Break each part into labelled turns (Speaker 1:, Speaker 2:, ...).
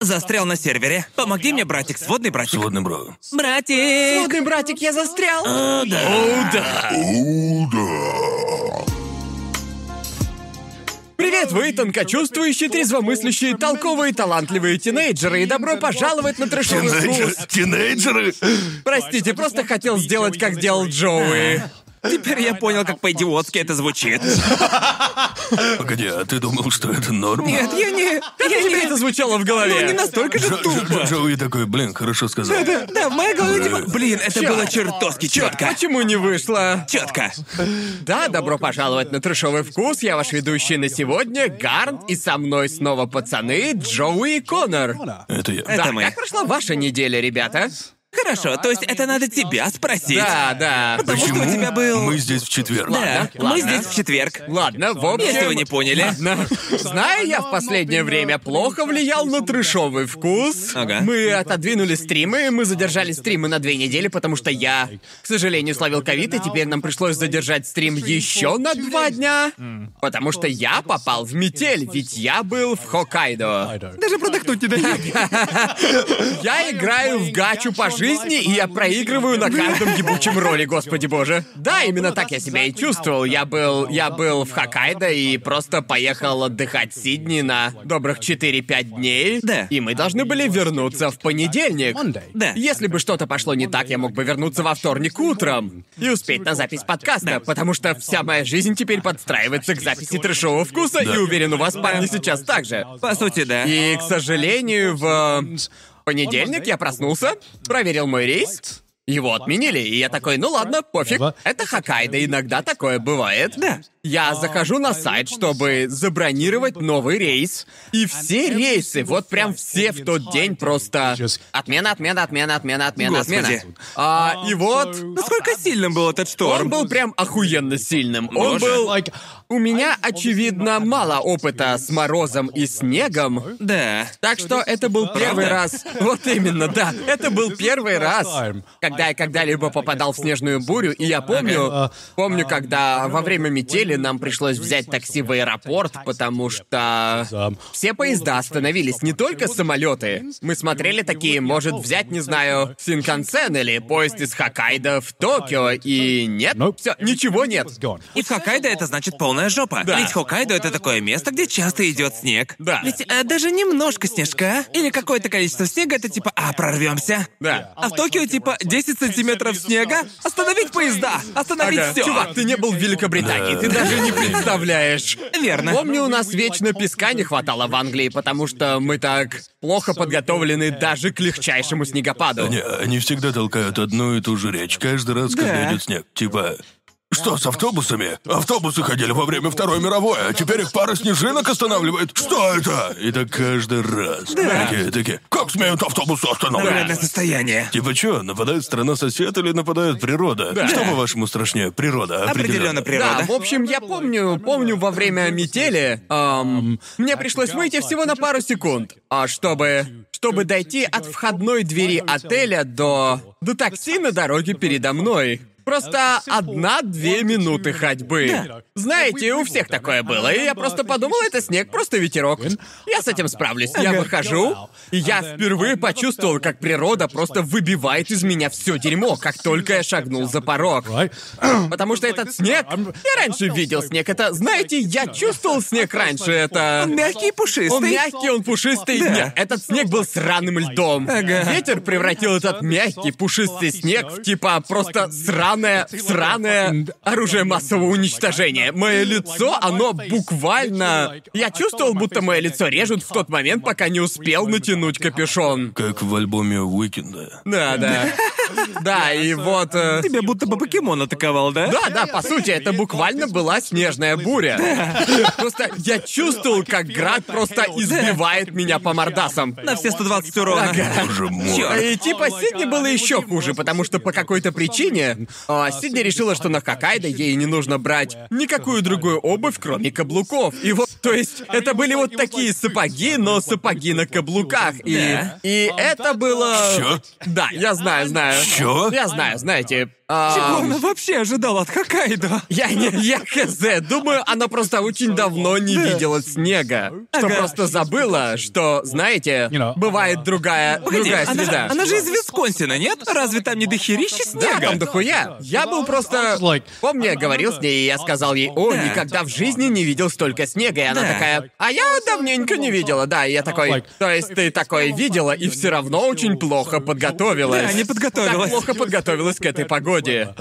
Speaker 1: Застрял на сервере. Помоги мне, братик, сводный братик.
Speaker 2: Сводный бро.
Speaker 1: Братик!
Speaker 3: Модный братик, я застрял. Привет, вы тонкочувствующие, трезвомыслящие, толковые, талантливые тинейджеры, и добро пожаловать на трешовый вкус.
Speaker 2: Тинейджеры?
Speaker 3: Простите, просто хотел сделать, как делал Джоуи.
Speaker 1: Теперь я понял, как по-идиотски это звучит.
Speaker 2: Погоди, а ты думал, что это норма?
Speaker 1: Нет, я не... Я
Speaker 3: Тебе
Speaker 1: не...
Speaker 3: это звучало в
Speaker 1: Ну, не
Speaker 3: голове.
Speaker 1: настолько же
Speaker 2: Джо- Джо- Джо-
Speaker 1: тупо.
Speaker 2: Джоуи такой, блин, хорошо сказал.
Speaker 1: Да, в моей голове типа... Блин, это
Speaker 3: Чёрт.
Speaker 1: было чертовски четко.
Speaker 3: Почему не вышло?
Speaker 1: Четко.
Speaker 3: Да, добро пожаловать на трешовый вкус. Я ваш ведущий на сегодня, Гарнт, и со мной снова пацаны Джоуи и Конор.
Speaker 2: Это я.
Speaker 1: Это
Speaker 3: Да,
Speaker 1: мы.
Speaker 3: как прошла ваша неделя, ребята?
Speaker 1: Хорошо, то есть это надо тебя спросить.
Speaker 3: Да, да.
Speaker 1: Потому что у тебя был...
Speaker 2: Мы здесь в четверг.
Speaker 1: Да,
Speaker 3: Ладно.
Speaker 1: мы здесь в четверг.
Speaker 3: Ладно, в общем...
Speaker 1: Если вы не поняли.
Speaker 3: Ладно. Знаю, я в последнее время плохо влиял на трешовый вкус.
Speaker 1: Ага.
Speaker 3: Мы отодвинули стримы, мы задержали стримы на две недели, потому что я, к сожалению, словил ковид, и теперь нам пришлось задержать стрим еще на два дня. Потому что я попал в метель, ведь я был в Хоккайдо.
Speaker 1: Даже продохнуть не дают.
Speaker 3: Я играю в гачу по жизни, и я проигрываю на каждом ебучем роли, господи боже. Да, именно так я себя и чувствовал. Я был, я был в Хоккайдо и просто поехал отдыхать в Сидни на добрых 4-5 дней.
Speaker 1: Да.
Speaker 3: И мы должны были вернуться в понедельник.
Speaker 1: Да.
Speaker 3: Если бы что-то пошло не так, я мог бы вернуться во вторник утром и успеть на запись подкаста, потому что вся моя жизнь теперь подстраивается к записи трешового вкуса, и уверен, у вас, парни, сейчас так же.
Speaker 1: По сути, да.
Speaker 3: И, к сожалению, в э, понедельник я проснулся, проверил мой рейс, его отменили, и я такой, ну ладно, пофиг. Это Хоккайдо, иногда такое бывает.
Speaker 1: Да.
Speaker 3: Я захожу на сайт, чтобы забронировать новый рейс. И все рейсы, вот прям все в тот день просто... Отмена, отмена, отмена, отмена, отмена, отмена.
Speaker 1: Господи.
Speaker 3: А, и вот...
Speaker 1: Насколько сильным был этот
Speaker 3: Он
Speaker 1: шторм?
Speaker 3: был прям охуенно сильным.
Speaker 1: Боже.
Speaker 3: Он был... У меня, очевидно, мало опыта с морозом и снегом,
Speaker 1: Да.
Speaker 3: так что это был первый раз. Вот именно, да. Это был первый раз, когда я когда-либо попадал в снежную бурю, и я помню, помню, когда во время метели нам пришлось взять такси в аэропорт, потому что все поезда остановились, не только самолеты. Мы смотрели такие, может взять, не знаю, Синкансен или поезд из Хоккайдо в Токио, и нет, все, ничего нет.
Speaker 1: И в Хоккайдо это значит полная жопа.
Speaker 3: Да.
Speaker 1: Ведь Хоккайдо это такое место, где часто идет снег.
Speaker 3: Да.
Speaker 1: Ведь э, даже немножко снежка или какое-то количество снега это типа а прорвемся.
Speaker 3: Да.
Speaker 1: А в Токио типа 10 сантиметров снега. Остановить поезда, остановить
Speaker 3: Ага.
Speaker 1: все.
Speaker 3: Чувак, ты не был в Великобритании, ты даже не представляешь.
Speaker 1: Верно.
Speaker 3: Помню, у нас вечно песка не хватало в Англии, потому что мы так плохо подготовлены даже к легчайшему снегопаду.
Speaker 2: Не, они всегда толкают одну и ту же речь каждый раз, когда
Speaker 1: Да.
Speaker 2: идет снег. Типа, что с автобусами? Автобусы ходили во время Второй мировой, а теперь их пара снежинок останавливает. Что это? И так каждый раз. Такие, такие, как смеют автобусы останавливать?
Speaker 1: Наверное, состояние.
Speaker 2: Типа что, нападает страна сосед или нападает природа? Что по-вашему страшнее? Природа, определенно.
Speaker 1: Определенно природа.
Speaker 3: Да, в общем, я помню, помню во время метели, эм, мне пришлось выйти всего на пару секунд, а чтобы, чтобы дойти от входной двери отеля до до такси на дороге передо мной. Просто одна-две минуты ходьбы. Знаете, у всех такое было, и я просто подумал, это снег, просто ветерок. Я с этим справлюсь. Я выхожу, и я впервые почувствовал, как природа просто выбивает из меня все дерьмо, как только я шагнул за порог. Потому что этот снег... Я раньше видел снег, это... Знаете, я чувствовал снег раньше, это...
Speaker 1: Он мягкий и пушистый.
Speaker 3: Он мягкий, он пушистый.
Speaker 1: Да.
Speaker 3: Нет, этот снег был сраным льдом.
Speaker 1: Ага.
Speaker 3: Ветер превратил этот мягкий, пушистый снег в типа просто сраное, сраное оружие массового уничтожения. Мое лицо, оно буквально... Я чувствовал, будто мое лицо режут в тот момент, пока не успел натянуть капюшон.
Speaker 2: Как в альбоме Уикенда.
Speaker 3: Да, да. Да, и вот... э,
Speaker 1: Тебя будто бы покемон атаковал, да?
Speaker 3: да, да, по сути, это буквально была снежная буря. Просто я чувствовал, как град просто избивает меня по мордасам.
Speaker 1: На все 120 урона.
Speaker 2: Боже мой.
Speaker 1: Чёрт.
Speaker 3: И типа Сидни было еще хуже, потому что по какой-то причине а, Сидни решила, что на Хоккайдо ей не нужно брать никакую другую обувь, кроме каблуков. И вот, то есть, это были вот такие сапоги, но сапоги на каблуках. И,
Speaker 1: Да.
Speaker 3: и это было...
Speaker 2: Чё?
Speaker 3: Да, я знаю, знаю.
Speaker 2: Чё?
Speaker 3: Я знаю, знаете. Ам,
Speaker 1: Чего она вообще ожидала от Хоккайдо?
Speaker 3: Я не... Я хз. Думаю, она просто очень давно не видела снега. Что
Speaker 1: Ага.
Speaker 3: просто забыла, что, знаете, бывает другая,
Speaker 1: Погоди,
Speaker 3: другая
Speaker 1: она,
Speaker 3: среда.
Speaker 1: она же из Висконсина, нет? Разве там не дохерища
Speaker 3: Да,
Speaker 1: снега?
Speaker 3: там дохуя. Я был просто... Помню, я говорил с ней, и я сказал ей, о,
Speaker 1: Да.
Speaker 3: никогда в жизни не видел столько снега. И она
Speaker 1: Да.
Speaker 3: такая, а я давненько не видела. Да, и я такой, то есть ты такое видела и все равно очень плохо подготовилась.
Speaker 1: Да, не подготовилась.
Speaker 3: Так плохо подготовилась к этой погоде.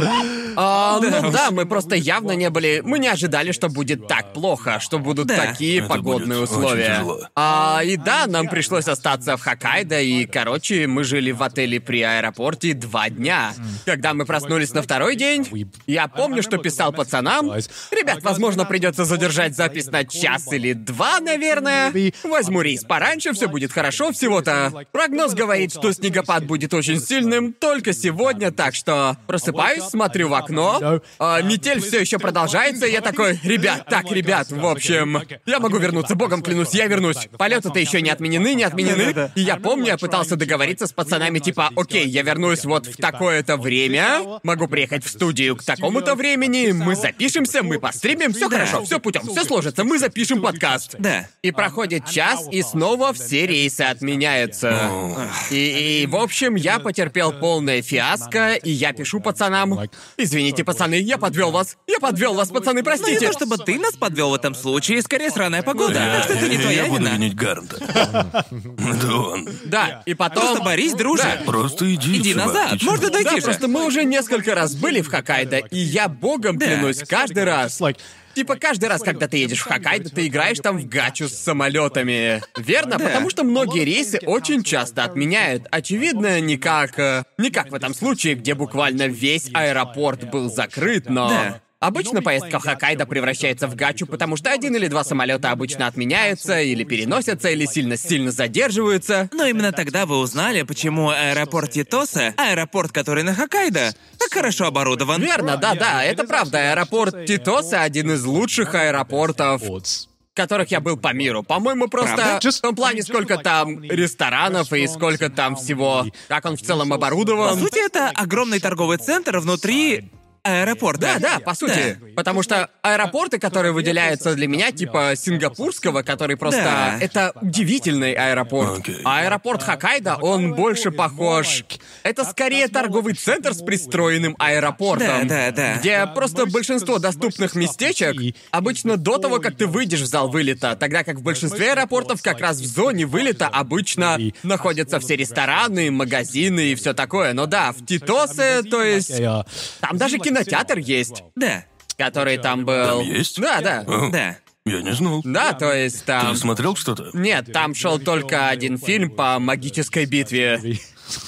Speaker 3: А, ну да, мы просто явно не были... Мы не ожидали, что будет так плохо, что будут
Speaker 1: Да.
Speaker 3: такие
Speaker 2: Это
Speaker 3: погодные
Speaker 2: будет очень
Speaker 3: условия.
Speaker 2: тяжело.
Speaker 3: А, и да, нам пришлось остаться в Хоккайдо, и, короче, мы жили в отеле при аэропорте два дня. Когда мы проснулись на второй день, я помню, что писал пацанам, «Ребят, возможно, придется задержать запись на час или два, наверное. Возьму рейс пораньше, все будет хорошо, всего-то. Прогноз говорит, что снегопад будет очень сильным только сегодня, так что просыпаюсь, смотрю в окно, а метель все еще продолжается, и я такой, ребят, так, ребят, в общем, я могу вернуться, богом клянусь, я вернусь. Полеты-то еще не отменены, не отменены. И я помню, я пытался договориться с пацанами, типа, окей, я вернусь вот в такое-то время, могу приехать в студию к такому-то времени, мы запишемся, мы постримим, все
Speaker 1: Да.
Speaker 3: хорошо, все путем, все сложится, мы запишем подкаст.
Speaker 1: Да.
Speaker 3: И проходит час, и снова все рейсы отменяются. И, и, в общем, я потерпел полное фиаско, и я пишу пацанам. Извините, пацаны, я подвел вас. Я подвел вас, пацаны,
Speaker 1: Ну, не
Speaker 3: простите.
Speaker 1: то, чтобы ты нас подвел в этом случае, скорее сраная погода.
Speaker 2: Я,
Speaker 1: Так что это не
Speaker 2: я-
Speaker 1: твоя
Speaker 2: я буду
Speaker 1: вина.
Speaker 2: винить Гарнта. Это он.
Speaker 3: Да, и потом...
Speaker 1: Просто борись, друже.
Speaker 2: Просто иди.
Speaker 1: Иди
Speaker 2: чувак,
Speaker 1: назад,
Speaker 2: ты чё?
Speaker 1: можно
Speaker 3: Да,
Speaker 1: дойти же.
Speaker 3: просто мы уже несколько раз были в Хоккайдо, и я богом клянусь, каждый раз... Типа каждый раз, когда ты едешь в Хоккайдо, ты играешь там в гачу с самолетами. Верно? Потому что многие рейсы очень часто отменяют. Очевидно, не как... э, не как в этом случае, где буквально весь аэропорт был закрыт, но...
Speaker 1: Да.
Speaker 3: Обычно поездка в Хоккайдо превращается в гачу, потому что один или два самолета обычно отменяются, или переносятся, или сильно-сильно задерживаются.
Speaker 1: Но именно тогда вы узнали, почему аэропорт Титоса, аэропорт, который на Хоккайдо, так хорошо оборудован.
Speaker 3: Верно, да, да, это правда. Аэропорт Титоса один из лучших аэропортов, в которых я был по миру. По-моему, просто
Speaker 4: Правда?
Speaker 3: в том плане, сколько там ресторанов и сколько там всего, как он в целом
Speaker 1: По
Speaker 3: оборудован.
Speaker 1: сути, это огромный торговый центр внутри аэропорта.
Speaker 3: Да, да, по сути. Потому что аэропорты, которые выделяются для меня, типа сингапурского, который просто...
Speaker 1: Да.
Speaker 3: Это удивительный аэропорт.
Speaker 2: Окей.
Speaker 3: А аэропорт Хоккайдо, он больше похож... Это скорее торговый центр с пристроенным аэропортом.
Speaker 1: Да, да, да.
Speaker 3: Где просто большинство доступных местечек обычно до того, как ты выйдешь в зал вылета, тогда как в большинстве аэропортов как раз в зоне вылета обычно находятся все рестораны, магазины и все такое. Но да, в Титосе, то есть... Там даже кинотеатр есть,
Speaker 1: Да,
Speaker 3: который там
Speaker 2: Там
Speaker 3: был.
Speaker 2: есть?
Speaker 3: Да, да.
Speaker 2: О,
Speaker 1: да.
Speaker 2: Э, Я не знал.
Speaker 3: Да, то есть там...
Speaker 2: Ты смотрел что-то?
Speaker 3: Нет, там шел только один фильм по магической битве.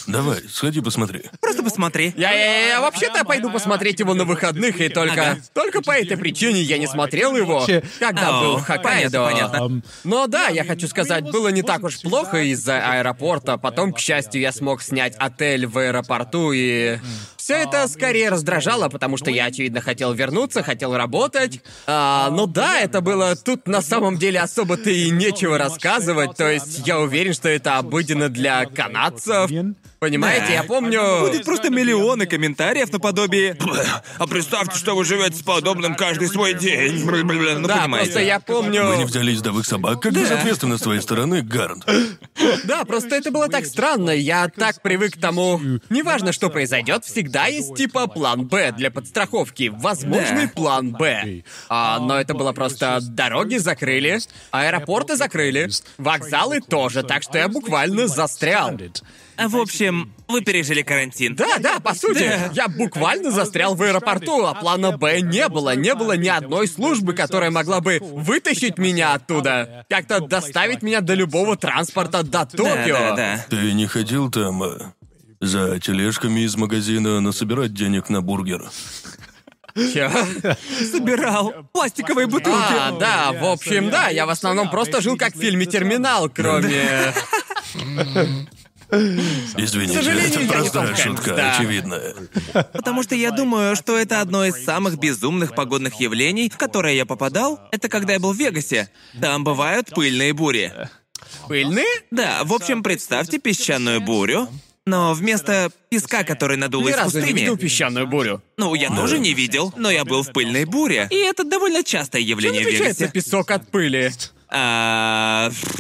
Speaker 2: Давай, сходи посмотри.
Speaker 1: Просто посмотри.
Speaker 3: Я, я- я вообще-то пойду посмотреть его на выходных, и только...
Speaker 1: Ага.
Speaker 3: Только по этой причине я не смотрел его, когда
Speaker 1: О,
Speaker 3: был в Хоккайдо.
Speaker 1: понятно, понятно.
Speaker 3: Но да, я хочу сказать, было не так уж плохо из-за аэропорта. Потом, к счастью, я смог снять отель в аэропорту, и... Все это скорее раздражало, потому что я, очевидно, хотел вернуться, хотел работать. А, ну да, это было... Тут на самом деле особо-то и нечего рассказывать. То есть я уверен, что это обыденно для канадцев. Понимаете, я помню...
Speaker 1: А, Будет просто миллионы комментариев наподобие... А представьте, что вы живете с подобным каждый свой день. Блин, блин, ну
Speaker 3: да,
Speaker 1: понимаете.
Speaker 3: просто я помню...
Speaker 2: Вы не взяли ездовых собак, как безответственно с твоей стороны, Гарнт.
Speaker 3: Да, просто это было так странно. Я так привык к тому. Неважно, что произойдет, всегда есть типа план Б для подстраховки. Возможный
Speaker 1: Да.
Speaker 3: план Б. А, но это было просто дороги закрыли, А аэропорты закрыли, вокзалы тоже, так что я буквально застрял.
Speaker 1: А в общем, вы пережили карантин.
Speaker 3: Да, да, по сути, я буквально застрял в аэропорту, а плана Б не было. Не было ни одной службы, которая могла бы вытащить меня оттуда. Как-то доставить меня до любого транспорта до
Speaker 1: да,
Speaker 3: Токио.
Speaker 1: да, да.
Speaker 2: Ты не ходил там э, за тележками из магазина насобирать денег на бургер?
Speaker 3: Чё?
Speaker 1: Собирал пластиковые бутылки.
Speaker 3: А, да, в общем, да, я в основном просто жил как в фильме «Терминал», кроме...
Speaker 2: Извините,
Speaker 3: К сожалению, я
Speaker 2: это
Speaker 3: не
Speaker 2: простая
Speaker 3: Том Хэнкс,
Speaker 2: шутка,
Speaker 3: да.
Speaker 2: очевидная.
Speaker 1: Потому что я думаю, что это одно из самых безумных погодных явлений, в которое я попадал, это когда я был в Вегасе. Там бывают пыльные бури.
Speaker 3: Пыльные?
Speaker 1: Да, в общем, представьте песчаную бурю, Но вместо песка, который надул
Speaker 3: Ни
Speaker 1: из
Speaker 3: разу не
Speaker 1: пустыни...
Speaker 3: видел песчаную бурю.
Speaker 1: Ну, я тоже не видел, но я был в пыльной буре. И это довольно частое
Speaker 3: Чем
Speaker 1: явление в
Speaker 3: отличается
Speaker 1: Вегасе.
Speaker 3: песок от пыли?
Speaker 1: А, ф-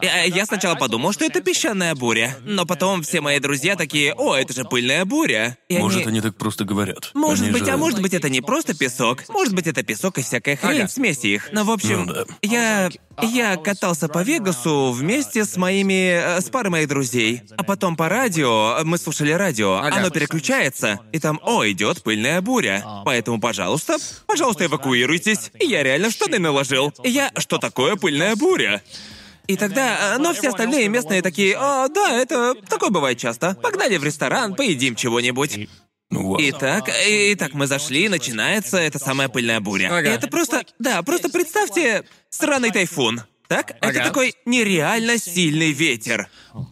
Speaker 1: Я я сначала подумал, что это песчаная буря, но потом все мои друзья такие, о, это же пыльная буря. И они-
Speaker 2: Может, они так просто говорят.
Speaker 1: Может
Speaker 2: Они
Speaker 1: быть,
Speaker 2: же-
Speaker 1: а может быть, это не просто песок. Может быть, это песок и всякая хрень
Speaker 3: Ага.
Speaker 1: в смеси их. Но, в общем,
Speaker 2: Ну да.
Speaker 1: я... Я катался по Вегасу вместе с моими... э, с парой моих друзей. А потом по радио... э, Мы слушали радио.
Speaker 3: Ага.
Speaker 1: Оно переключается. И там, о, идет пыльная буря. Поэтому, пожалуйста, пожалуйста, эвакуируйтесь. И я реально штаны наложил. И я... Что такое пыльная буря? И тогда, э, но все остальные местные такие, «А, да, это такое бывает часто. Погнали в ресторан, поедим чего-нибудь.
Speaker 2: Ну, вот.
Speaker 1: Итак, и так мы зашли, и начинается эта самая пыльная буря.
Speaker 3: Ага.
Speaker 1: И это просто, да, просто представьте сраный тайфун. Так? Это
Speaker 3: Ага.
Speaker 1: такой нереально сильный ветер.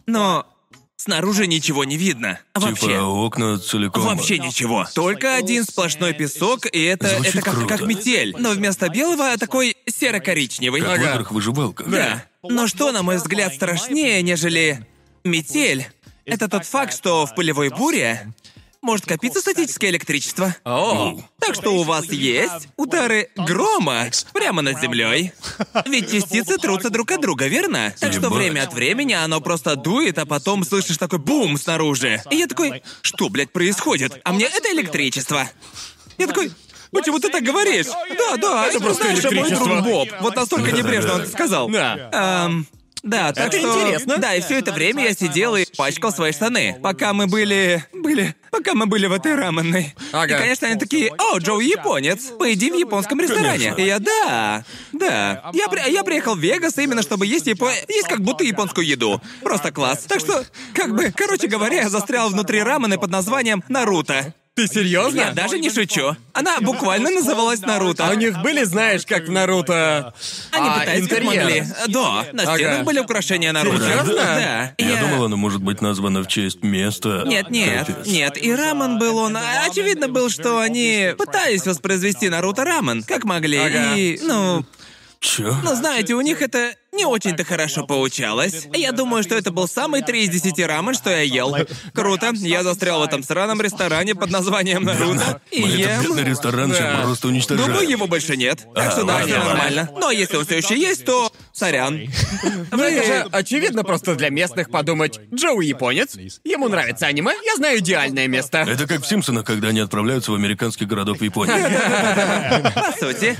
Speaker 1: Но снаружи ничего не видно.
Speaker 2: Типа
Speaker 1: Вообще.
Speaker 2: окна целиком.
Speaker 1: Вообще ничего. Только один сплошной песок, и это,
Speaker 2: Звучит
Speaker 1: это как,
Speaker 2: круто.
Speaker 1: как метель. Но вместо белого такой серо-коричневый.
Speaker 2: Как в
Speaker 3: Ага.
Speaker 2: играх выживалка.
Speaker 1: Да. Но что, на мой взгляд, страшнее, нежели метель, это тот факт, что в пылевой буре может копиться статическое электричество.
Speaker 3: О,
Speaker 1: Так что у вас есть удары грома прямо над землей. Ведь частицы трутся друг от друга, верно? Так что
Speaker 2: Ебать.
Speaker 1: время от времени оно просто дует, а потом слышишь такой бум снаружи. И я такой, что, блядь, происходит? А мне это электричество. Я такой, почему ты так говоришь? Да, да, это
Speaker 3: просто
Speaker 1: знаешь, мой друг
Speaker 3: электричество».
Speaker 1: Боб. Вот настолько небрежно он это сказал.
Speaker 3: да.
Speaker 1: Эм, да, так
Speaker 3: Это
Speaker 1: что...
Speaker 3: интересно.
Speaker 1: Да, и все это время я сидел и пачкал свои штаны, пока мы были... Были... Пока мы были в этой раменной.
Speaker 3: Ага.
Speaker 1: И, конечно, они такие, о, Джоу японец, поедим в японском ресторане.
Speaker 2: Конечно.
Speaker 1: И я, да, да. Я, при- я приехал в Вегас именно, чтобы есть япо... Есть как будто японскую еду. Просто класс. Так что, как бы, короче говоря, я застрял внутри рамены под названием «Наруто».
Speaker 3: Ты серьезно?
Speaker 1: Я даже не шучу. Она буквально называлась «Наруто».
Speaker 3: А у них были, знаешь, как в Наруто...
Speaker 1: Они
Speaker 3: а,
Speaker 1: пытались как
Speaker 3: интерьер?
Speaker 1: могли. Да, на
Speaker 3: Ага.
Speaker 1: стенах были украшения Наруто.
Speaker 3: Серьезно?
Speaker 1: Да.
Speaker 2: Я думал, оно может быть названо в честь места.
Speaker 1: Нет, нет,
Speaker 2: Капец.
Speaker 1: нет. И рамен был он. А, Очевидно был, что они пытались воспроизвести Наруто рамен, как могли.
Speaker 3: Ага.
Speaker 1: И, ну,
Speaker 2: Чё?
Speaker 1: ну, знаете, у них это не очень-то хорошо получалось. Я думаю, что это был самый три из десяти рамен, что я ел. Круто. Я застрял в этом сраном ресторане под названием Наруто. И
Speaker 2: Мы этот бедный
Speaker 1: ем.
Speaker 2: ресторанчик
Speaker 3: Да.
Speaker 2: просто уничтожаем.
Speaker 1: Думаю, его больше нет. Так что да,
Speaker 2: ладно,
Speaker 1: все
Speaker 2: ладно.
Speaker 1: нормально. Но если он все еще есть, то сорян.
Speaker 3: Ну, это же очевидно просто для местных подумать. Джоу японец, ему нравится аниме, я знаю идеальное место.
Speaker 2: Это как в Симпсонах, когда они отправляются в американский городок в Японии.
Speaker 1: По сути.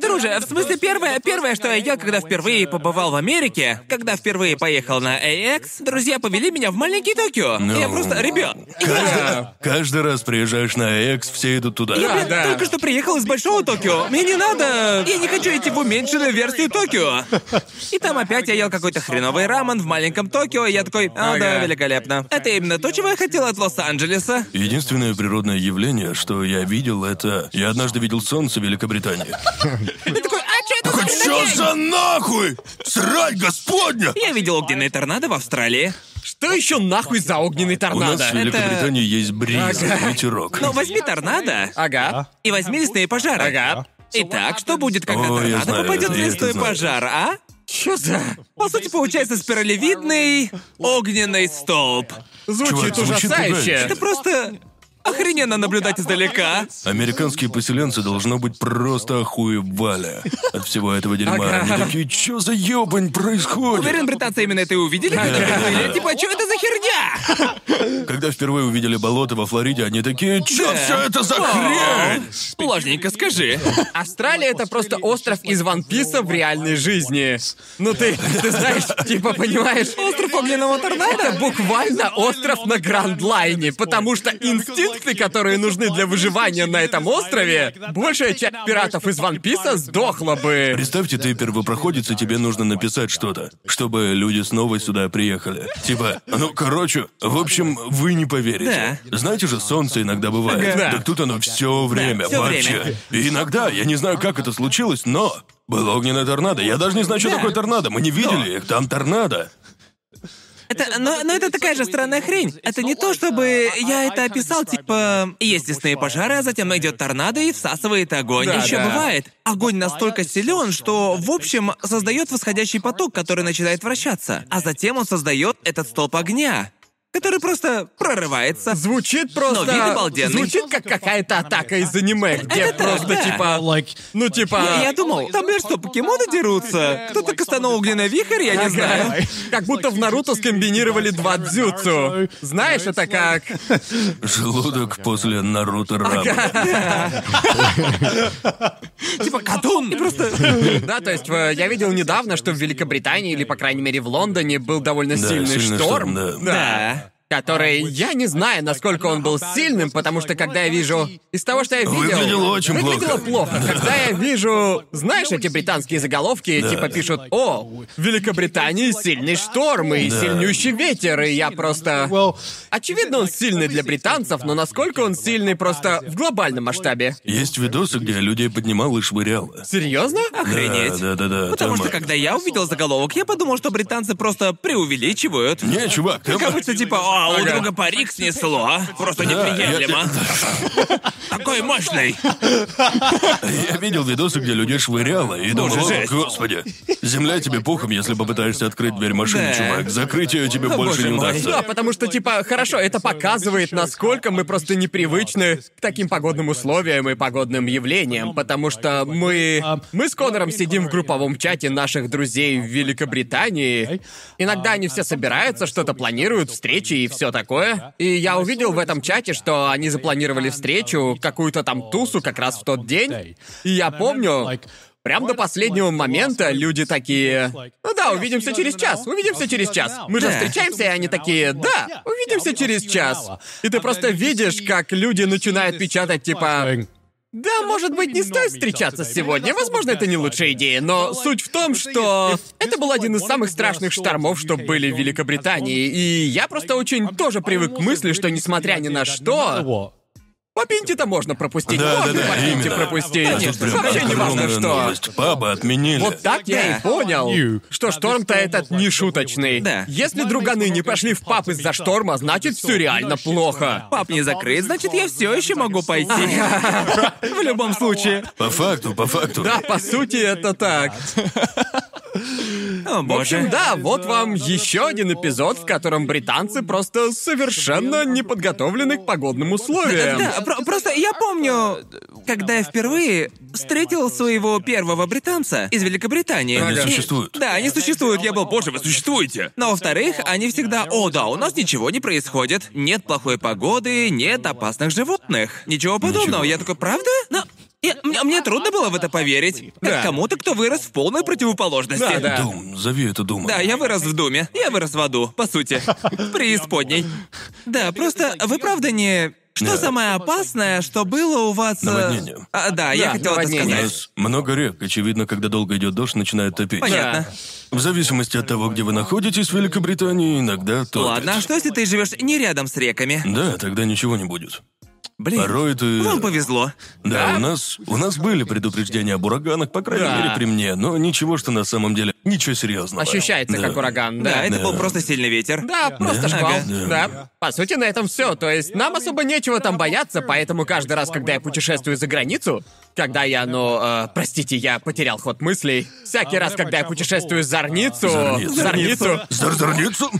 Speaker 1: Друже, в смысле, первое, первое, что я ел, когда впервые побывал в Америке, когда впервые поехал на AX, друзья повели меня в маленький Токио.
Speaker 2: Ну.
Speaker 1: Я просто, ребят, я...
Speaker 3: Да.
Speaker 2: Каждый раз приезжаешь на Экс, все идут туда.
Speaker 1: я, блядь,
Speaker 3: да.
Speaker 1: только что приехал из Большого Токио. Мне не надо... Я не хочу идти в уменьшенную версию Токио. И там опять я ел какой-то хреновый рамен в маленьком Токио, и я такой, а, да,
Speaker 3: Ага.
Speaker 1: великолепно. Это именно то, чего я хотел от Лос-Анджелеса.
Speaker 2: Единственное природное явление, что я видел, это... Я однажды видел солнце в Великобритании.
Speaker 1: Ты такой, а что это за
Speaker 2: Чё
Speaker 1: хренотень?»
Speaker 2: за нахуй? Срать господня!
Speaker 1: Я видел огненные торнадо в Австралии.
Speaker 3: Что еще нахуй за огненный
Speaker 2: У нас
Speaker 3: торнадо?
Speaker 2: в Великобритании есть бриз, а ветерок.
Speaker 1: Но Ну, возьми торнадо,
Speaker 3: Ага.
Speaker 1: И возьми лесные пожары.
Speaker 3: Ага.
Speaker 1: Итак, что будет, когда
Speaker 2: О, я
Speaker 1: торнадо
Speaker 2: знаю,
Speaker 1: попадет
Speaker 2: это
Speaker 1: в
Speaker 2: я
Speaker 1: лесной
Speaker 2: знаю.
Speaker 1: пожар, а?
Speaker 3: Чё за...
Speaker 1: По сути, получается спиралевидный огненный столб.
Speaker 3: Звучит
Speaker 2: Чувак, звучит
Speaker 3: ужасающе.
Speaker 2: пугающе.
Speaker 1: Это просто охрененно наблюдать издалека.
Speaker 2: Американские поселенцы должно быть просто охуевали от всего этого дерьма.
Speaker 3: Ага.
Speaker 2: Они такие, чё за ебань происходит?
Speaker 1: Уверен, британцы именно это и увидели, когда приплыли. Типа, что это за херня?
Speaker 2: Когда впервые увидели болото во Флориде, они такие, чё
Speaker 1: Да.
Speaker 2: все это за хрень?
Speaker 1: Сложненько скажи.
Speaker 3: Австралия это просто остров из Ван Писа в реальной жизни. Ну ты, ты знаешь, типа понимаешь, остров огненного торнадо это буквально остров на Гранд-Лайне, потому что инстинкты, которые нужны для выживания на этом острове, большая часть пиратов из Ван Писа сдохла бы.
Speaker 2: Представьте, ты первопроходец, и тебе нужно написать что-то, чтобы люди снова сюда приехали. Типа, ну, короче, в общем, вы не поверите. Знаете же, солнце иногда бывает.
Speaker 3: Ага.
Speaker 2: Так тут оно все время,
Speaker 1: всё
Speaker 2: вообще.
Speaker 1: время.
Speaker 2: И иногда, я не знаю, как это случилось, но было огненное торнадо. Я даже не знаю, что
Speaker 1: Да.
Speaker 2: такое торнадо. Мы не видели их, там торнадо.
Speaker 1: Это, Э, но, но это такая же странная хрень. Это не то, чтобы я это описал, типа, есть лесные пожары, а затем идет торнадо и всасывает огонь.
Speaker 3: Да,
Speaker 1: Еще
Speaker 3: да. А
Speaker 1: бывает. Огонь настолько силен, что, в общем, создает восходящий поток, который начинает вращаться. А затем он создает этот столб огня. который просто прорывается.
Speaker 3: Звучит просто...
Speaker 1: вид обалденный.
Speaker 3: Звучит как какая-то атака из аниме, где
Speaker 1: Это так,
Speaker 3: просто
Speaker 1: да.
Speaker 3: типа... Ну типа...
Speaker 1: А, Я, я думал, там же что, покемоны дерутся? Кто-то кастанул огненный вихрь, я не
Speaker 3: Ага.
Speaker 1: знаю.
Speaker 3: Как будто в Наруто скомбинировали два дзюцу. Знаешь, это как...
Speaker 2: Желудок после Наруто Рамен.
Speaker 1: Типа катун! И просто...
Speaker 3: Да, то есть э, я видел недавно, что в Великобритании, или, по крайней мере, в Лондоне, был довольно
Speaker 2: Да,
Speaker 3: сильный,
Speaker 2: сильный шторм, да.
Speaker 1: Да.
Speaker 3: Который я не знаю, насколько он был сильным, потому что когда я вижу. Из того, что я видел.
Speaker 2: Выглядело очень
Speaker 3: выглядело
Speaker 2: плохо.
Speaker 3: плохо. Когда я вижу, знаешь, эти британские заголовки, типа пишут: О, в Великобритании сильный шторм и сильнющий ветер, и я просто. А Очевидно, он сильный для британцев, но насколько он сильный просто в глобальном масштабе.
Speaker 2: Есть видосы, где людей поднимал и швыряло.
Speaker 3: Серьезно?
Speaker 1: Охренеть.
Speaker 2: Да, да, да, да.
Speaker 1: Потому
Speaker 2: там,
Speaker 1: что
Speaker 2: э,
Speaker 1: когда я увидел заголовок, я подумал, что британцы просто преувеличивают.
Speaker 2: Не, чувак, там...
Speaker 1: Как
Speaker 2: э,
Speaker 1: будто типа, а, у
Speaker 3: Ага.
Speaker 1: друга парик снесло. а? Просто
Speaker 2: Да,
Speaker 1: неприемлемо. Такой мощный.
Speaker 2: Я видел видосы, где людей швыряло, и думал,
Speaker 1: Боже,
Speaker 2: «О,
Speaker 1: жесть».
Speaker 2: господи, земля тебе пухом, если попытаешься открыть дверь
Speaker 1: Да.
Speaker 2: машины, чувак. Закрыть ее тебе
Speaker 1: О,
Speaker 2: больше
Speaker 1: боже
Speaker 2: не
Speaker 1: мой.
Speaker 2: удастся.
Speaker 3: Да, потому что, типа, хорошо, это показывает, насколько мы просто непривычны к таким погодным условиям и погодным явлениям, потому что мы... Мы с Конором сидим в групповом чате наших друзей в Великобритании. Иногда они все собираются, что-то планируют, встречи и все такое. И я увидел в этом чате, что они запланировали встречу, какую-то там тусу как раз в тот день. И я помню, Прям до последнего момента люди такие... Ну да, увидимся через час, увидимся через час. Мы же
Speaker 1: Да.
Speaker 3: встречаемся, и они такие... Да, увидимся через час. И ты просто видишь, как люди начинают печатать, типа... Да, может быть, не стоит встречаться сегодня. Возможно, это не лучшая идея, но суть в том, что это был один из самых страшных штормов, что были в Великобритании, и я просто очень тоже привык к мысли, что несмотря ни на что, по Пинте-то можно пропустить,
Speaker 2: Да,
Speaker 3: можно
Speaker 2: да, да,
Speaker 3: по Пинте
Speaker 2: именно.
Speaker 3: пропустить.
Speaker 2: А тут прям
Speaker 3: Вообще не важно,
Speaker 2: огромная
Speaker 3: что.
Speaker 2: новость. Пабы отменили.
Speaker 3: Вот так я и
Speaker 1: Да.
Speaker 3: понял, что шторм-то этот не шуточный.
Speaker 1: Да.
Speaker 3: Если друганы не пошли в паб из-за
Speaker 1: Ну,
Speaker 3: шторма, значит все реально плохо.
Speaker 1: Пап не закрыт, значит, я все еще могу пойти. В любом случае.
Speaker 2: По факту, по факту.
Speaker 3: Да, по сути, это так.
Speaker 1: О,
Speaker 3: В общем,
Speaker 1: боже.
Speaker 3: да, вот вам еще один эпизод, в котором британцы просто совершенно не подготовлены к погодным условиям.
Speaker 1: Да, про- просто я помню, когда я впервые встретил своего первого британца из Великобритании.
Speaker 2: Они
Speaker 1: И-
Speaker 2: существуют.
Speaker 1: Да, они существуют. Я был, боже, вы существуете. Но, во-вторых, они всегда, о да, у нас ничего не происходит. Нет плохой погоды, нет опасных животных. Ничего подобного. Я такой, правда? Но... я- мне, мне трудно было в это поверить. Как
Speaker 3: Да.
Speaker 1: кому-то, кто вырос в полной противоположности.
Speaker 3: Да, да.
Speaker 2: Дум, зови это Дума.
Speaker 1: Да, я вырос в Думе. Я вырос в аду, по сути. В преисподней. Да, просто вы правда не... Что
Speaker 2: Да.
Speaker 1: самое опасное, что было у вас... э,
Speaker 2: Наводнение.
Speaker 1: А, да, я
Speaker 3: Да,
Speaker 1: хотел это
Speaker 3: наводнение.
Speaker 2: У
Speaker 1: сказать.
Speaker 2: нас много рек. Очевидно, когда долго идет дождь, начинает топить.
Speaker 1: Понятно.
Speaker 2: В зависимости от того, где вы находитесь в Великобритании, иногда топит.
Speaker 1: Ладно, а что если ты живешь не рядом с реками?
Speaker 2: Да, тогда ничего не будет.
Speaker 1: Блин,
Speaker 2: Порой ты...
Speaker 1: вам повезло.
Speaker 2: Да, у нас, у нас были предупреждения об ураганах, по крайней
Speaker 3: Да.
Speaker 2: мере, при мне, но ничего, что на самом деле... Ничего серьезного.
Speaker 3: Ощущается
Speaker 2: Да.
Speaker 3: как ураган,
Speaker 1: Да,
Speaker 3: да.
Speaker 1: это
Speaker 2: да.
Speaker 1: был просто сильный ветер.
Speaker 3: Да, просто
Speaker 1: Да.
Speaker 3: шквал.
Speaker 2: Ага.
Speaker 3: Да. По сути, на этом все. То есть нам особо нечего там бояться, поэтому каждый раз, когда я путешествую за границу, когда я, ну, э, простите, я потерял ход мыслей. Всякий раз, когда я путешествую за границу,
Speaker 2: Зорницу.
Speaker 3: зорницу,
Speaker 2: Зарзорницу?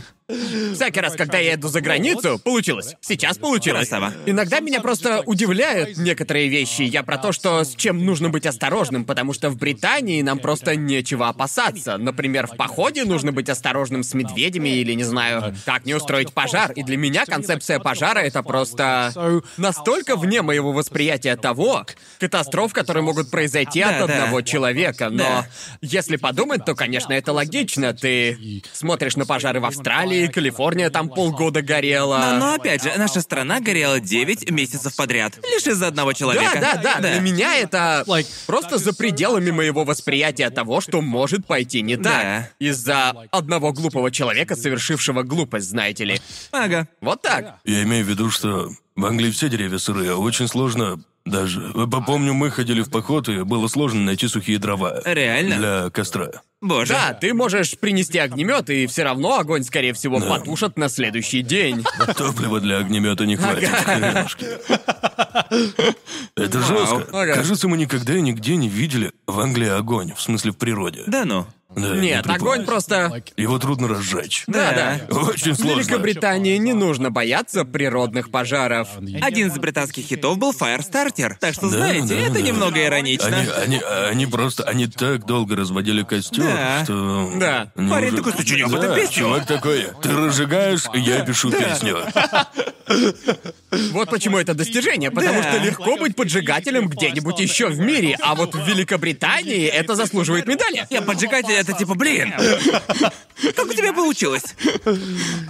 Speaker 3: всякий раз, когда я иду за границу, получилось. Сейчас получилось.
Speaker 1: Красава.
Speaker 3: Иногда меня просто удивляют некоторые вещи. Я про то, что с чем нужно быть осторожным, потому что в Британии нам просто нечего опасаться. Например, в походе нужно быть осторожным с медведями или, не знаю, как не устроить пожар. И для меня концепция пожара — это просто настолько вне моего восприятия того, катастроф, которые могут произойти от
Speaker 1: Да, да.
Speaker 3: одного человека. Но
Speaker 1: Да.
Speaker 3: если подумать, то, конечно, это логично. Ты смотришь на пожары в Австралии, Калифорния там полгода горела.
Speaker 1: А, Но, но опять же, наша страна горела 9 месяцев подряд. Лишь из-за одного
Speaker 3: Да,
Speaker 1: человека.
Speaker 3: да, да, Для меня это
Speaker 4: Like,
Speaker 3: просто за пределами моего восприятия того, что может пойти не так.
Speaker 1: Да.
Speaker 3: Из-за одного глупого человека, совершившего глупость, знаете ли.
Speaker 1: Ага.
Speaker 3: Вот так.
Speaker 2: Я имею в виду, что в Англии все деревья сырые, а очень сложно даже... Помню, мы ходили в поход, и было сложно найти сухие дрова.
Speaker 1: Реально?
Speaker 2: Для костра.
Speaker 1: Боже.
Speaker 3: Да, ты можешь принести огнемет, и все равно огонь, скорее всего, потушат на следующий день.
Speaker 2: А Топлива для огнемета не хватит, хренушки. Это жестко.
Speaker 3: Ага.
Speaker 2: Кажется, мы никогда и нигде не видели в Англии огонь, в смысле в природе.
Speaker 1: Да ну.
Speaker 2: Да, не
Speaker 3: Нет,
Speaker 2: припомню.
Speaker 3: огонь просто...
Speaker 2: Его трудно разжечь.
Speaker 3: Да, да.
Speaker 2: Очень сложно.
Speaker 3: Великобритании не нужно бояться природных пожаров.
Speaker 1: Один из британских хитов был Firestarter, так что,
Speaker 2: Да,
Speaker 1: знаете,
Speaker 2: да,
Speaker 1: это
Speaker 2: да.
Speaker 1: немного иронично.
Speaker 2: Они, они, они просто, они так долго разводили костер,
Speaker 1: Да.
Speaker 2: что...
Speaker 3: Да.
Speaker 2: не
Speaker 1: Парень
Speaker 2: уже-
Speaker 1: такой, «Ты чё, не об этом
Speaker 2: Да,
Speaker 1: песню?»
Speaker 2: Чувак такой, ты разжигаешь, я пишу песню.
Speaker 3: Вот почему это достижение, потому
Speaker 1: Да.
Speaker 3: что легко быть поджигателем где-нибудь еще в мире, а вот в Великобритании это заслуживает медали.
Speaker 1: Я поджигатель, это типа, блин. Как у тебя получилось?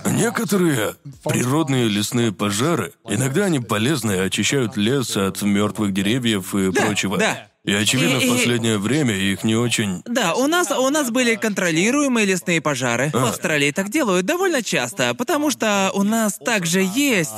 Speaker 2: Некоторые природные лесные пожары, иногда они полезны и очищают лес от мертвых деревьев и прочего.
Speaker 1: да.
Speaker 2: И очевидно,
Speaker 1: И- и-
Speaker 2: в последнее время их не очень...
Speaker 1: Да, у нас, у нас были контролируемые лесные пожары. В Австралии так делают довольно часто, потому что у нас также есть...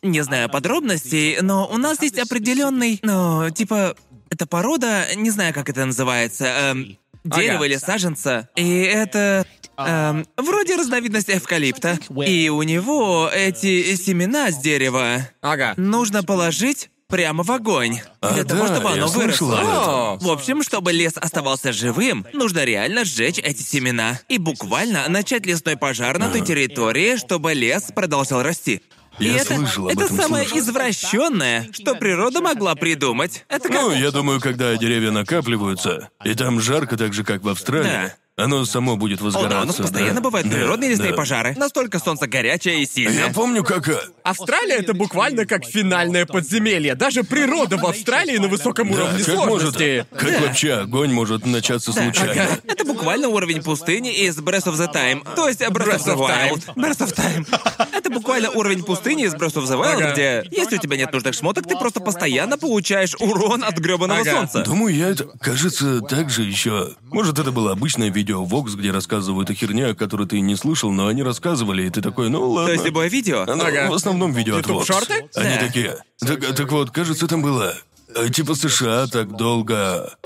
Speaker 1: Не знаю подробностей, но у нас есть определенный... Ну, типа, эта порода, не знаю, как это называется, эм, дерево
Speaker 3: Ага.
Speaker 1: или саженца. И это... эм, вроде разновидность эвкалипта. И у него эти семена с дерева
Speaker 3: Ага.
Speaker 1: нужно положить прямо в огонь.
Speaker 2: А,
Speaker 1: для того,
Speaker 2: да,
Speaker 1: чтобы
Speaker 2: я
Speaker 1: оно
Speaker 2: слышал
Speaker 1: выросло.
Speaker 2: об этом.
Speaker 3: О,
Speaker 1: В общем, чтобы лес оставался живым, нужно реально сжечь эти семена. И буквально начать лесной пожар на той территории, чтобы лес продолжал расти. И
Speaker 2: А. Я
Speaker 1: это,
Speaker 2: слышал об
Speaker 1: это
Speaker 2: этом,
Speaker 1: самое
Speaker 2: слышал.
Speaker 1: извращенное, что природа могла придумать. Это как...
Speaker 2: Ну, я думаю, когда деревья накапливаются, и там жарко так же, как в Австралии, оно само будет
Speaker 1: О,
Speaker 2: возгораться.
Speaker 1: да, у нас постоянно
Speaker 2: Ну, да.
Speaker 1: бывают
Speaker 2: Да,
Speaker 1: природные лесные
Speaker 2: да.
Speaker 1: пожары. Настолько солнце горячее и
Speaker 2: Я
Speaker 1: сильное.
Speaker 2: помню, как... э,
Speaker 3: Австралия это буквально как финальное подземелье. Даже природа в Австралии на высоком
Speaker 2: Да,
Speaker 3: уровне
Speaker 2: как может...
Speaker 3: сложности.
Speaker 2: Как вообще огонь может начаться случайно?
Speaker 1: Ага. Это буквально уровень пустыни из Breath of the Time. То есть Breath of the Wild. Breath of Time. Это буквально уровень пустыни из Breath of the Wild,
Speaker 3: Ага.
Speaker 1: где если у тебя нет нужных шмоток, ты просто постоянно получаешь урон от грёбаного
Speaker 3: Ага.
Speaker 1: солнца.
Speaker 2: Думаю, я это... Кажется, так же еще... Может, это было обычное видео Vox, где рассказывают о херне, о которой ты не слышал, но они рассказывали, и ты такой, ну ладно.
Speaker 1: То есть любое видео.
Speaker 2: Ну,
Speaker 3: Ага.
Speaker 2: В основном видео от Vox.
Speaker 3: YouTube-шорты?
Speaker 2: Они
Speaker 1: Да.
Speaker 2: такие. Так, так вот, кажется, там было. э, Типа США так долго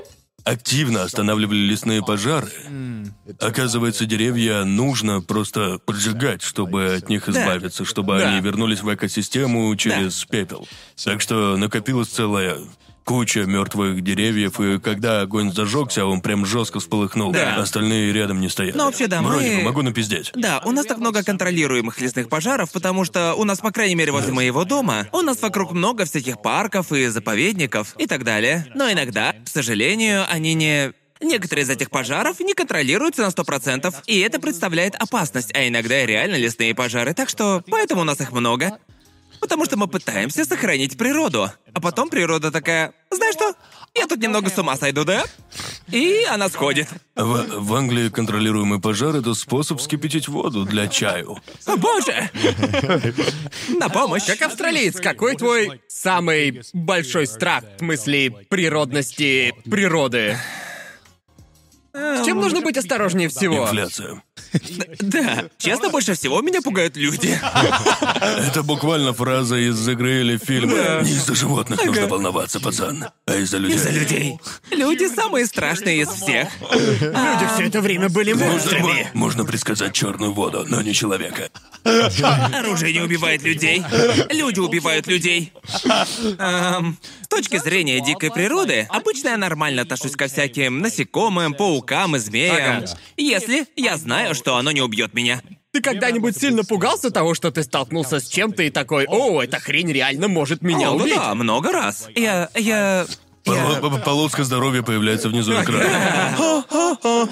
Speaker 2: активно останавливали лесные пожары. Оказывается, деревья нужно просто поджигать, чтобы от них избавиться, чтобы
Speaker 3: Да.
Speaker 2: они вернулись в экосистему через пепел. Так что накопилась целая куча мертвых деревьев, и когда огонь зажегся, он прям жестко вспыхнул.
Speaker 1: Да.
Speaker 2: Остальные рядом не стоят.
Speaker 1: Ну, вообще, да,
Speaker 2: Вроде
Speaker 1: мы-
Speaker 2: бы могу напиздеть.
Speaker 1: Да, у нас так много контролируемых лесных пожаров, потому что у нас, по крайней мере, возле моего дома, у нас вокруг много всяких парков и заповедников и так далее. Но иногда, к сожалению, они не... Некоторые из этих пожаров не контролируются на 100%, и это представляет опасность, а иногда и реально лесные пожары, так что поэтому у нас их много. Потому что мы пытаемся сохранить природу. А потом природа такая, знаешь что, я тут немного с ума сойду, да? И она сходит.
Speaker 2: В, в Англии контролируемый пожар это способ вскипятить воду для чаю.
Speaker 1: О, боже! На помощь!
Speaker 3: Как австралиец, какой твой самый большой страх в смысле природности природы? С чем нужно быть осторожнее всего?
Speaker 2: Инфляция.
Speaker 1: Да, честно, больше всего меня пугают люди.
Speaker 2: Это буквально фраза из игры или фильма. Не из-за животных нужно волноваться, пацан, а из-за людей.
Speaker 1: Из-за людей. Люди самые страшные из всех.
Speaker 3: Люди все это время были
Speaker 2: Можно,
Speaker 3: монстрами.
Speaker 2: мо- можно предсказать черную воду, но не человека.
Speaker 1: Оружие не убивает людей. Люди убивают людей. Эм, с точки зрения дикой природы, обычно я нормально отношусь ко всяким насекомым, паукам и змеям.
Speaker 3: Ага.
Speaker 1: Если я знаю, что оно не убьет меня.
Speaker 3: Ты когда-нибудь сильно пугался того, что ты столкнулся с чем-то и такой, о, эта хрень реально может меня
Speaker 1: О, А, ну да,
Speaker 3: убить?
Speaker 1: да, много раз. Я... я...
Speaker 2: Поло- п- Полоска здоровья появляется внизу экрана.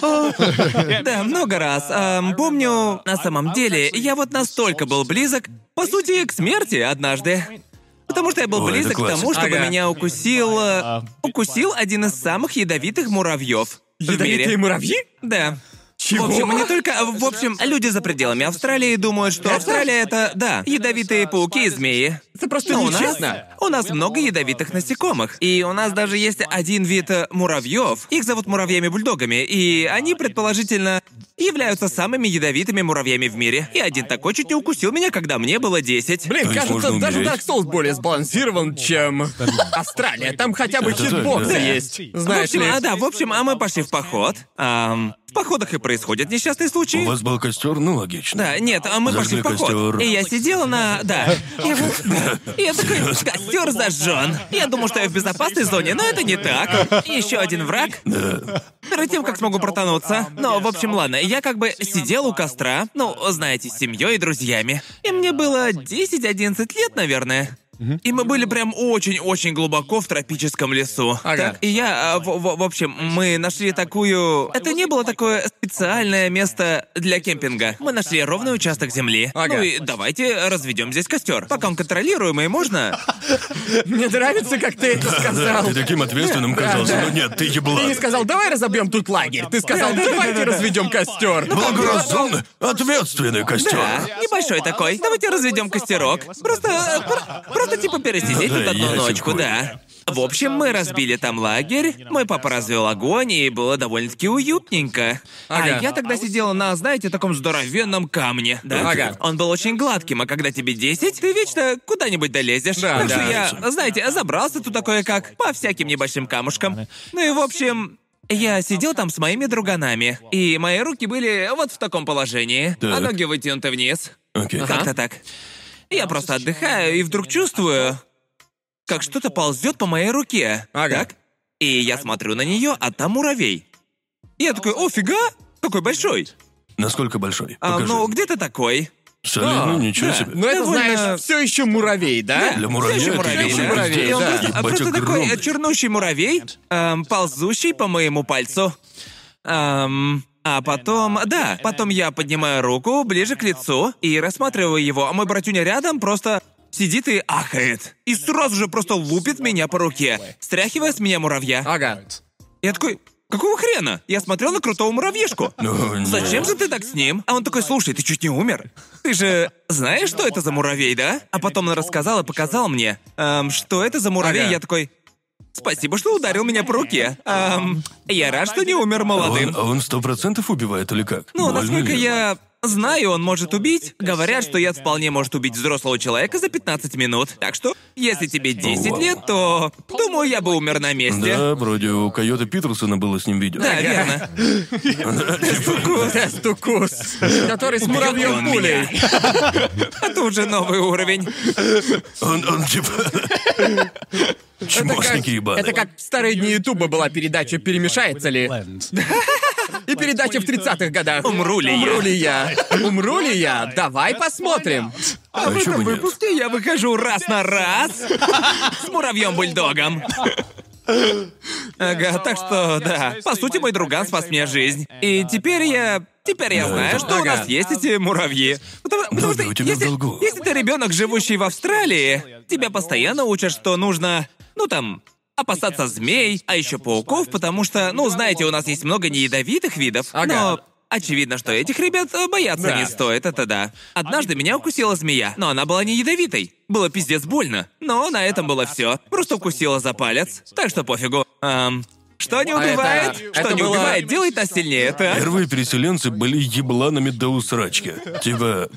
Speaker 1: Да, много раз. Эм, помню, на самом деле, я вот настолько был близок, по сути, к смерти однажды. Потому что я был
Speaker 2: О, это
Speaker 1: близок к тому,
Speaker 2: классика.
Speaker 1: чтобы
Speaker 3: Ага.
Speaker 1: меня укусил... э, укусил один из самых ядовитых муравьев.
Speaker 3: Ядовитые муравьи?
Speaker 1: Да.
Speaker 3: Чего?
Speaker 1: В общем, не только... В общем, люди за пределами Австралии думают, что Австралия — это, да, ядовитые пауки и змеи.
Speaker 3: Это просто
Speaker 1: Но Ну, у нас,
Speaker 3: нечестно.
Speaker 1: у нас много ядовитых насекомых. И у нас даже есть один вид э, муравьев. Их зовут муравьями-бульдогами. И они, предположительно, являются самыми ядовитыми муравьями в мире. И один такой чуть не укусил меня, когда мне было 10.
Speaker 3: Блин,
Speaker 2: То есть
Speaker 3: кажется,
Speaker 2: можно
Speaker 3: даже Dark
Speaker 2: умереть.
Speaker 3: Souls более сбалансирован, чем Австралия. Там хотя бы
Speaker 2: Это так,
Speaker 3: хитбоксы
Speaker 2: да.
Speaker 3: есть.
Speaker 1: В
Speaker 3: Знаешь
Speaker 1: общем,
Speaker 3: ли?
Speaker 1: а да, в общем, а мы пошли в поход. Ам, в походах и происходят несчастные случаи.
Speaker 2: У вас был костер, ну логично.
Speaker 1: Да, нет, а мы пошли
Speaker 2: Зажгли
Speaker 1: в поход.
Speaker 2: костер.
Speaker 1: И я сидела на... Да. Я вот- Я такой, костер зажжен. Я думал, что я в безопасной зоне, но это не так. Еще один враг. Перед тем, как смогу
Speaker 3: А,
Speaker 1: протонуться. Но, в общем, ладно, я как бы сидел у костра, ну, знаете, с семьей и друзьями. И мне было 10-11 лет, наверное. И мы были прям очень-очень глубоко в тропическом лесу.
Speaker 3: Ага.
Speaker 1: Так, и я, а, в, в- в общем, мы нашли такую... Это не было такое специальное место для кемпинга. Мы нашли ровный участок земли.
Speaker 3: Ага.
Speaker 1: Ну и давайте разведем здесь костер. Пока он контролируемый, можно?
Speaker 3: Мне нравится, как ты это
Speaker 2: Да,
Speaker 3: сказал.
Speaker 2: ты таким ответственным казался,
Speaker 3: да.
Speaker 2: но нет, ты еблан.
Speaker 3: Ты не сказал, давай разобьем тут лагерь. Ты сказал, давайте разведем костер.
Speaker 2: Благоразумно, ответственный костер.
Speaker 1: Да, небольшой такой. Давайте разведем костерок. Просто, э, про- просто типа пересидеть
Speaker 2: Да,
Speaker 1: тут одну
Speaker 2: я
Speaker 1: ночку,
Speaker 2: сикую.
Speaker 1: да. В общем, мы разбили там лагерь, мой папа развел огонь, и было довольно-таки уютненько.
Speaker 3: Ага.
Speaker 1: А я тогда сидела на, знаете, таком здоровенном камне. Да?
Speaker 3: Ага.
Speaker 1: Он был очень гладким, а когда тебе 10, ты вечно куда-нибудь долезешь.
Speaker 3: Да,
Speaker 1: так
Speaker 3: да.
Speaker 1: что я, знаете, а забрался туда кое-как, по всяким небольшим камушкам. Ну и в общем... Я сидел там с моими друганами, и мои руки были вот в таком положении, а
Speaker 2: Так.
Speaker 1: ноги вытянуты вниз.
Speaker 2: Окей.
Speaker 1: Как-то так. Я просто отдыхаю и вдруг чувствую, как что-то ползет по моей руке.
Speaker 3: Ага.
Speaker 1: Так? И я смотрю на нее, а там муравей. Я такой, о, фига! Такой большой.
Speaker 2: Насколько большой?
Speaker 1: А,
Speaker 2: Покажи.
Speaker 1: ну, где ты такой?
Speaker 2: Солидно,
Speaker 3: А,
Speaker 2: ничего
Speaker 1: да.
Speaker 2: себе.
Speaker 3: Ну это,
Speaker 1: Довольно-
Speaker 3: знаешь, все еще муравей, да?
Speaker 2: Для
Speaker 1: Все
Speaker 2: муравья
Speaker 1: еще
Speaker 2: это
Speaker 1: муравей,
Speaker 2: я
Speaker 1: да?
Speaker 3: муравей,
Speaker 1: И он
Speaker 3: да.
Speaker 1: просто, а
Speaker 2: Ебать,
Speaker 1: просто такой
Speaker 2: огромный.
Speaker 1: э, чернущий муравей, эм, ползущий по моему пальцу. Эм, а потом, да, потом я поднимаю руку ближе к лицу и рассматриваю его, а мой братюня рядом просто сидит и ахает. И сразу же просто лупит меня по руке, стряхивая с меня муравья.
Speaker 3: Ага.
Speaker 1: Я такой, какого хрена? Я смотрел на крутого муравьишку.
Speaker 2: Ну, нет.
Speaker 1: Зачем же ты так с ним? А он такой, слушай, ты чуть не умер. Ты же знаешь, что это за муравей, да? А потом он рассказал и показал мне, эм, что это за муравей.
Speaker 3: Ага.
Speaker 1: Я такой, спасибо, что ударил меня по руке. Эм, я рад, что не умер
Speaker 2: А
Speaker 1: молодым.
Speaker 2: он- а он сто процентов убивает или как?
Speaker 1: Ну,
Speaker 2: Больно
Speaker 1: насколько
Speaker 2: ли?
Speaker 1: я знаю, он может убить. Говорят, что яд вполне может убить взрослого человека за 15 минут. Так что, если тебе 10
Speaker 2: Вау.
Speaker 1: лет, то, думаю, я бы умер на месте.
Speaker 2: Да, вроде у Койота Питерсона было с ним видео.
Speaker 1: Да, верно.
Speaker 3: Тест укус, который с муравьем
Speaker 1: Он меня.
Speaker 3: пулей.
Speaker 1: Это уже А новый уровень.
Speaker 2: Он, он типа... Чмошники ебаные.
Speaker 3: Это как в старые дни Ютуба была передача «Перемешается ли?» И передача в 30-х годах.
Speaker 1: Умру ли я?
Speaker 3: Умру ли я? Умру ли я? Давай посмотрим.
Speaker 2: А
Speaker 1: В
Speaker 2: чё
Speaker 1: этом
Speaker 2: бы нет?
Speaker 1: выпуске я выхожу раз на раз с муравьем-бульдогом. Ага, так что, да. По сути, мой друган спас мне жизнь. И теперь я... Теперь я знаю, что у
Speaker 3: Ага.
Speaker 1: нас есть эти муравьи. Потому, потому
Speaker 2: да,
Speaker 1: что
Speaker 2: у тебя в
Speaker 1: если,
Speaker 2: долгу.
Speaker 1: если ты ребенок, живущий в Австралии, тебя постоянно учат, что нужно, ну там, опасаться змей, а еще пауков, потому что, ну, знаете, у нас есть много неядовитых видов,
Speaker 3: Ага.
Speaker 1: но Очевидно, что этих ребят э, бояться не стоит, это да. Однажды меня укусила змея, но она была не ядовитой. Было пиздец больно. Но на этом было все. Просто укусила за палец. Так что пофигу. Эм, что не
Speaker 3: А это-
Speaker 1: убивает, что
Speaker 3: это
Speaker 1: не
Speaker 3: было-
Speaker 1: убивает, делает нас сильнее, так?
Speaker 2: Первые переселенцы были ебланами до усрачки. Типа...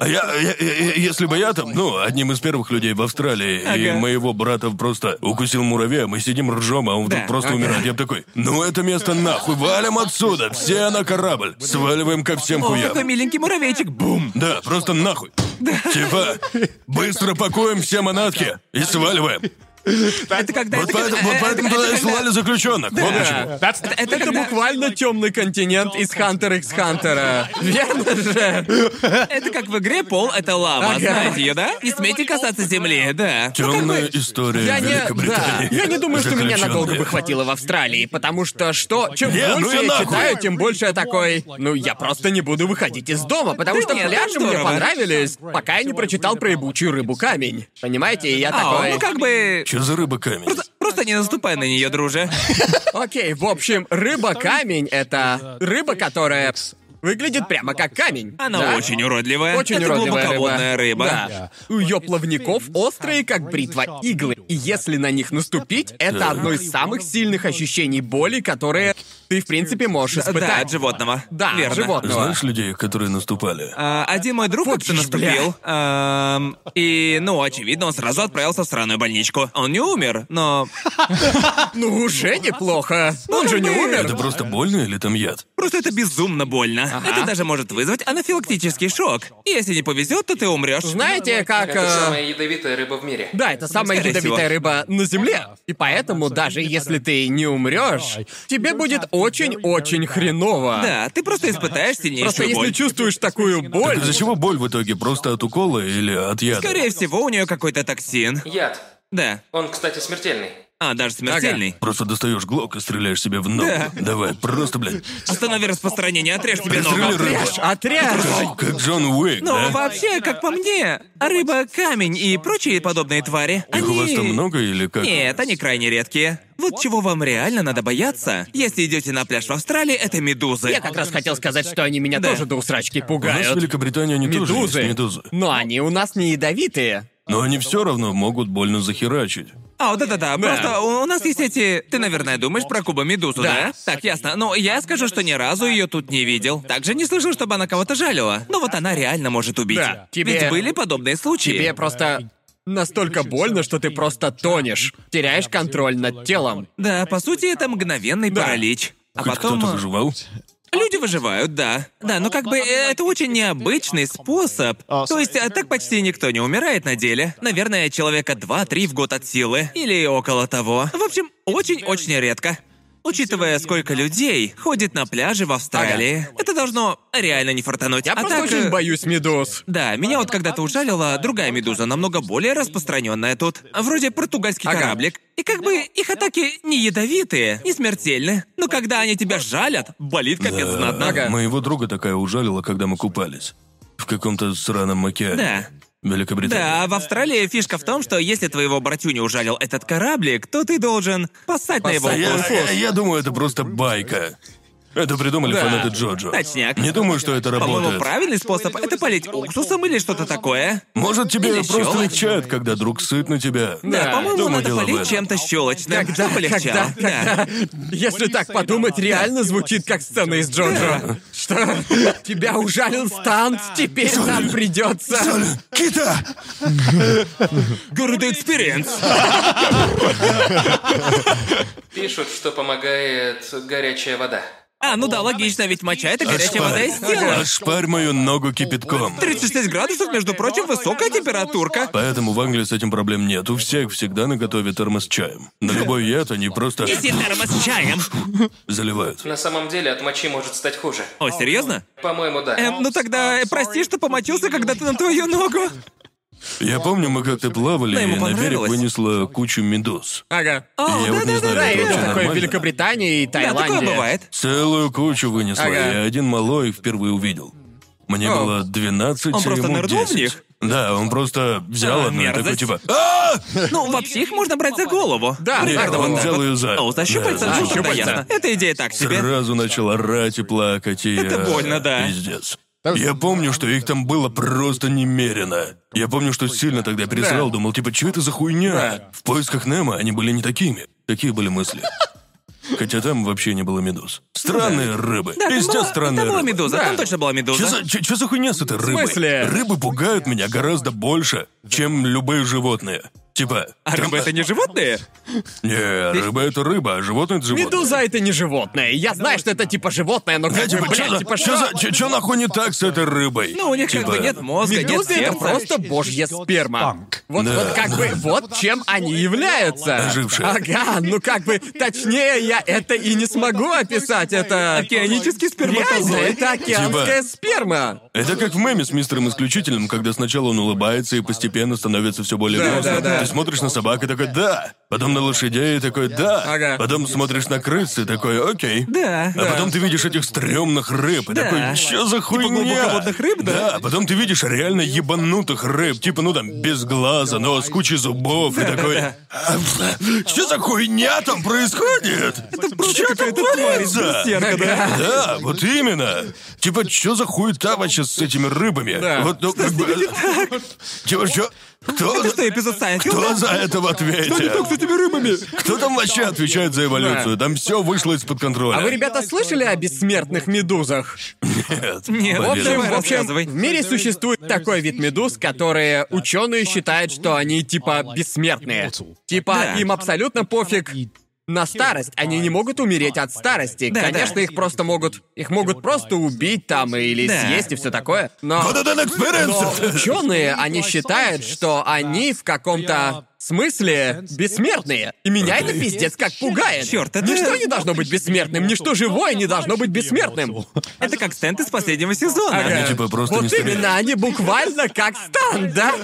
Speaker 2: А я, я- я- если бы я там, ну, одним из первых людей в Австралии, и
Speaker 1: Ага.
Speaker 2: моего брата просто укусил муравей, а мы сидим ржем, а он вдруг
Speaker 1: Да,
Speaker 2: просто умирает. Я бы такой, ну это место нахуй, валим отсюда, все на корабль, сваливаем как всем
Speaker 1: О,
Speaker 2: хуям.
Speaker 1: такой миленький муравейчик, бум!
Speaker 2: Да, просто нахуй. Типа, быстро пакуем все манатки и сваливаем.
Speaker 1: Это когда...
Speaker 2: Вот
Speaker 1: это когда-
Speaker 2: поэтому, вот
Speaker 1: э,
Speaker 2: поэтому
Speaker 1: это-
Speaker 2: туда и
Speaker 1: это когда-
Speaker 2: слали заключенных. Вот почему.
Speaker 1: это
Speaker 3: Это
Speaker 1: когда-
Speaker 3: буквально темный континент из Хантер x Хантера. Верно же?
Speaker 1: Это как в игре пол, это лава,
Speaker 3: Ага.
Speaker 1: знаете её, да? Не смейте касаться земли, да.
Speaker 2: Темная история
Speaker 3: Ну, Я не, да,
Speaker 2: Великобритании.
Speaker 3: я не думаю, что меня
Speaker 2: Заключённые.
Speaker 3: надолго бы хватило в Австралии, потому что что, чем
Speaker 2: Не, ну
Speaker 3: больше
Speaker 2: и
Speaker 3: я
Speaker 2: нахуй.
Speaker 3: читаю, тем больше я такой, ну я просто не буду выходить из дома, потому
Speaker 1: Да
Speaker 3: что
Speaker 1: нет,
Speaker 3: пляжи
Speaker 1: это
Speaker 3: мне
Speaker 1: здорово.
Speaker 3: понравились, пока я не прочитал про ебучую рыбу камень. Понимаете, и я
Speaker 1: А,
Speaker 3: такой.
Speaker 1: ну как бы...
Speaker 2: Чё за рыба камень?
Speaker 1: Просто не наступай на нее, друже.
Speaker 3: Окей, в общем, рыба-камень — это рыба, которая выглядит прямо как камень.
Speaker 1: Она
Speaker 3: да?
Speaker 1: очень уродливая.
Speaker 3: Очень
Speaker 1: это
Speaker 3: уродливая
Speaker 1: глубоководная рыба.
Speaker 3: Да. У ее плавников острые, как бритва, иглы. И если на них наступить, это одно из самых сильных ощущений боли, которые ты, в принципе, можешь
Speaker 1: Да,
Speaker 3: испытать.
Speaker 1: от животного.
Speaker 3: Э, Да,
Speaker 1: Верно.
Speaker 3: животного.
Speaker 2: Знаешь людей, которые наступали?
Speaker 1: А, Один мой друг
Speaker 3: Вот
Speaker 1: как-то
Speaker 3: ж, бля.
Speaker 1: наступил. эм, И, ну, очевидно, он сразу отправился в сраную больничку. Он не умер, но...
Speaker 3: Ну, уже неплохо. Он
Speaker 1: как
Speaker 3: же не
Speaker 1: бы-
Speaker 3: умер.
Speaker 1: ну, э.
Speaker 2: Это просто больно или там яд?
Speaker 1: Просто это безумно больно. Это даже может вызвать анафилактический шок. И Если не повезет, то ты умрешь.
Speaker 3: Знаете, как...
Speaker 4: Это
Speaker 3: э,
Speaker 4: самая ядовитая рыба в мире.
Speaker 3: Да, это самая
Speaker 1: Скорее
Speaker 3: ядовитая
Speaker 1: всего.
Speaker 3: рыба на Земле. И поэтому, даже если ты не умрешь, тебе будет очень-очень хреново.
Speaker 1: Да, ты просто испытаешь
Speaker 3: Просто
Speaker 1: сильнейшую
Speaker 3: если
Speaker 1: боль.
Speaker 3: чувствуешь такую боль,
Speaker 2: Так из-за чего боль в итоге? Просто от укола или от яда?
Speaker 1: Скорее всего, у нее какой-то токсин.
Speaker 4: Яд.
Speaker 1: Да.
Speaker 4: Он, кстати, смертельный.
Speaker 1: А, даже смертельный.
Speaker 2: Просто достаешь глок и стреляешь себе в ногу. Давай, просто, блядь.
Speaker 1: Останови распространение, отрежь тебе
Speaker 2: Пристрели
Speaker 1: ногу.
Speaker 2: рыбу.
Speaker 3: отрежь, отрежь.
Speaker 2: Как, как Джон Уик,
Speaker 1: Ну,
Speaker 2: да?
Speaker 1: вообще, как по мне, рыба, камень и прочие подобные твари, они...
Speaker 2: Их у вас там много или как?
Speaker 1: Нет, они крайне редкие. Вот чего вам реально надо бояться, если идете на пляж в Австралии, это медузы.
Speaker 3: Я как раз хотел сказать, что они меня
Speaker 1: Да.
Speaker 3: тоже до усрачки
Speaker 2: У нас в
Speaker 3: пугают.
Speaker 2: Великобритании они тоже
Speaker 3: Медузы.
Speaker 2: есть, медузы.
Speaker 3: Но они у нас не ядовитые.
Speaker 2: Но они все равно могут больно захерачить.
Speaker 1: А, вот да-да-да, просто у у нас есть эти... Ты, наверное, думаешь про Куба Медузу, да?
Speaker 3: Да.
Speaker 1: Так, ясно. Но я скажу, что ни разу ее тут не видел. Также не слышал, чтобы она кого-то жалила. Но вот она реально может убить.
Speaker 3: Да, тебе-
Speaker 1: Ведь были подобные
Speaker 2: Э,
Speaker 1: случаи.
Speaker 3: Тебе просто настолько больно, что ты просто тонешь, теряешь контроль над телом.
Speaker 1: Да, по сути, это мгновенный
Speaker 3: Да.
Speaker 1: паралич. А
Speaker 2: Хоть
Speaker 1: потом...
Speaker 2: кто-то выживал?
Speaker 1: Люди выживают, да. Да, но как бы э, это очень необычный способ. То есть э, так почти никто не умирает на деле. Наверное, человека 2-3 в год от силы. Или около того. В общем, очень-очень редко. Учитывая, сколько людей ходит на пляже в Австралии, это должно реально не фартануть.
Speaker 3: Я
Speaker 1: а
Speaker 3: просто
Speaker 1: так, э,
Speaker 3: очень боюсь медуз.
Speaker 1: Да, меня вот когда-то ужалила другая медуза, намного более распространенная тут. Вроде португальский
Speaker 3: Ага.
Speaker 1: кораблик. И как бы их атаки не ядовитые, не смертельны. Но когда они тебя жалят, болит капец знатно.
Speaker 3: Ага.
Speaker 2: Моего друга такая ужалила, когда мы купались. В каком-то сраном океане.
Speaker 1: Да.
Speaker 2: Великобритания.
Speaker 1: Да, в Австралии фишка в том, что если твоего братюня ужалил этот кораблик, то ты должен поссать на его
Speaker 3: Поссать.
Speaker 2: А Я,
Speaker 1: корпус.
Speaker 2: я- я думаю, это просто байка. Это придумали
Speaker 3: Да.
Speaker 2: фанаты Джоджо.
Speaker 1: Точняк.
Speaker 2: Не думаю, что это
Speaker 1: По-моему,
Speaker 2: работает.
Speaker 1: правильный способ — это полить уксусом или что-то такое.
Speaker 2: Может, тебе
Speaker 1: Или
Speaker 2: просто
Speaker 1: щелочь.
Speaker 2: легчает, когда друг сыт на тебя.
Speaker 1: Да,
Speaker 3: Да,
Speaker 1: по-моему,
Speaker 2: думаю,
Speaker 1: надо
Speaker 2: дело в
Speaker 1: полить
Speaker 2: этом.
Speaker 1: чем-то щелочным.
Speaker 3: Когда,
Speaker 1: что полегчало.
Speaker 3: когда, когда. Если так подумать, реально звучит как сцена из Джорджа. Что? Тебя ужалил Станс, теперь нам придется.
Speaker 2: Кита!
Speaker 1: Да. Good experience.
Speaker 4: Пишут, что помогает горячая вода.
Speaker 1: А, ну да, логично, ведь моча — это горячая вода из тела.
Speaker 2: Ошпарь мою ногу кипятком.
Speaker 1: 36 градусов, между прочим, высокая температурка.
Speaker 2: Поэтому в Англии с этим проблем нет. У всех всегда наготове термос с чаем. На любой яд они просто
Speaker 1: Неси термос с чаем.
Speaker 2: заливают.
Speaker 4: На самом деле от мочи может стать хуже.
Speaker 1: О, серьезно?
Speaker 4: По-моему, да.
Speaker 1: Эм, ну тогда э, прости, что помочился когда-то на твою ногу.
Speaker 2: Я помню, мы как-то плавали,
Speaker 1: Да,
Speaker 2: и
Speaker 1: ему
Speaker 2: на берег
Speaker 1: понравилось.
Speaker 2: вынесло кучу медуз.
Speaker 3: Ага.
Speaker 1: О,
Speaker 2: Я вот не знаю,
Speaker 3: Да,
Speaker 2: это вообще
Speaker 3: и такое в
Speaker 2: нормально?
Speaker 3: Великобритании и
Speaker 1: Да,
Speaker 3: Таиланде.
Speaker 1: такое бывает.
Speaker 2: Целую кучу вынесло,
Speaker 3: Ага.
Speaker 2: я один малой впервые увидел. Мне
Speaker 3: О.
Speaker 2: было 12,
Speaker 1: Он
Speaker 2: а
Speaker 1: просто
Speaker 2: ему
Speaker 1: нырнул в
Speaker 2: 10.
Speaker 1: них?
Speaker 2: Да, он просто взял
Speaker 1: А,
Speaker 2: одну и такой
Speaker 1: мерзость.
Speaker 2: типа... «А!»
Speaker 1: Ну, вообще их можно брать за голову.
Speaker 3: Да,
Speaker 2: Нет,
Speaker 3: так
Speaker 1: Примерно
Speaker 2: он
Speaker 1: вот так
Speaker 2: взял
Speaker 1: вот.
Speaker 2: ее за...
Speaker 1: О, за щупальца,
Speaker 2: Да,
Speaker 1: ну,
Speaker 2: за
Speaker 1: тогда ясно. Эта идея так себе.
Speaker 2: Сразу начал орать и плакать, и...
Speaker 1: Это
Speaker 2: э,
Speaker 1: больно, да.
Speaker 2: Пиздец. Я помню, что их там было просто немерено. Я помню, что сильно тогда пересрал,
Speaker 3: Да.
Speaker 2: думал, типа, что это за хуйня?
Speaker 3: Да.
Speaker 2: В поисках Немо они были не такими. Такие были мысли. Хотя там вообще не было медуз. Странные рыбы.
Speaker 1: Ну Да, там
Speaker 2: Пиздец,
Speaker 1: была,
Speaker 2: странные
Speaker 1: там была
Speaker 2: рыбы.
Speaker 1: медуза,
Speaker 3: Да.
Speaker 1: там точно была медуза.
Speaker 2: Че за, чё- чё за хуйня с этой рыбой?
Speaker 3: смысле?
Speaker 2: Рыбы пугают меня гораздо больше, чем любые животные. Типа...
Speaker 1: А
Speaker 2: там-
Speaker 1: рыбы это не животные?
Speaker 2: Не, рыба это рыба, а животное это животное.
Speaker 3: Медуза это не животное. Я знаю, что это типа животное, но
Speaker 2: Да,
Speaker 3: как бы,
Speaker 2: типа,
Speaker 3: блядь,
Speaker 2: что
Speaker 3: типа,
Speaker 2: за, чё за, чё- чё нахуй не так с этой рыбой?
Speaker 1: Ну, у них как
Speaker 2: Типа,
Speaker 1: бы нет мозга, нет
Speaker 3: Медуза это
Speaker 1: сердца.
Speaker 3: просто божья сперма. Вот,
Speaker 2: Да.
Speaker 3: вот как бы, вот чем они являются.
Speaker 2: Ожившие.
Speaker 3: Ага, ну как бы, точнее, я это и не смогу описать, это...
Speaker 1: Океанический
Speaker 3: Реально,
Speaker 1: сперматозоид.
Speaker 2: Типа-
Speaker 3: это океанская сперма.
Speaker 2: Это как в меме с мистером Исключительным, когда сначала он улыбается и постепенно становится все более
Speaker 3: Да,
Speaker 2: грустным.
Speaker 3: да, да.
Speaker 2: Ты смотришь на собак и такой «да», потом на лошадей и такой «да»,
Speaker 3: Ага.
Speaker 2: потом смотришь на крыс и такой «окей».
Speaker 1: Да.
Speaker 2: А потом ты видишь этих стрёмных рыб и
Speaker 1: Да.
Speaker 2: такой «чё за хуйня?»
Speaker 1: глубоководных рыб, да?
Speaker 2: Да, а потом ты видишь реально ебанутых рыб, типа, ну там, без глаза, но с кучей зубов и такой «А, бля, «чё за хуйня там происходит?» Это
Speaker 1: просто какая-то тварь из берсерка, да?
Speaker 2: да, вот именно. Типа, что за хуета вообще с этими рыбами?
Speaker 3: Да.
Speaker 2: Вот, ну, как бы- Типа, что? Кто,
Speaker 1: Это
Speaker 2: за-
Speaker 1: что, эпизод Сайнфилда?
Speaker 2: кто за это в ответе?
Speaker 1: этими рыбами?
Speaker 2: Кто там вообще отвечает за эволюцию? Там все вышло из-под контроля.
Speaker 3: А вы, ребята, слышали о бессмертных медузах?
Speaker 2: Нет.
Speaker 1: Нет,
Speaker 2: поверь.
Speaker 1: вообще Давай,
Speaker 3: в общем,
Speaker 1: рассказывай.
Speaker 3: в мире существует такой вид медуз, которые ученые считают, что они типа бессмертные. Типа
Speaker 1: Да.
Speaker 3: им абсолютно пофиг, на старость. Они не могут умереть от старости.
Speaker 1: Да,
Speaker 3: Конечно,
Speaker 1: да.
Speaker 3: их просто могут... Их могут просто убить там или
Speaker 1: Да.
Speaker 3: съесть и все такое. Но...
Speaker 2: Вот это experience!
Speaker 3: Ученые, они считают, что они в каком-то смысле бессмертные. И меня это пиздец как пугает.
Speaker 1: Чёрт, это-
Speaker 3: Ничто не должно быть бессмертным, ничто живое не должно быть бессмертным.
Speaker 1: Это как стенд из последнего сезона.
Speaker 3: Ага.
Speaker 2: Они типа просто не
Speaker 3: Вот
Speaker 2: стреляют.
Speaker 3: именно, они буквально как стан, да?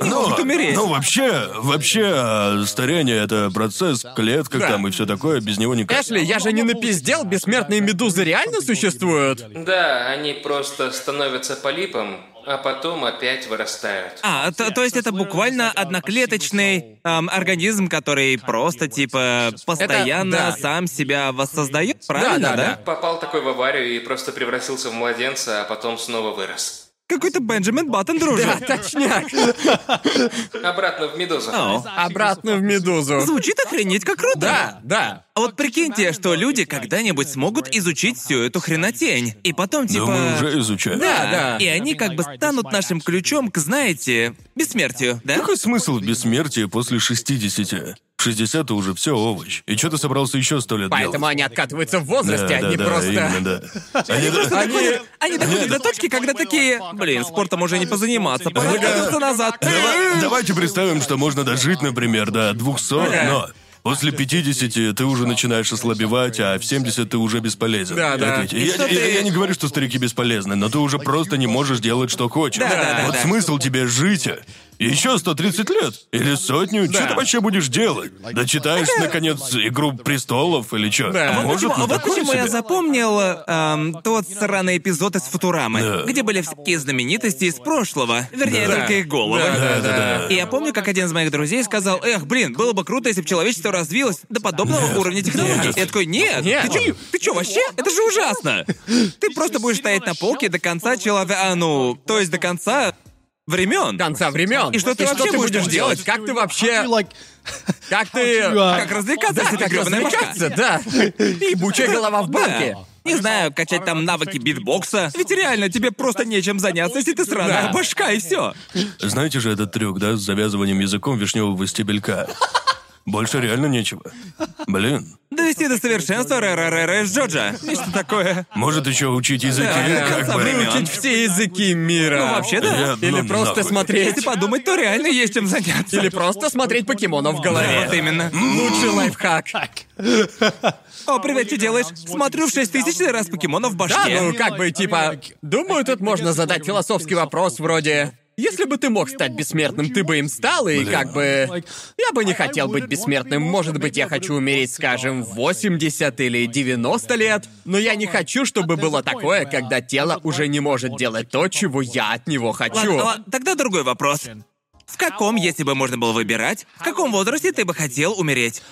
Speaker 2: Ну,
Speaker 1: умереть.
Speaker 2: ну, вообще, вообще, э, старение это процесс, клетка
Speaker 3: Да.
Speaker 2: там и все такое, без него никак.
Speaker 3: Эшли, я же не напиздел, бессмертные медузы реально существуют?
Speaker 4: Да, они просто становятся полипом, а потом опять вырастают.
Speaker 1: А, то, то есть это буквально одноклеточный эм, организм, который просто типа постоянно
Speaker 3: да.
Speaker 1: сам себя воссоздает, правильно, да?
Speaker 3: да,
Speaker 4: Попал такой в аварию и просто превратился в младенца, а потом снова вырос.
Speaker 1: Какой-то Бенджамин Баттон,
Speaker 3: Да,
Speaker 1: дружи.
Speaker 3: точняк.
Speaker 4: Обратно в медузу.
Speaker 1: О,
Speaker 3: Обратно в медузу.
Speaker 1: Звучит охренеть как круто.
Speaker 3: Да, да.
Speaker 1: А вот прикиньте, что люди когда-нибудь смогут изучить всю эту хренотень. И потом
Speaker 2: Да
Speaker 1: типа...
Speaker 2: мы уже изучаем.
Speaker 3: Да, да.
Speaker 1: И они как бы станут нашим ключом к, знаете, бессмертию, да?
Speaker 2: Какой смысл в бессмертии после 60? В 60 уже все овощ. И что ты собрался еще сто лет
Speaker 3: Поэтому
Speaker 2: делать?
Speaker 3: они откатываются в возрасте,
Speaker 2: да, да,
Speaker 3: они
Speaker 2: да,
Speaker 3: просто...
Speaker 2: именно, да. Они да.
Speaker 3: Они...
Speaker 1: Они доходят до точки, когда такие, блин, спортом уже не позаниматься, пора
Speaker 2: Да.
Speaker 1: вернуться назад.
Speaker 2: Дава- Давайте представим, что можно дожить, например, до 200, но после 50 ты уже начинаешь ослабевать, а в 70 ты уже бесполезен.
Speaker 3: Да, да.
Speaker 2: Ответь. Я,
Speaker 1: что
Speaker 2: я-
Speaker 1: ты-
Speaker 2: я не говорю, что старики бесполезны, но ты уже просто не можешь делать, что хочешь.
Speaker 1: Да, да, да,
Speaker 2: вот
Speaker 1: да.
Speaker 2: смысл тебе жить. Еще 130 лет или сотню, что ты вообще будешь делать? Дочитаешь, наконец, «Игру престолов» или что?
Speaker 3: Да.
Speaker 1: Вот
Speaker 2: Может,
Speaker 1: почему, а
Speaker 2: ну,
Speaker 1: типа, вот
Speaker 2: такое
Speaker 1: почему я
Speaker 2: себе.
Speaker 1: запомнил эм, тот сраный эпизод из Футурамы,
Speaker 2: Да.
Speaker 1: где были всякие знаменитости из прошлого, вернее,
Speaker 3: Да.
Speaker 1: только их головы.
Speaker 3: Да, да,
Speaker 2: Да-да-да.
Speaker 1: И я помню, как один из моих друзей сказал, «Эх, блин, было бы круто, если бы человечество развилось до подобного уровня технологий». Я такой, «Нет,
Speaker 3: Нет.
Speaker 1: ты чё, ты чё, вообще? Это же ужасно! Ты просто будешь стоять на полке до конца человека, а, ну, то есть до конца времен.
Speaker 3: Конца времен.
Speaker 1: И что ты вообще будешь делать?
Speaker 3: Как ты вообще... Как ты...
Speaker 1: Как развлекаться, если ты
Speaker 3: Как
Speaker 1: грёбаная башка?
Speaker 3: развлекаться, да. И бучая голова в банке.
Speaker 1: Да. Не знаю, качать там навыки битбокса. Ведь реально, тебе просто нечем заняться, если ты сраная
Speaker 3: Да.
Speaker 1: башка, и все.
Speaker 2: Знаете же этот трюк, да, с завязыванием языком вишневого стебелька? Больше реально нечего. Блин.
Speaker 1: Довести до совершенства РРРР Джоджа. Нечто такое.
Speaker 2: Может еще учить языки,
Speaker 1: Да,
Speaker 2: как
Speaker 1: со
Speaker 2: бы.
Speaker 1: временем.
Speaker 3: Выучить все языки мира.
Speaker 1: Ну, вообще, да.
Speaker 2: Я-
Speaker 3: Или
Speaker 2: ну,
Speaker 3: просто
Speaker 2: нахуй.
Speaker 1: Если
Speaker 3: смотреть...
Speaker 1: подумать, то реально есть чем заняться.
Speaker 3: Или просто смотреть покемонов в голове.
Speaker 1: Вот именно.
Speaker 3: Лучший лайфхак.
Speaker 1: О, привет, что делаешь? Смотрю в 6000 раз покемонов в
Speaker 3: Да,
Speaker 1: башке.
Speaker 3: ну как бы типа... Думаю, тут можно задать философский вопрос вроде... Если бы ты мог стать бессмертным, ты бы им стал, и как бы... Я бы не хотел быть бессмертным. Может быть, я хочу умереть, скажем, в 80 или 90 лет. Но я не хочу, чтобы было такое, когда тело уже не может делать то, чего я от него хочу.
Speaker 1: Ладно, ладно, тогда другой вопрос. В каком, если бы можно было выбирать, в каком возрасте ты бы хотел умереть?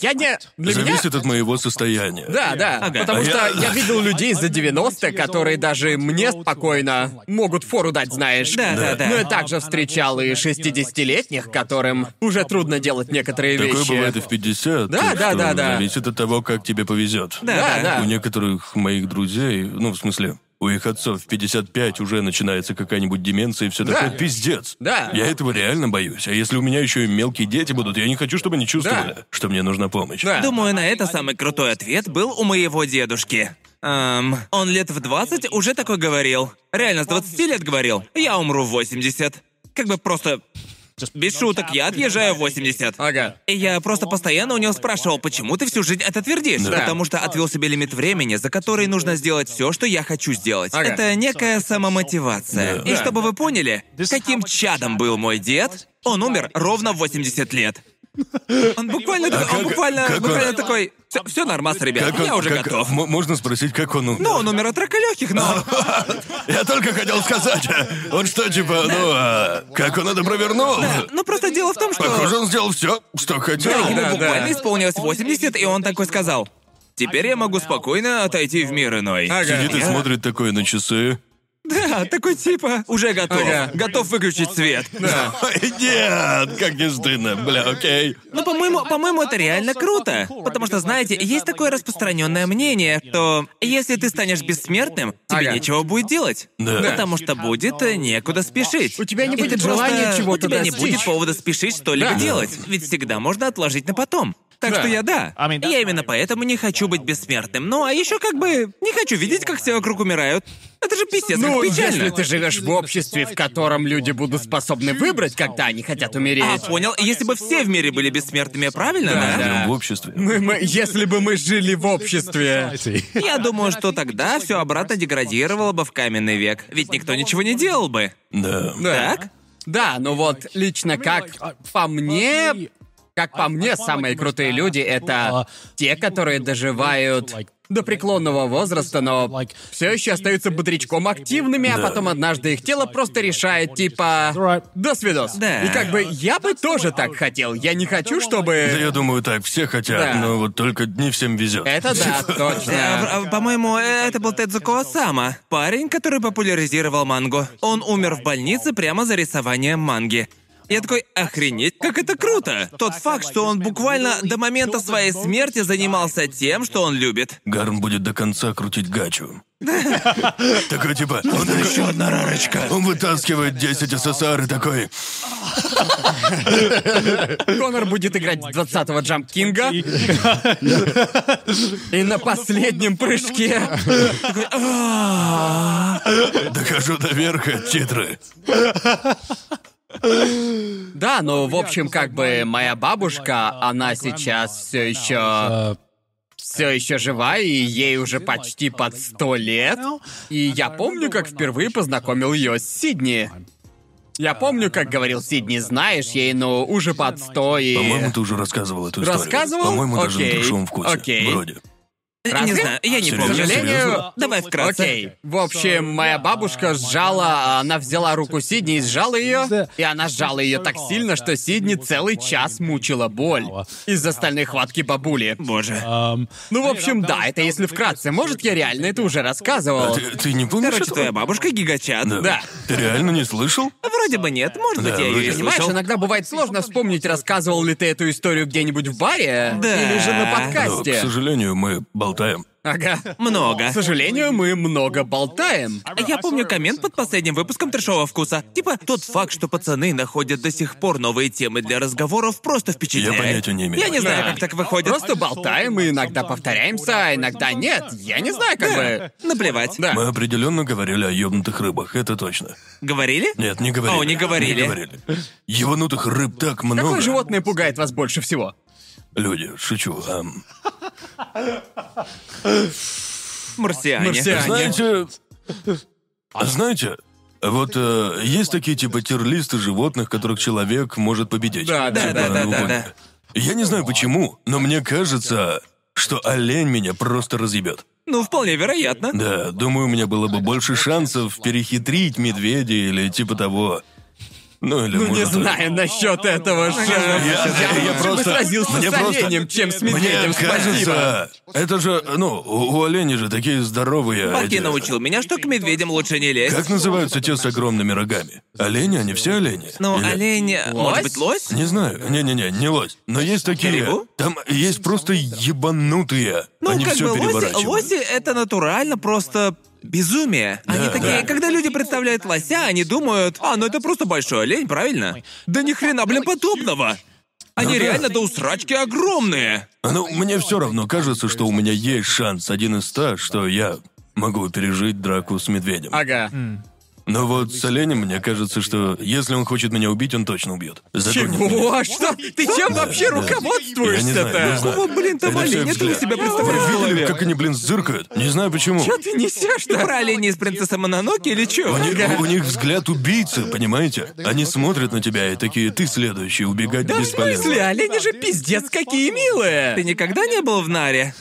Speaker 3: Я не... Для меня...
Speaker 2: Зависит от моего состояния.
Speaker 3: Да, да.
Speaker 1: Ага.
Speaker 3: Потому
Speaker 2: А
Speaker 3: что
Speaker 2: я-
Speaker 3: я видел людей за 90 которые даже мне спокойно могут фору дать, знаешь.
Speaker 1: Да, да, да.
Speaker 3: Но я также встречал и 60-летних, которым уже трудно делать некоторые
Speaker 2: Такое
Speaker 3: вещи.
Speaker 2: бывает и в 50.
Speaker 3: Да,
Speaker 2: так
Speaker 3: да,
Speaker 2: что
Speaker 3: да, да.
Speaker 2: Зависит от того, как тебе повезет.
Speaker 1: Да,
Speaker 3: Да, да.
Speaker 2: У некоторых моих друзей, ну, в смысле, у их отцов в 55 уже начинается какая-нибудь деменция и все
Speaker 3: Да.
Speaker 2: такое. Пиздец.
Speaker 3: Да.
Speaker 2: Я этого реально боюсь. А если у меня еще и мелкие дети будут, я не хочу, чтобы они чувствовали,
Speaker 3: Да.
Speaker 2: что мне нужна помощь.
Speaker 3: Да.
Speaker 1: Думаю, на это самый крутой ответ был у моего дедушки. Эм, он лет в 20 уже такой говорил. Реально, с 20 лет говорил. Я умру в 80. Как бы просто... Без шуток, я отъезжаю в 80.
Speaker 3: Ага.
Speaker 1: И я просто постоянно у него спрашивал, почему ты всю жизнь это твердишь? Потому что отвел себе лимит времени, за который нужно сделать все, что я хочу сделать.
Speaker 3: Ага.
Speaker 1: Это некая самомотивация. И
Speaker 3: Да.
Speaker 1: чтобы вы поняли, каким чадом был мой дед, он умер ровно в 80 лет. Он буквально, такой- он
Speaker 2: А как-
Speaker 1: буквально,
Speaker 2: как он-
Speaker 1: буквально такой, все, нормас, ребят,
Speaker 2: Как он-
Speaker 1: я уже
Speaker 2: как-
Speaker 1: готов.
Speaker 2: м- можно спросить, как он умер?
Speaker 1: Ну, он умер от рака легких, но...
Speaker 2: Я только хотел сказать, он что, типа, ну, а, как он это провернул?
Speaker 1: Ну, просто дело в том, что...
Speaker 2: Похоже, он сделал все, что хотел.
Speaker 1: Да, ему
Speaker 3: да,
Speaker 1: буквально
Speaker 3: да.
Speaker 1: исполнилось 80, и он такой сказал, «Теперь я могу спокойно отойти в мир иной».
Speaker 3: Ага.
Speaker 2: Сидит и
Speaker 1: Я-
Speaker 2: смотрит такое на часы.
Speaker 1: Да, такой типа. Уже готов.
Speaker 3: А, Ага.
Speaker 1: Готов выключить свет.
Speaker 2: Ой, Нет, как не стыдно, бля, окей.
Speaker 1: Но, Ну, по-моему, по-моему, это реально круто. Потому что, знаете, есть такое распространенное мнение, что если ты станешь бессмертным, тебе
Speaker 3: Ага.
Speaker 1: нечего будет делать.
Speaker 2: Да.
Speaker 1: Потому что будет э, некуда спешить.
Speaker 3: У тебя не
Speaker 1: И
Speaker 3: будет
Speaker 1: ты просто-
Speaker 3: желания чего-то
Speaker 1: У тебя не
Speaker 3: достичь.
Speaker 1: будет повода спешить что-либо
Speaker 3: Да.
Speaker 1: делать. Ведь всегда можно отложить на потом. Так
Speaker 3: Да.
Speaker 1: что я да.
Speaker 5: I mean, that's
Speaker 1: Я именно
Speaker 5: why I-
Speaker 1: поэтому не хочу быть бессмертным. Ну, а еще как бы не хочу видеть, как все вокруг умирают. Это же пиздец,
Speaker 3: Ну,
Speaker 1: как печально.
Speaker 3: если ты живешь в обществе, в котором люди будут способны выбрать, когда они хотят
Speaker 1: А,
Speaker 3: умереть.
Speaker 1: понял, если бы все в мире были бессмертными, правильно,
Speaker 3: Да. Ну,
Speaker 1: да?
Speaker 2: Живем в обществе.
Speaker 3: Мы- мы- если бы мы жили в обществе.
Speaker 1: Я думаю, что тогда все обратно деградировало бы в каменный век. Ведь никто ничего не делал бы.
Speaker 2: Да.
Speaker 3: Да.
Speaker 1: Так?
Speaker 3: Да, ну вот лично как по мне, как по мне, самые крутые люди — это те, которые доживают до преклонного возраста, но все еще остаются бодрячком активными, а
Speaker 2: Да.
Speaker 3: потом однажды их тело просто решает, типа, до свидос.
Speaker 1: Да.
Speaker 3: И как бы я бы тоже так хотел. Я не хочу,
Speaker 2: Да,
Speaker 3: чтобы...
Speaker 2: я думаю, так все хотят,
Speaker 3: Да.
Speaker 2: но вот только не всем везет.
Speaker 3: Это да,
Speaker 1: Да,
Speaker 3: точно.
Speaker 1: а, по-моему, это был Тедзуко Осама, парень, который популяризировал мангу. Он умер в больнице прямо за рисованием манги. Я такой, охренеть, как это круто! Тот факт, что он буквально до момента своей смерти занимался тем, что он любит.
Speaker 2: Гарн будет до конца крутить гачу. Такой типа,
Speaker 3: Ну,
Speaker 2: он еще одна рарочка. Он вытаскивает 10 СССР и такой,
Speaker 3: Конор будет играть 20-го Джамп Кинга. И на последнем прыжке...
Speaker 2: дохожу до верха, титры.
Speaker 3: Да, ну, в общем, как бы моя бабушка, она сейчас все еще все еще жива, и ей уже почти под сто лет. И я помню, как впервые познакомил ее с Сидни. Я помню, как говорил Сидни, знаешь, ей, ну, уже под сто и...
Speaker 2: По-моему, ты уже рассказывал эту историю.
Speaker 3: Рассказывал?
Speaker 2: По-моему, даже на
Speaker 3: Окей,
Speaker 2: большом вкусе.
Speaker 3: окей.
Speaker 2: Вроде.
Speaker 1: Не
Speaker 3: Разве?
Speaker 1: знаю, я не
Speaker 2: Серьёзно?
Speaker 3: К
Speaker 1: помню.
Speaker 3: сожалению...
Speaker 2: Серьёзно?
Speaker 1: Давай вкратце.
Speaker 3: Окей. В общем, моя бабушка сжала, а она взяла руку Сидни и сжала ее, и она сжала ее так сильно, что Сидни целый час мучила боль из-за стальной хватки бабули.
Speaker 1: Боже.
Speaker 3: Ну, в общем, да, это если вкратце. Может, я реально это уже
Speaker 2: А
Speaker 3: рассказывал.
Speaker 2: ты, ты не помнишь
Speaker 1: Короче,
Speaker 2: этого?
Speaker 1: твоя бабушка гигачат.
Speaker 3: Да.
Speaker 2: Ты реально не слышал?
Speaker 1: Вроде бы нет, может быть,
Speaker 2: Да,
Speaker 1: я
Speaker 2: вроде
Speaker 1: ее
Speaker 2: бы.
Speaker 3: Понимаешь,
Speaker 1: слышал.
Speaker 3: иногда бывает сложно вспомнить, рассказывал ли ты эту историю где-нибудь в баре
Speaker 1: Да.
Speaker 3: или же на
Speaker 2: Но, к
Speaker 3: подкасте.
Speaker 2: сожалению, мы болтаем.
Speaker 3: Ага.
Speaker 1: Много.
Speaker 3: К сожалению, мы много болтаем.
Speaker 1: А Я помню коммент под последним выпуском трешового вкуса. Типа, тот факт, что пацаны находят до сих пор новые темы для разговоров, просто впечатляет.
Speaker 2: Я понятия не имею.
Speaker 1: Я не знаю,
Speaker 3: Да.
Speaker 1: как так выходит.
Speaker 3: Просто болтаем и иногда повторяемся, а иногда нет. Я не знаю, как бы.
Speaker 1: Наплевать.
Speaker 3: Да.
Speaker 2: Мы определенно говорили о ёбнутых рыбах, это точно.
Speaker 1: Говорили?
Speaker 2: Нет, не говорили.
Speaker 1: О, не говорили.
Speaker 2: Не говорили. Ёбанутых рыб так много.
Speaker 3: Какое животное пугает вас больше всего?
Speaker 2: Люди, шучу. а, ам.
Speaker 1: Марсиане.
Speaker 3: Марсиане.
Speaker 2: Знаете, а знаете, вот э, есть такие типа тирлисты животных, которых человек может победить.
Speaker 3: Да, да,
Speaker 2: Типа,
Speaker 1: да, да,
Speaker 2: вы
Speaker 1: да,
Speaker 2: поняли.
Speaker 1: да.
Speaker 2: Я не знаю почему, но мне кажется, что олень меня просто разъебет.
Speaker 1: Ну, вполне вероятно.
Speaker 2: Да, думаю, у меня было бы больше шансов перехитрить медведя или типа того. Ну или
Speaker 3: Ну, не
Speaker 2: может,
Speaker 3: знаю насчет этого же. Я,
Speaker 2: я
Speaker 3: лучше бы
Speaker 2: просто-
Speaker 3: сразился
Speaker 2: мне
Speaker 3: с
Speaker 2: просто-
Speaker 3: оленем, чем с медведем.
Speaker 2: Мне
Speaker 3: Спасибо.
Speaker 2: кажется, это же, ну, у у оленей же такие здоровые.
Speaker 1: Баки
Speaker 2: эти-
Speaker 1: научил меня, что к медведям лучше не лезть.
Speaker 2: Как называются те с огромными рогами? Олени, они все олени?
Speaker 1: Ну,
Speaker 2: Или-
Speaker 1: олень... Может быть, лось?
Speaker 2: Не знаю, не-не-не, не лось. Но есть такие.
Speaker 1: Карибу?
Speaker 2: Там есть просто ебанутые.
Speaker 1: Ну,
Speaker 2: они
Speaker 1: как
Speaker 2: все
Speaker 1: бы лоси,
Speaker 2: переворачивают.
Speaker 1: лоси это натурально просто безумие. Они
Speaker 2: Да,
Speaker 1: такие,
Speaker 2: да.
Speaker 1: когда люди представляют лося, они думают, а, ну это просто большой олень, правильно? Да ни хрена, блин, подобного! Они
Speaker 2: Ну да.
Speaker 1: реально до усрачки огромные.
Speaker 2: Ну, мне все равно кажется, что у меня есть шанс один из ста, что я могу пережить драку с медведем.
Speaker 3: Ага.
Speaker 2: Но вот с оленем мне кажется, что если он хочет меня убить, он точно убьет. Загонит меня.
Speaker 1: а
Speaker 3: Чего? Что? Ты чем вообще
Speaker 2: Я не знаю,
Speaker 3: руководствуешься-то?
Speaker 1: Какого, блин, там
Speaker 2: Это всё
Speaker 1: оленя ты у
Speaker 2: взгляд.
Speaker 1: себя
Speaker 2: Вы
Speaker 1: представляешь в
Speaker 2: видели,
Speaker 1: голове?
Speaker 2: как они, блин, зыркают? Не знаю почему.
Speaker 3: Что ты несешь
Speaker 1: Ты
Speaker 3: то
Speaker 1: про оленя из принцессы Мононоки или чё?
Speaker 2: У них, у них взгляд убийцы, понимаете? Они смотрят на тебя и такие, ты следующий, убегать
Speaker 3: Да в
Speaker 2: бесполезно.
Speaker 3: смысле? Олени же пиздец какие милые.
Speaker 1: Ты никогда не был в Наре?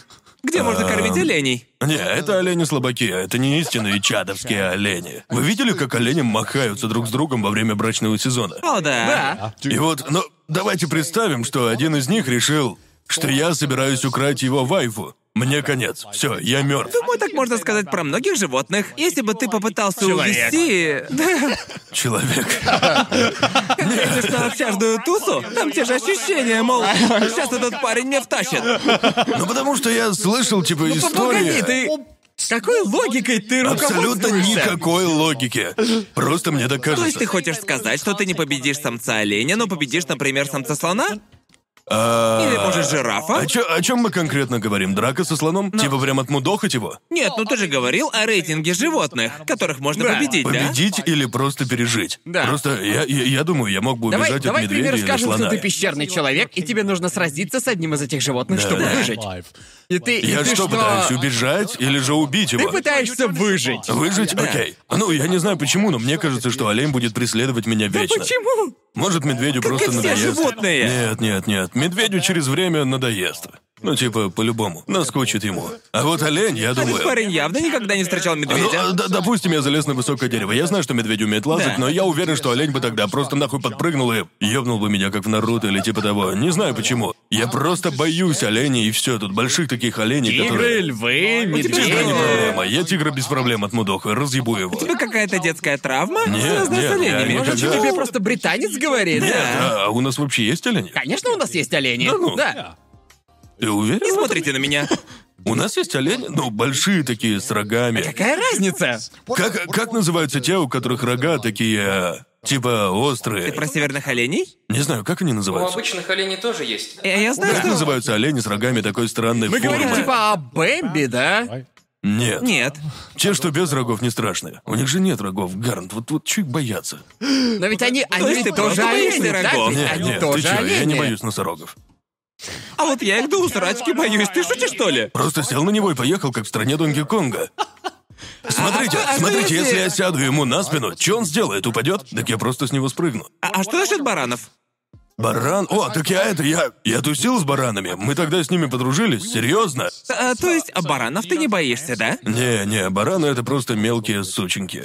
Speaker 1: Где можно кормить оленей?
Speaker 2: Не, это олени слабаки, а это не истинные чадовские олени. Вы видели, как олени махаются друг с другом во время брачного сезона?
Speaker 1: О, да.
Speaker 3: Да.
Speaker 2: И вот, ну, давайте представим, что один из них решил, что я собираюсь украть его вайфу. Мне конец. Все, я мертв.
Speaker 1: Думаю, так можно сказать про многих животных. Если бы ты попытался
Speaker 3: Человек.
Speaker 1: увести... Да.
Speaker 2: Человек.
Speaker 1: Видишь на общажную тусу, там те же ощущения, мол, сейчас этот парень меня втащит. Ну,
Speaker 2: Ну потому что я слышал, типа, истории.
Speaker 3: Ну, Погоди, ты... С какой логикой ты
Speaker 2: Абсолютно
Speaker 3: руководствуешься?
Speaker 2: никакой логики. Просто мне так
Speaker 1: То есть
Speaker 2: кажется.
Speaker 1: ты хочешь сказать, что ты не победишь самца оленя, но победишь, например, самца слона?
Speaker 2: А,
Speaker 1: Или, может, жирафа?
Speaker 2: О, чё- о чем мы конкретно говорим? Драка со слоном?
Speaker 3: Ну.
Speaker 2: Типа прям отмудохать его?
Speaker 1: Нет, ну ты же говорил о рейтинге животных, которых можно
Speaker 3: Да.
Speaker 1: победить, да?
Speaker 2: Победить или просто пережить?
Speaker 3: Да.
Speaker 2: Просто я, я, я думаю, я мог бы убежать
Speaker 3: Давай,
Speaker 2: от
Speaker 3: давай
Speaker 2: медведя
Speaker 3: пример
Speaker 2: или
Speaker 3: скажем, что
Speaker 2: слона.
Speaker 3: ты пещерный человек, и тебе нужно сразиться с одним из этих животных, чтобы
Speaker 2: Да.
Speaker 3: выжить. И ты, и
Speaker 2: Я
Speaker 3: ты
Speaker 2: что, пытаюсь убежать или же убить
Speaker 3: Ты
Speaker 2: его?
Speaker 3: пытаешься выжить.
Speaker 2: Выжить? Окей. Ну, я не знаю почему, но мне кажется, что олень будет преследовать меня вечно.
Speaker 3: Почему?
Speaker 2: Может, медведю просто
Speaker 1: и все
Speaker 2: надоест.
Speaker 1: животные.
Speaker 2: Нет, нет, нет. Медведю через время надоест. Ну, типа, по-любому. Наскочит ему. А вот олень, я
Speaker 1: Этот
Speaker 2: думаю...
Speaker 1: парень явно никогда не встречал
Speaker 2: Ну,
Speaker 1: медведя.
Speaker 2: а, да- допустим, я залез на высокое дерево. Я знаю, что медведь умеет лазать,
Speaker 1: Да.
Speaker 2: но я уверен, что олень бы тогда просто нахуй подпрыгнул и ёбнул бы меня, как в Наруто или типа того. Не знаю почему. Я просто боюсь оленей и все. Тут больших таких оленей,
Speaker 3: Тигры,
Speaker 2: которые...
Speaker 3: львы,
Speaker 2: Тигра не
Speaker 3: медведи.
Speaker 1: же-
Speaker 2: проблема. Я тигра без проблем отмудохаю, разъебу его.
Speaker 1: У тебя какая-то детская травма,
Speaker 2: а Нет,
Speaker 1: связанная
Speaker 2: нет,
Speaker 1: с
Speaker 2: я
Speaker 1: оленями?
Speaker 2: никогда-
Speaker 1: Может,
Speaker 3: Может,
Speaker 2: Да.
Speaker 3: тебе просто британец говорит? Да.
Speaker 2: А, а у нас вообще есть олени?
Speaker 3: Конечно, у нас есть олени.
Speaker 2: Да ну.
Speaker 3: Да.
Speaker 2: Ты
Speaker 1: не
Speaker 2: уверен?
Speaker 1: смотрите на меня.
Speaker 2: У нас есть олени, ну, большие такие, с рогами.
Speaker 3: Какая разница?
Speaker 2: Как, как называются те, у которых рога такие, э, типа, острые?
Speaker 1: Про северных оленей? Э,
Speaker 2: Не знаю, как они
Speaker 4: У
Speaker 3: Ну,
Speaker 2: называются?
Speaker 4: обычных оленей тоже есть.
Speaker 1: Я, я знаю,
Speaker 2: Как
Speaker 1: что...
Speaker 2: называются олени с рогами такой странной
Speaker 3: Мы
Speaker 2: формы?
Speaker 3: говорим типа о Бэмби, да?
Speaker 2: Нет.
Speaker 1: Нет.
Speaker 2: Те, что без рогов, не страшны. У них же нет рогов, Гарнт. Вот, вот чуть бояться.
Speaker 3: Но ведь они,
Speaker 2: Ну,
Speaker 3: они
Speaker 1: есть
Speaker 3: ведь
Speaker 1: ты
Speaker 3: тоже
Speaker 1: просто боишься
Speaker 3: олени, да?
Speaker 1: рогов?
Speaker 3: Ведь
Speaker 2: Нет,
Speaker 3: Они
Speaker 2: нет, ты
Speaker 3: тоже
Speaker 2: чё, я не
Speaker 3: олени.
Speaker 2: боюсь носорогов.
Speaker 1: А вот я их до усрачки боюсь. Ты шутишь, что ли?
Speaker 2: Просто сел на него и поехал, как в стране Донки Конга. Смотрите,
Speaker 1: а что
Speaker 2: смотрите,
Speaker 1: если-
Speaker 2: если я сяду ему на спину, что он сделает? Упадет? Так я просто с него спрыгну.
Speaker 1: А, а что насчет баранов?
Speaker 2: Баран? О, так я это, я... Я тусил с баранами. Мы тогда с ними подружились, серьезно.
Speaker 1: А, то есть а баранов ты не боишься, да?
Speaker 2: Не-не, бараны это просто мелкие сученьки.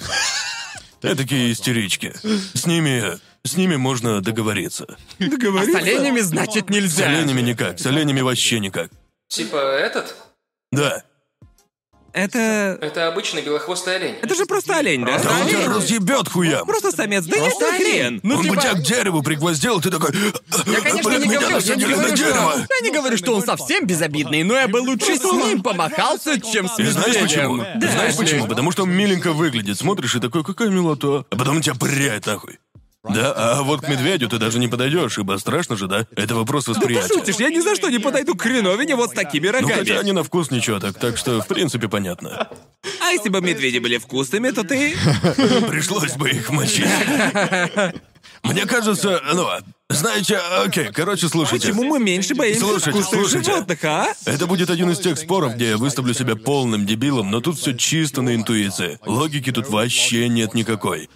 Speaker 2: Этакие истерички. С ними... С ними можно договориться.
Speaker 3: А с оленями, значит,
Speaker 2: С
Speaker 3: нельзя.
Speaker 2: оленями никак, с оленями вообще никак.
Speaker 4: Типа этот?
Speaker 2: Да.
Speaker 1: Это...
Speaker 4: Это обычный белохвостый олень.
Speaker 1: Это же просто олень, да?
Speaker 2: Да он
Speaker 1: Олень.
Speaker 2: тебя разъебет хуям.
Speaker 1: Просто самец. Да я
Speaker 3: Просто
Speaker 1: хрен.
Speaker 3: олень. Ну,
Speaker 2: он бы
Speaker 3: типа-
Speaker 2: тебя к дереву пригвоздил, ты такой... «Э,
Speaker 3: Я, конечно, не
Speaker 2: меня
Speaker 3: говорю, я
Speaker 2: насадили
Speaker 3: не
Speaker 2: на
Speaker 3: говорю, что...
Speaker 2: дерево.
Speaker 3: Я не говорю, что он совсем безобидный, но я бы лучше с ним помахался, чем с
Speaker 2: И
Speaker 3: медведем.
Speaker 2: знаешь почему?
Speaker 3: Да.
Speaker 2: Знаешь почему? Потому что он миленько выглядит. Смотришь и такой, какая милота. А потом тебя пряет нахуй. Да, а вот к медведю ты даже не подойдешь, ибо страшно же, да? Это вопрос
Speaker 1: Ну, Ты
Speaker 2: восприятия.
Speaker 1: шутишь, я ни за что не подойду к хреновине вот с такими
Speaker 2: ну,
Speaker 1: рогами.
Speaker 2: хотя они на вкус ничего так, так что, в принципе, понятно.
Speaker 1: А если бы медведи были вкусными, то ты...
Speaker 2: Пришлось бы их мочить. Мне кажется, ну, знаете, окей, короче, слушайте.
Speaker 1: Почему мы меньше боимся
Speaker 2: Слушайте,
Speaker 1: вкусных
Speaker 2: слушайте.
Speaker 1: животных, а?
Speaker 2: Это будет один из тех споров, где я выставлю себя полным дебилом, но тут все чисто на интуиции. Логики тут вообще нет никакой.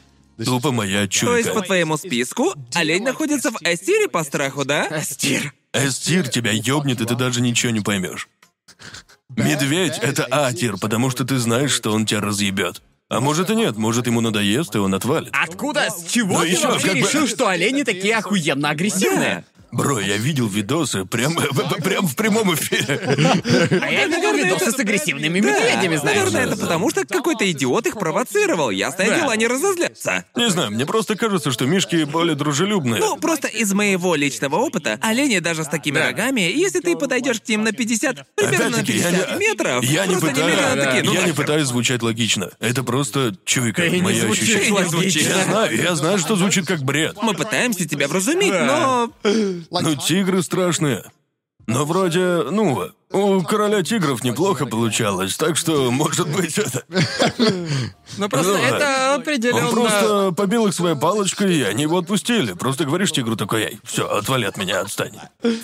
Speaker 2: Тупо моя
Speaker 1: То есть, по
Speaker 2: чуйка.
Speaker 1: твоему списку, олень находится в Эстире по страху, да?
Speaker 3: Астир.
Speaker 2: Эстир тебя ёбнет, и ты даже ничего не поймешь. Медведь — это Атир, потому что ты знаешь, что он тебя разъебет. А может и нет, может ему надоест, и он отвалит.
Speaker 3: Откуда, с чего
Speaker 2: Ну
Speaker 3: ты
Speaker 2: ещё,
Speaker 3: вообще
Speaker 2: как бы-
Speaker 3: решил, что олени такие охуенно агрессивные?
Speaker 2: Бро, я видел видосы прям, прям в прямом эфире.
Speaker 3: А я видел
Speaker 1: наверное,
Speaker 3: видосы
Speaker 1: это-
Speaker 3: с агрессивными
Speaker 1: Да,
Speaker 3: медведями, знаешь.
Speaker 1: Наверное, это потому, что какой-то идиот их провоцировал. Ясное
Speaker 3: Да.
Speaker 1: дело, они разозлятся.
Speaker 2: Не знаю, мне просто кажется, что мишки более дружелюбные.
Speaker 1: Ну, просто из моего личного опыта, олени даже с такими рогами, если ты подойдешь к ним на 50, примерно на
Speaker 2: Опять-таки, я
Speaker 1: 50
Speaker 2: не-
Speaker 1: метров,
Speaker 2: Я не
Speaker 1: просто
Speaker 2: пытаюсь,
Speaker 1: немедленно
Speaker 3: Да,
Speaker 1: такие, ну
Speaker 2: я не
Speaker 1: нахер.
Speaker 2: пытаюсь звучать логично. Это просто чуйка,
Speaker 3: Ты не
Speaker 2: мои
Speaker 3: звучишь
Speaker 2: ощущения.
Speaker 1: логично.
Speaker 2: Я знаю, я знаю, что звучит как бред.
Speaker 1: Мы пытаемся тебя вразумить,
Speaker 3: Да.
Speaker 1: но...
Speaker 2: Ну, тигры страшные. Но вроде, ну, у короля тигров неплохо получалось, так что, может быть, это...
Speaker 3: Ну просто
Speaker 2: Ну,
Speaker 3: это
Speaker 2: Он
Speaker 3: определенно.
Speaker 2: просто побил их своей палочкой, и они его отпустили. Просто говоришь тигру такой, эй, все, отвали от меня, отстань.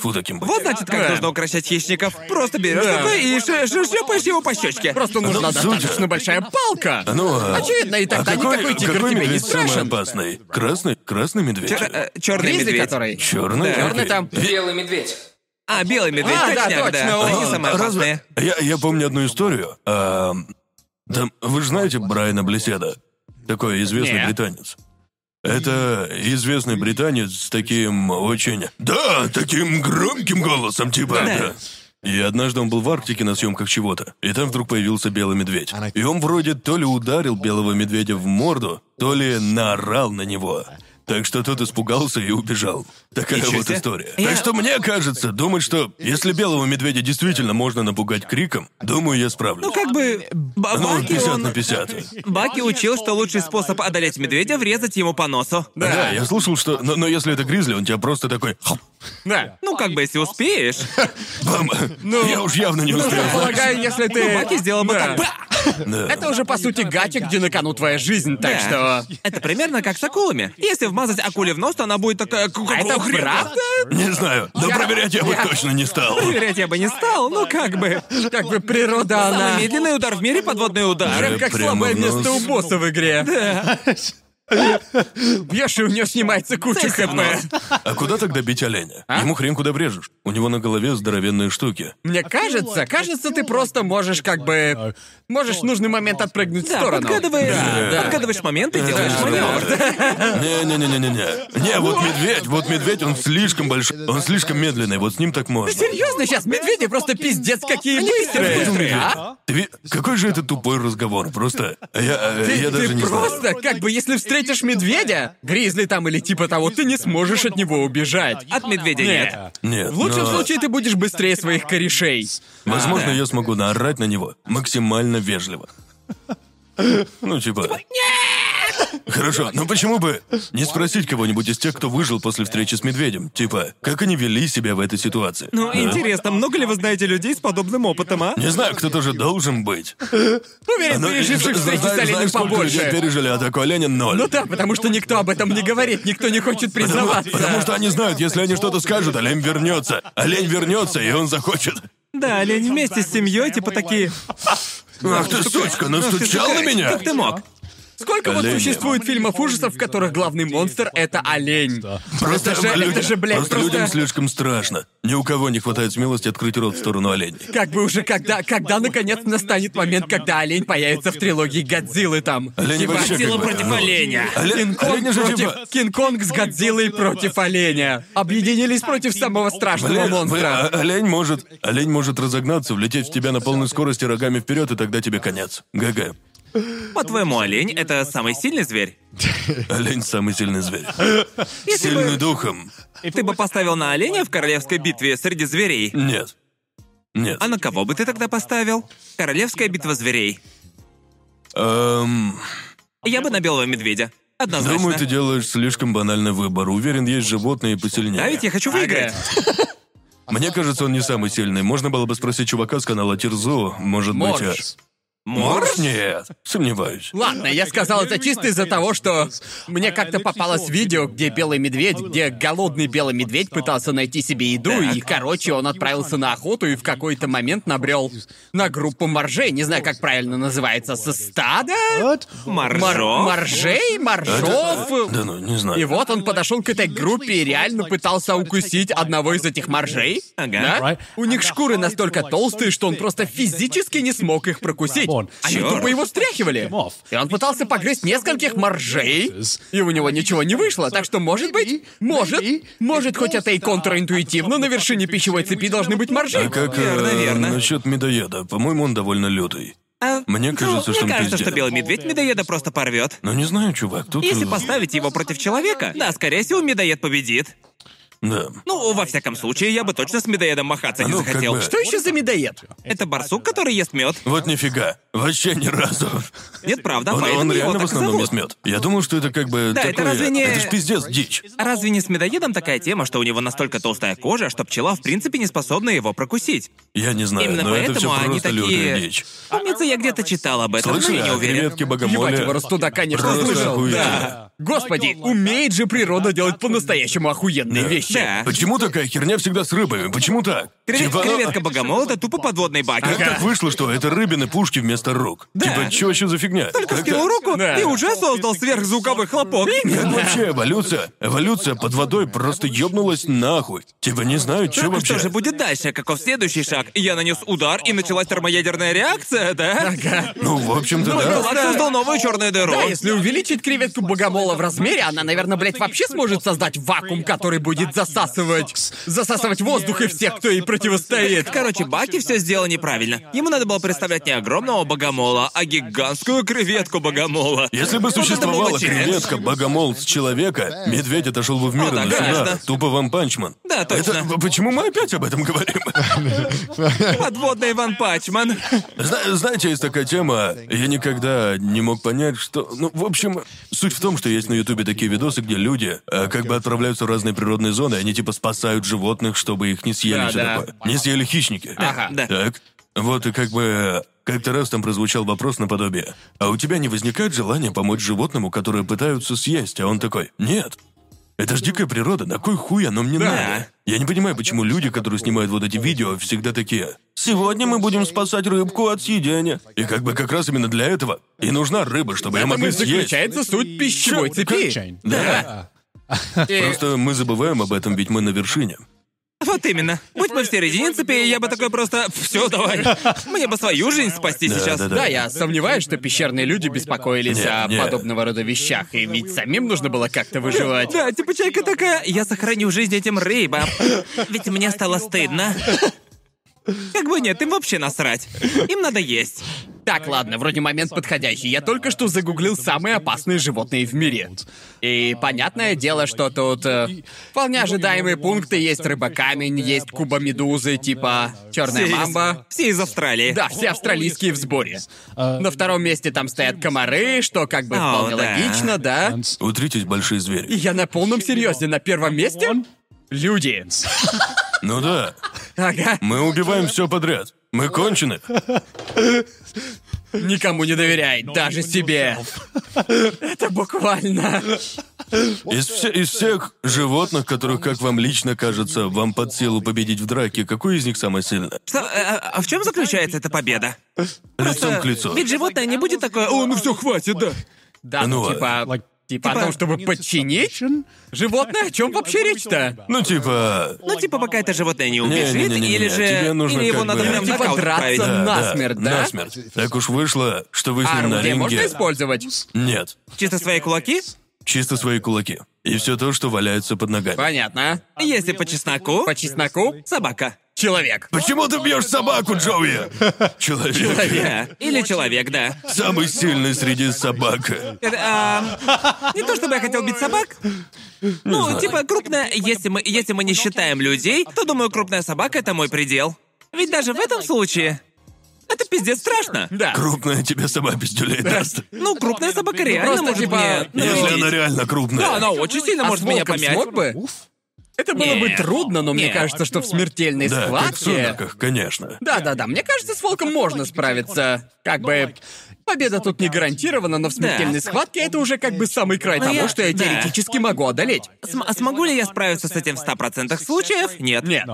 Speaker 2: Фу таким быть.
Speaker 1: Вот значит, как
Speaker 3: Да.
Speaker 1: нужно укращать хищников. Просто берешь
Speaker 3: Да.
Speaker 1: такой и ше- ше- шлепаешь его по щечке.
Speaker 3: Просто нужна
Speaker 2: Ну, судя-
Speaker 3: достаточно большая палка.
Speaker 2: Ну, а-
Speaker 3: Очевидно, и
Speaker 2: а
Speaker 3: тогда
Speaker 2: какой,
Speaker 3: никакой тигр
Speaker 2: какой
Speaker 3: тебе не
Speaker 2: медведь самый
Speaker 3: страшен.
Speaker 2: опасный? Красный? Красный медведь?
Speaker 1: Черный
Speaker 3: Гризли,
Speaker 1: э, медведь.
Speaker 3: который.
Speaker 2: Черный?
Speaker 3: Черный там.
Speaker 4: Белый медведь.
Speaker 1: А, белый медведь,
Speaker 3: А, да,
Speaker 1: точняк,
Speaker 3: точно,
Speaker 1: Они
Speaker 3: он.
Speaker 1: самые опасные.
Speaker 2: Я, я помню одну историю. Ам, там, вы же знаете Брайана Блеседа? Такой известный
Speaker 3: Не.
Speaker 2: британец. Это известный британец с таким очень... Да, таким громким голосом, типа...
Speaker 1: Да.
Speaker 2: да. И однажды он был в Арктике на съемках чего-то, и там вдруг появился белый медведь. И он вроде то ли ударил белого медведя в морду, то ли наорал на него. Так что тот испугался и убежал. Такая
Speaker 1: Ничего
Speaker 2: вот
Speaker 1: себе.
Speaker 2: история.
Speaker 1: Я-
Speaker 2: Так что мне кажется, думать, что если белого медведя действительно можно напугать криком, думаю, я справлюсь.
Speaker 1: Ну, как бы... Ба-
Speaker 2: Ну,
Speaker 1: Баки,
Speaker 2: 50
Speaker 1: он-
Speaker 2: на 50.
Speaker 1: Баки учил, что лучший способ одолеть медведя — врезать ему по носу.
Speaker 2: Да, я слышал, что... Но, но если это гризли, он тебя просто такой... хоп,
Speaker 3: Да.
Speaker 1: Ну, как бы, если успеешь.
Speaker 2: Бам! Я уж явно не успел.
Speaker 3: Полагаю, если
Speaker 2: Ну,
Speaker 3: ты...
Speaker 1: Баки сделал бы так.
Speaker 3: Да.
Speaker 1: Ба!
Speaker 2: Да.
Speaker 3: Это уже, по сути, гача, где на кону твоя жизнь, так
Speaker 1: Да.
Speaker 3: что...
Speaker 1: Это примерно как с акулами. Если вмазать акуле в нос, то она будет такая... «Какого
Speaker 3: А Это
Speaker 1: хрена?»
Speaker 3: правда?
Speaker 2: Не знаю. Да проверять я бы точно не стал.
Speaker 1: Проверять я бы не стал, ну как бы.
Speaker 3: Как бы природа, она...
Speaker 1: Самый медленный удар в мире — подводный удар.
Speaker 3: Прям как
Speaker 2: Прямо
Speaker 3: слабое
Speaker 2: в нос.
Speaker 3: место у босса в игре. Да. Бьешь, и у нее снимается куча хп.
Speaker 2: А куда тогда бить оленя? Ему хрен куда брежешь. У него на голове здоровенные штуки.
Speaker 1: А
Speaker 3: Мне кажется, кажется, ты просто можешь как бы... Можешь в нужный момент отпрыгнуть в
Speaker 1: Да,
Speaker 3: сторону.
Speaker 1: подгадываешь,
Speaker 3: Да, да.
Speaker 1: подгадываешь момент и делаешь маневр.
Speaker 2: Не-не-не-не-не-не. Не, вот медведь, вот медведь, он слишком большой. Он слишком медленный, вот с ним так можно.
Speaker 3: Серьезно, сейчас медведи просто пиздец какие быстрые.
Speaker 2: быстрые,
Speaker 3: а?
Speaker 2: Ты ви- Какой же это тупой разговор, просто... Я, э, я
Speaker 3: Ты,
Speaker 2: даже
Speaker 3: ты
Speaker 2: не знаю.
Speaker 3: просто, как бы, если встретишь медведя, гризли там или типа того, ты не сможешь от него убежать.
Speaker 1: От медведя
Speaker 3: Нет.
Speaker 1: нет.
Speaker 2: Нет,
Speaker 3: В лучшем
Speaker 2: но,
Speaker 3: случае А, ты будешь быстрее своих корешей.
Speaker 2: Возможно,
Speaker 1: Да.
Speaker 2: я смогу наорать на него максимально вежливо. Ну, типа... Хорошо, но почему бы не спросить кого-нибудь из тех, кто выжил после встречи с медведем? Типа, как они вели себя в этой ситуации?
Speaker 1: Ну,
Speaker 2: Да?
Speaker 1: интересно, много ли вы знаете людей с подобным опытом, а?
Speaker 2: Не знаю, кто
Speaker 3: ну,
Speaker 2: тоже должен быть.
Speaker 3: Уверен,
Speaker 2: Но Ну,
Speaker 3: переживших
Speaker 2: зна-
Speaker 3: встречи с
Speaker 2: знаешь,
Speaker 3: оленем
Speaker 2: знаешь, сколько людей
Speaker 3: побольше.
Speaker 2: пережили атаку оленя? Ноль.
Speaker 3: Ну да, потому что никто об этом не говорит, никто не хочет
Speaker 2: Потому,
Speaker 3: признаваться.
Speaker 2: потому что они знают, если они что-то скажут, олень вернется. Олень вернется, и он захочет.
Speaker 1: Да, олень вместе с семьей, типа такие...
Speaker 2: Ах ты, сучка, настучал на меня?
Speaker 1: Как ты мог?
Speaker 3: Сколько вот
Speaker 2: Оленя.
Speaker 3: существует фильмов ужасов, в которых главный монстр — это олень?
Speaker 2: Просто,
Speaker 3: Это же-
Speaker 2: людям,
Speaker 3: это же, блядь,
Speaker 2: просто
Speaker 3: просто-
Speaker 2: людям слишком страшно. Ни у кого не хватает смелости открыть рот в сторону оленей.
Speaker 3: Как бы уже когда, когда наконец настанет момент, когда олень появится в трилогии Годзиллы там.
Speaker 2: Олень
Speaker 3: Типа,
Speaker 2: вообще как
Speaker 3: Годзилла
Speaker 2: бы,
Speaker 3: против
Speaker 2: ну,
Speaker 3: оленя.
Speaker 2: оле-
Speaker 3: Кинг-Конг
Speaker 2: олени же
Speaker 3: против...
Speaker 2: типа-
Speaker 3: Кинг-Конг с Годзиллой против оленя. Объединились против самого страшного
Speaker 2: Блин, блин,
Speaker 3: монстра.
Speaker 2: а- олень может, олень может разогнаться, влететь в тебя на полной скорости рогами вперед, и тогда тебе конец. ГГ.
Speaker 1: По-твоему, олень — это самый сильный зверь?
Speaker 2: Олень самый сильный зверь.
Speaker 1: Если
Speaker 2: Сильный
Speaker 1: бы
Speaker 2: духом.
Speaker 1: ты бы поставил на оленя в королевской битве среди зверей,
Speaker 2: Нет. Нет.
Speaker 1: а на кого бы ты тогда поставил? Королевская битва зверей.
Speaker 2: Эм,
Speaker 1: Я бы на белого медведя. Однозначно.
Speaker 2: думаю, ты делаешь слишком банальный выбор. Уверен, есть животные посильнее.
Speaker 1: А ведь я хочу выиграть.
Speaker 2: Мне кажется, он не самый сильный. Можно было бы спросить чувака с канала Тирзу, может быть... а-
Speaker 3: Морж.
Speaker 1: Морж?
Speaker 2: Нет, сомневаюсь.
Speaker 3: Ладно, я сказал это чисто из-за того, что мне как-то попалось видео, где белый медведь, где голодный белый медведь пытался найти себе еду, и, короче, он отправился на охоту и в какой-то момент набрел на группу моржей, не знаю, как правильно называется, со стада?
Speaker 1: Моржов?
Speaker 3: Мор- моржей, моржов.
Speaker 2: Да ну, не
Speaker 3: И
Speaker 2: знаю.
Speaker 3: вот он подошел к этой группе и реально пытался укусить одного из этих моржей.
Speaker 1: Ага.
Speaker 3: Да? У них шкуры настолько толстые, что он просто физически не смог их прокусить. Они
Speaker 1: Чёрт.
Speaker 3: тупо его встряхивали. И он пытался погрызть нескольких моржей, и у него ничего не вышло. Так что, может быть, может, может, хоть это и контринтуитивно, на вершине пищевой цепи должны быть
Speaker 2: А
Speaker 3: моржи.
Speaker 2: как э,
Speaker 1: Верно, верно.
Speaker 2: насчет медоеда? По-моему, он довольно лютый.
Speaker 1: А,
Speaker 2: Мне кажется,
Speaker 1: ну,
Speaker 2: что он
Speaker 1: мне кажется,
Speaker 2: пиздец.
Speaker 1: что белый медведь медоеда просто порвет.
Speaker 2: Но не знаю, чувак, тут...
Speaker 1: Если
Speaker 2: э,
Speaker 1: поставить его против человека, да, скорее всего, медоед победит.
Speaker 2: Да.
Speaker 1: Ну, во всяком случае, я бы точно с медоедом махаться не
Speaker 2: Ну, как
Speaker 1: захотел.
Speaker 2: бы-
Speaker 3: Что еще за медоед?
Speaker 1: Это барсук, который ест мед.
Speaker 2: Вот нифига. Вообще ни разу.
Speaker 1: Нет, правда,
Speaker 2: Он,
Speaker 1: поэтому
Speaker 2: он
Speaker 1: его
Speaker 2: реально
Speaker 1: так
Speaker 2: в
Speaker 1: и
Speaker 2: основном
Speaker 1: зовут.
Speaker 2: ест мед. Я думал, что это как бы
Speaker 1: Да, это
Speaker 2: такое...
Speaker 1: разве не-
Speaker 2: Это ж пиздец, дичь.
Speaker 1: Разве не с медоедом такая тема, что у него настолько толстая кожа, что пчела в принципе не способна его прокусить?
Speaker 2: Я не знаю,
Speaker 1: Именно
Speaker 2: но это все
Speaker 1: поэтому они
Speaker 2: просто лютая
Speaker 1: такие...
Speaker 2: дичь.
Speaker 1: Помнится, я где-то читал об этом, но
Speaker 2: Слышали
Speaker 1: я не
Speaker 2: о
Speaker 1: уверен.
Speaker 2: креветке
Speaker 3: Ебать
Speaker 2: богомоле?
Speaker 3: его раз туда, конечно,
Speaker 2: Просто
Speaker 3: слышал.
Speaker 2: охуительно.
Speaker 3: Да. Господи, умеет же природа делать по-настоящему охуенные вещи.
Speaker 1: Да.
Speaker 2: Почему такая херня всегда с рыбами? Почему так?
Speaker 1: Кревет-
Speaker 2: Типа, ну,
Speaker 1: Креветка богомола — это тупо подводный баки.
Speaker 2: Как А так вышло, что это рыбины пушки вместо рук? Типа, что вообще за фигня? Как
Speaker 1: Скинул
Speaker 2: так?
Speaker 1: руку
Speaker 3: Да.
Speaker 1: и уже создал сверхзвуковой хлопок.
Speaker 2: Как вообще эволюция? Эволюция под водой просто ёбнулась нахуй. Типа не знаю, что вообще.
Speaker 1: Что же будет дальше? Каков следующий шаг? Я нанес удар, и началась термоядерная реакция, да?
Speaker 2: Ну, в общем-то, да.
Speaker 1: Клад создал новую черную дыру.
Speaker 3: Да, если увеличить креветку богомола в размере, она, наверное, блядь, вообще сможет создать вакуум, который будет засасывать... засасывать воздух и всех, кто ей противостоит.
Speaker 1: Короче, Баки все сделал неправильно. Ему надо было представлять не огромного богомола, а гигантскую креветку богомола.
Speaker 2: Если бы существовала
Speaker 1: молодец.
Speaker 2: креветка, богомол с человека, медведь отошел бы в мир
Speaker 1: Ну да,
Speaker 2: навсегда.
Speaker 1: конечно.
Speaker 2: Тупо вам панчман.
Speaker 1: Да, точно.
Speaker 2: Это- почему мы опять об этом говорим?
Speaker 1: Подводный Ван Пачман.
Speaker 2: Зна- знаете, есть такая тема, я никогда не мог понять, что... Ну, в общем, суть в том, что есть на Ютубе такие видосы, где люди э, как бы отправляются в разные природные зоны, и они типа спасают животных, чтобы их не съели
Speaker 3: Да,
Speaker 2: и всё
Speaker 3: да.
Speaker 2: такое. Не съели хищники.
Speaker 3: Ага,
Speaker 1: да.
Speaker 2: Так. Вот и как бы как-то раз там прозвучал вопрос наподобие. А у тебя не возникает желания помочь животному, которое пытаются съесть? А он такой, нет. Это ж дикая природа, на кой хуй оно мне надо? Я не понимаю, почему люди, которые снимают вот эти видео, всегда такие. Сегодня мы будем спасать рыбку от съедения. И как бы как раз именно для этого и нужна рыба, чтобы я
Speaker 3: Там
Speaker 2: могла
Speaker 3: и
Speaker 2: съесть.
Speaker 3: заключается суть пищевой цепи.
Speaker 2: Да.
Speaker 3: И-
Speaker 2: Просто мы забываем об этом, ведь мы на вершине.
Speaker 1: Вот именно. Будь мы в середине цепи, я бы такой просто... Все, давай. Мне бы свою жизнь спасти
Speaker 2: Да,
Speaker 1: сейчас.
Speaker 2: да,
Speaker 3: Да, я сомневаюсь, что пещерные люди беспокоились
Speaker 2: Не,
Speaker 3: о
Speaker 2: не.
Speaker 3: подобного рода вещах, и ведь самим нужно было как-то выживать.
Speaker 1: Да, типа чайка такая, я сохраню жизнь этим рыбам. Ведь мне стало стыдно. Как бы нет, им вообще насрать. Им надо есть.
Speaker 3: Так, ладно, вроде момент подходящий. Я только что загуглил самые опасные животные в мире. И понятное дело, что тут э, вполне ожидаемые пункты есть рыбокамень, есть куба медузы, типа черная
Speaker 1: Все из-
Speaker 3: мамба.
Speaker 1: Все из Австралии.
Speaker 3: Да, все австралийские в сборе. На втором месте там стоят комары, что как бы
Speaker 1: О,
Speaker 3: вполне
Speaker 1: да.
Speaker 3: логично, да?
Speaker 2: Утритесь, большие звери.
Speaker 3: И я на полном серьезе на первом месте? Люди.
Speaker 2: Ну да,
Speaker 3: Ага.
Speaker 2: мы убиваем все подряд. Мы кончены.
Speaker 3: Никому не доверяй, даже себе. Это буквально.
Speaker 2: Из, все- из всех животных, которых, как вам лично кажется, вам под силу победить в драке, какой из них самое сильное?
Speaker 1: Что, э, а, а в чем заключается эта победа?
Speaker 2: Лицом к лицу.
Speaker 1: Ведь животное не будет такое, о, ну все, хватит, да.
Speaker 3: Да,
Speaker 2: Ну,
Speaker 3: ну,
Speaker 2: а-
Speaker 3: типа, типа о том, чтобы подчинить животное, о чем вообще речь-то?
Speaker 2: Ну, типа...
Speaker 1: Ну, типа, пока это животное не убежит,
Speaker 2: Не-не-не-не-не,
Speaker 1: или же...
Speaker 2: тебе нужно
Speaker 1: или его
Speaker 2: как
Speaker 1: надо
Speaker 2: бы-
Speaker 1: прям
Speaker 3: Типа
Speaker 1: нокаут
Speaker 3: драться
Speaker 1: отправить.
Speaker 3: на- насмерть, да?
Speaker 2: Насмерть. Так уж вышло, что вы с
Speaker 3: А
Speaker 2: ним на
Speaker 3: орудие можно
Speaker 2: ринге...
Speaker 3: использовать?
Speaker 2: Нет,
Speaker 1: Чисто свои кулаки?
Speaker 2: чисто свои кулаки. И все то, что валяется под ногами.
Speaker 3: Понятно.
Speaker 1: Если по чесноку...
Speaker 3: По чесноку
Speaker 1: Собака.
Speaker 3: человек.
Speaker 2: Почему ты бьешь собаку, Джоуи? Человек.
Speaker 1: Да. Или человек, да.
Speaker 2: Самый сильный среди собак.
Speaker 1: Это, а, не то чтобы я хотел бить собак. Ну, типа, крупная, если мы, если мы не считаем людей, то думаю, крупная собака это мой предел. Ведь даже в этом случае. Это пиздец страшно.
Speaker 3: Да.
Speaker 2: Крупная тебе сама пиздюлей даст.
Speaker 1: Ну, крупная собака реально
Speaker 3: просто,
Speaker 1: может
Speaker 3: типа,
Speaker 1: мне
Speaker 3: ну,
Speaker 2: Если
Speaker 1: навредить.
Speaker 2: она реально крупная.
Speaker 1: Да, она очень сильно
Speaker 3: А с
Speaker 1: может меня
Speaker 3: волком
Speaker 1: помять.
Speaker 3: смог бы? Это было бы
Speaker 1: Не.
Speaker 3: трудно, но мне
Speaker 1: Не.
Speaker 3: кажется, что в смертельной
Speaker 2: Да, как в
Speaker 3: схватке...
Speaker 2: сумерках, конечно.
Speaker 3: Да-да-да, мне кажется, с волком можно справиться. Как бы... Победа тут не гарантирована, но в смертельной схватке это уже как бы самый край
Speaker 1: Но
Speaker 3: того,
Speaker 1: я-
Speaker 3: что я
Speaker 1: да.
Speaker 3: теоретически могу одолеть.
Speaker 1: См- а смогу ли я справиться с этим в 100% случаев? Нет.
Speaker 3: Нет.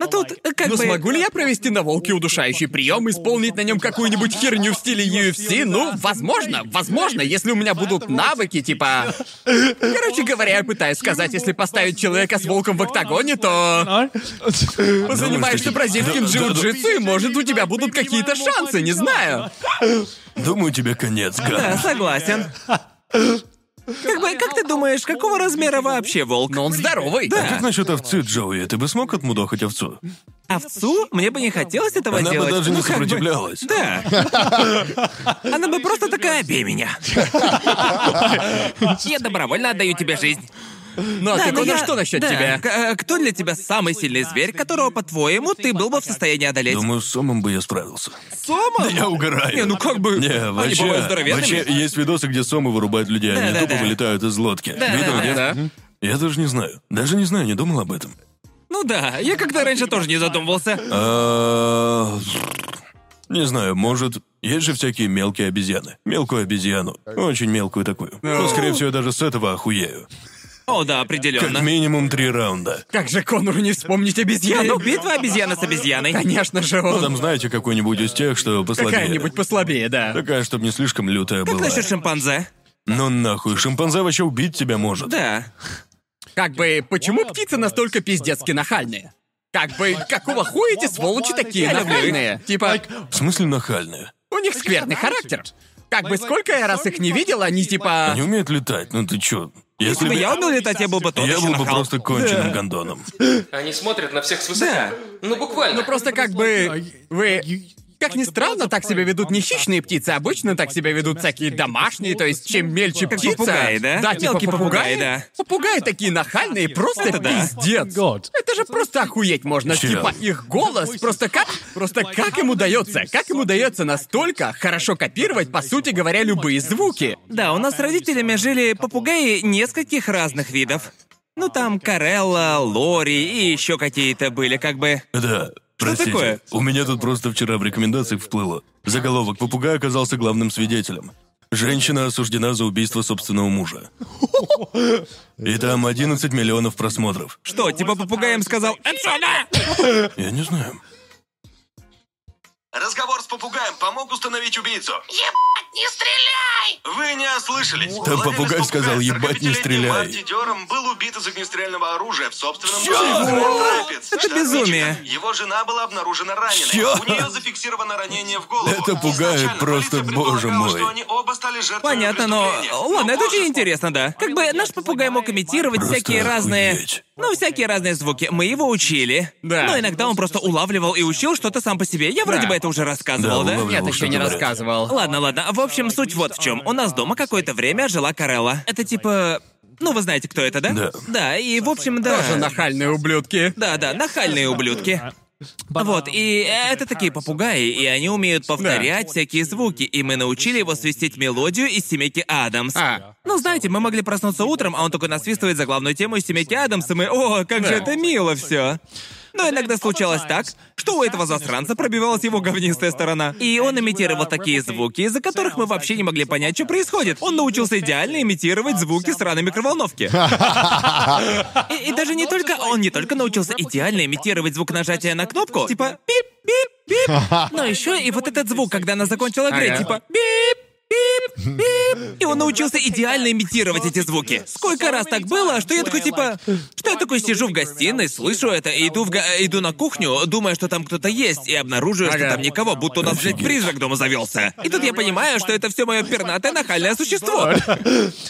Speaker 1: Но тут э, как
Speaker 3: Но
Speaker 1: бы...
Speaker 3: Ну, смогу ли я провести на волке удушающий прием, исполнить на нем какую-нибудь херню в стиле UFC? Ну, возможно, возможно, если у меня будут навыки, типа... Короче говоря, я пытаюсь сказать, если поставить человека с волком в октагоне, то занимаешься
Speaker 2: что-
Speaker 3: бразильским
Speaker 2: Да, да, да.
Speaker 3: джиу-джитсу, и, может, у тебя будут какие-то шансы, не знаю.
Speaker 2: Думаю, тебе конец,
Speaker 1: Да,
Speaker 2: Ган.
Speaker 1: согласен. Как бы, как ты думаешь, какого размера вообще волк?
Speaker 3: Но он здоровый.
Speaker 2: А как насчет овцы, Джоуи? Ты бы смог отмудохать овцу?
Speaker 1: Овцу? Мне бы не хотелось этого
Speaker 2: Она бы
Speaker 1: делать.
Speaker 2: даже не
Speaker 1: Ну, как бы-
Speaker 2: сопротивлялась.
Speaker 1: Да. Она бы просто такая, бей меня. Я добровольно отдаю тебе жизнь.
Speaker 3: Ну, а
Speaker 1: Да,
Speaker 3: ты
Speaker 1: но
Speaker 3: Конор,
Speaker 1: я-
Speaker 3: что насчет
Speaker 1: да,
Speaker 3: тебя?
Speaker 1: к- э, Кто для тебя самый сильный зверь, которого, по-твоему, ты был бы в состоянии одолеть?
Speaker 2: Думаю, с Сомом бы я справился.
Speaker 1: Сома?
Speaker 2: Я угораю.
Speaker 1: Не, ну как бы...
Speaker 2: Не, вообще,
Speaker 1: бывают здоровенными.
Speaker 2: вообще есть видосы, где сомы вырубают людей, они
Speaker 1: Да-да-да.
Speaker 2: тупо вылетают из лодки. Видел,
Speaker 1: да,
Speaker 2: нет?
Speaker 3: Да.
Speaker 2: Я даже не знаю. Даже не знаю, не думал об этом.
Speaker 1: Ну да, я когда раньше тоже не задумывался.
Speaker 2: А, Не знаю, может, есть же всякие мелкие обезьяны. Мелкую обезьяну. Очень мелкую такую. Ну, скорее всего, я даже с этого охуею.
Speaker 1: О, да,
Speaker 2: Как
Speaker 1: определенно.
Speaker 2: минимум три раунда.
Speaker 3: Как же Конору не вспомнить обезьяну?
Speaker 1: Ну, битва обезьяны с обезьяной.
Speaker 3: Конечно же, он
Speaker 2: Там, знаете, какой-нибудь из тех, что послабее.
Speaker 3: какая-нибудь послабее, да.
Speaker 2: Такая, чтобы не слишком лютая
Speaker 1: Как
Speaker 2: была.
Speaker 1: насчет шимпанзе?
Speaker 2: Ну нахуй, шимпанзе вообще убить тебя может.
Speaker 1: Да.
Speaker 3: Как бы, почему птицы настолько пиздецки нахальные? Как бы, какого хуя эти сволочи такие нахальные? Типа,
Speaker 2: В смысле нахальная?
Speaker 3: у них скверный характер. Как бы, сколько я раз их не видел, они типа...
Speaker 2: Они умеют летать, ну ты чё? Если
Speaker 1: А. Если бы
Speaker 2: бы
Speaker 1: я умел летать, я был бы тот
Speaker 2: я
Speaker 1: еще
Speaker 2: был бы
Speaker 1: нахал.
Speaker 2: просто конченным гондоном.
Speaker 4: Они смотрят на всех свысока. Ну буквально.
Speaker 3: Просто как бы... Вы... Как ни странно, так себя ведут не хищные птицы, обычно так себя ведут всякие домашние, то есть чем мельче
Speaker 5: Как
Speaker 3: птица...
Speaker 1: попугаи, да?
Speaker 3: Да, типа
Speaker 1: Мелкие попугаи,
Speaker 3: попугаи,
Speaker 1: да.
Speaker 3: Попугаи такие нахальные, просто
Speaker 1: Это да.
Speaker 3: пиздец.
Speaker 5: God.
Speaker 3: Это же просто охуеть можно.
Speaker 2: Чё?
Speaker 3: Типа их голос, просто как... Просто как им удается? Как им удается настолько хорошо копировать, по сути говоря, любые звуки?
Speaker 1: Да, у нас с родителями жили попугаи нескольких разных видов. Ну там Карелла, Лори и еще какие-то были, как бы.
Speaker 2: Да, простите.
Speaker 1: такое?
Speaker 2: У меня тут просто вчера в рекомендациях вплыло. Заголовок «Попугай оказался главным свидетелем». Женщина осуждена за убийство собственного мужа. И там 11 миллионов просмотров.
Speaker 1: Что, типа попугаем сказал «Отсюда!»
Speaker 2: Я не знаю.
Speaker 6: Разговор с попугаем помог установить убийцу.
Speaker 7: Ебать, не стреляй!
Speaker 6: Вы не ослышались.
Speaker 2: Да попугай сказал, «Ебать, не стреляй».
Speaker 6: Дером был убит из огнестрельного оружия в собственном
Speaker 2: Чё?
Speaker 6: доме.
Speaker 1: Ура!
Speaker 6: Рапидс,
Speaker 1: Это
Speaker 6: штат
Speaker 1: безумие.
Speaker 6: Мичиган. Его жена была обнаружена раненой.
Speaker 2: Чё?
Speaker 6: У нее зафиксировано ранение в голову.
Speaker 2: Это пугает
Speaker 6: Изначально
Speaker 2: просто,
Speaker 6: полиция
Speaker 2: боже
Speaker 6: предполагала,
Speaker 2: мой.
Speaker 6: что они оба стали жертвами
Speaker 1: Понятно, но...
Speaker 6: преступления.
Speaker 1: Ладно, это
Speaker 6: позже
Speaker 1: очень интересно, да. Как бы наш попугай мог имитировать
Speaker 2: Просто
Speaker 1: всякие разные...
Speaker 2: охуеть.
Speaker 1: Ну, всякие разные звуки. Мы его учили.
Speaker 3: Да.
Speaker 1: Но иногда он просто улавливал и учил что-то сам по себе. Я вроде
Speaker 3: Да.
Speaker 1: бы это уже рассказывал,
Speaker 2: Да,
Speaker 1: да?
Speaker 2: улавливал.
Speaker 3: Нет,
Speaker 2: Что
Speaker 3: еще не
Speaker 2: говорят?
Speaker 3: рассказывал.
Speaker 1: Ладно, ладно. В общем, суть вот в чем. У нас дома какое-то время жила Карелла. Это типа... Ну, вы знаете, кто это, да?
Speaker 2: Да.
Speaker 1: Да, и в общем, да.
Speaker 3: Тоже нахальные ублюдки.
Speaker 1: Да, да, нахальные ублюдки. Вот, и это такие попугаи, и они умеют повторять всякие звуки, и мы научили его свистеть мелодию из семейки Адамс.
Speaker 3: А.
Speaker 1: Ну, знаете, мы могли проснуться утром, а он такой насвистывает за главную тему из семейки Адамс, и мы, о, как же это мило все. Но иногда случалось так, что у этого засранца пробивалась его говнистая сторона. И он имитировал такие звуки, из-за которых мы вообще не могли понять, что происходит. Он научился идеально имитировать звуки сраной микроволновки. И, и даже не только он не только научился идеально имитировать звук нажатия на кнопку, типа пип пип пип, но еще и вот этот звук, когда она закончила игры,
Speaker 3: Ага.
Speaker 1: типа пип пип пип, и он научился идеально имитировать эти звуки. Сколько раз так было, что я такой типа, что я такой сижу в гостиной, слышу это, и иду в га- иду на кухню, думаю, что там кто-то есть, и обнаруживаю, что
Speaker 3: Ага.
Speaker 1: там никого, будто у нас блядь, призрак дома завелся. И тут я понимаю, что это все мое пернатое нахальное существо.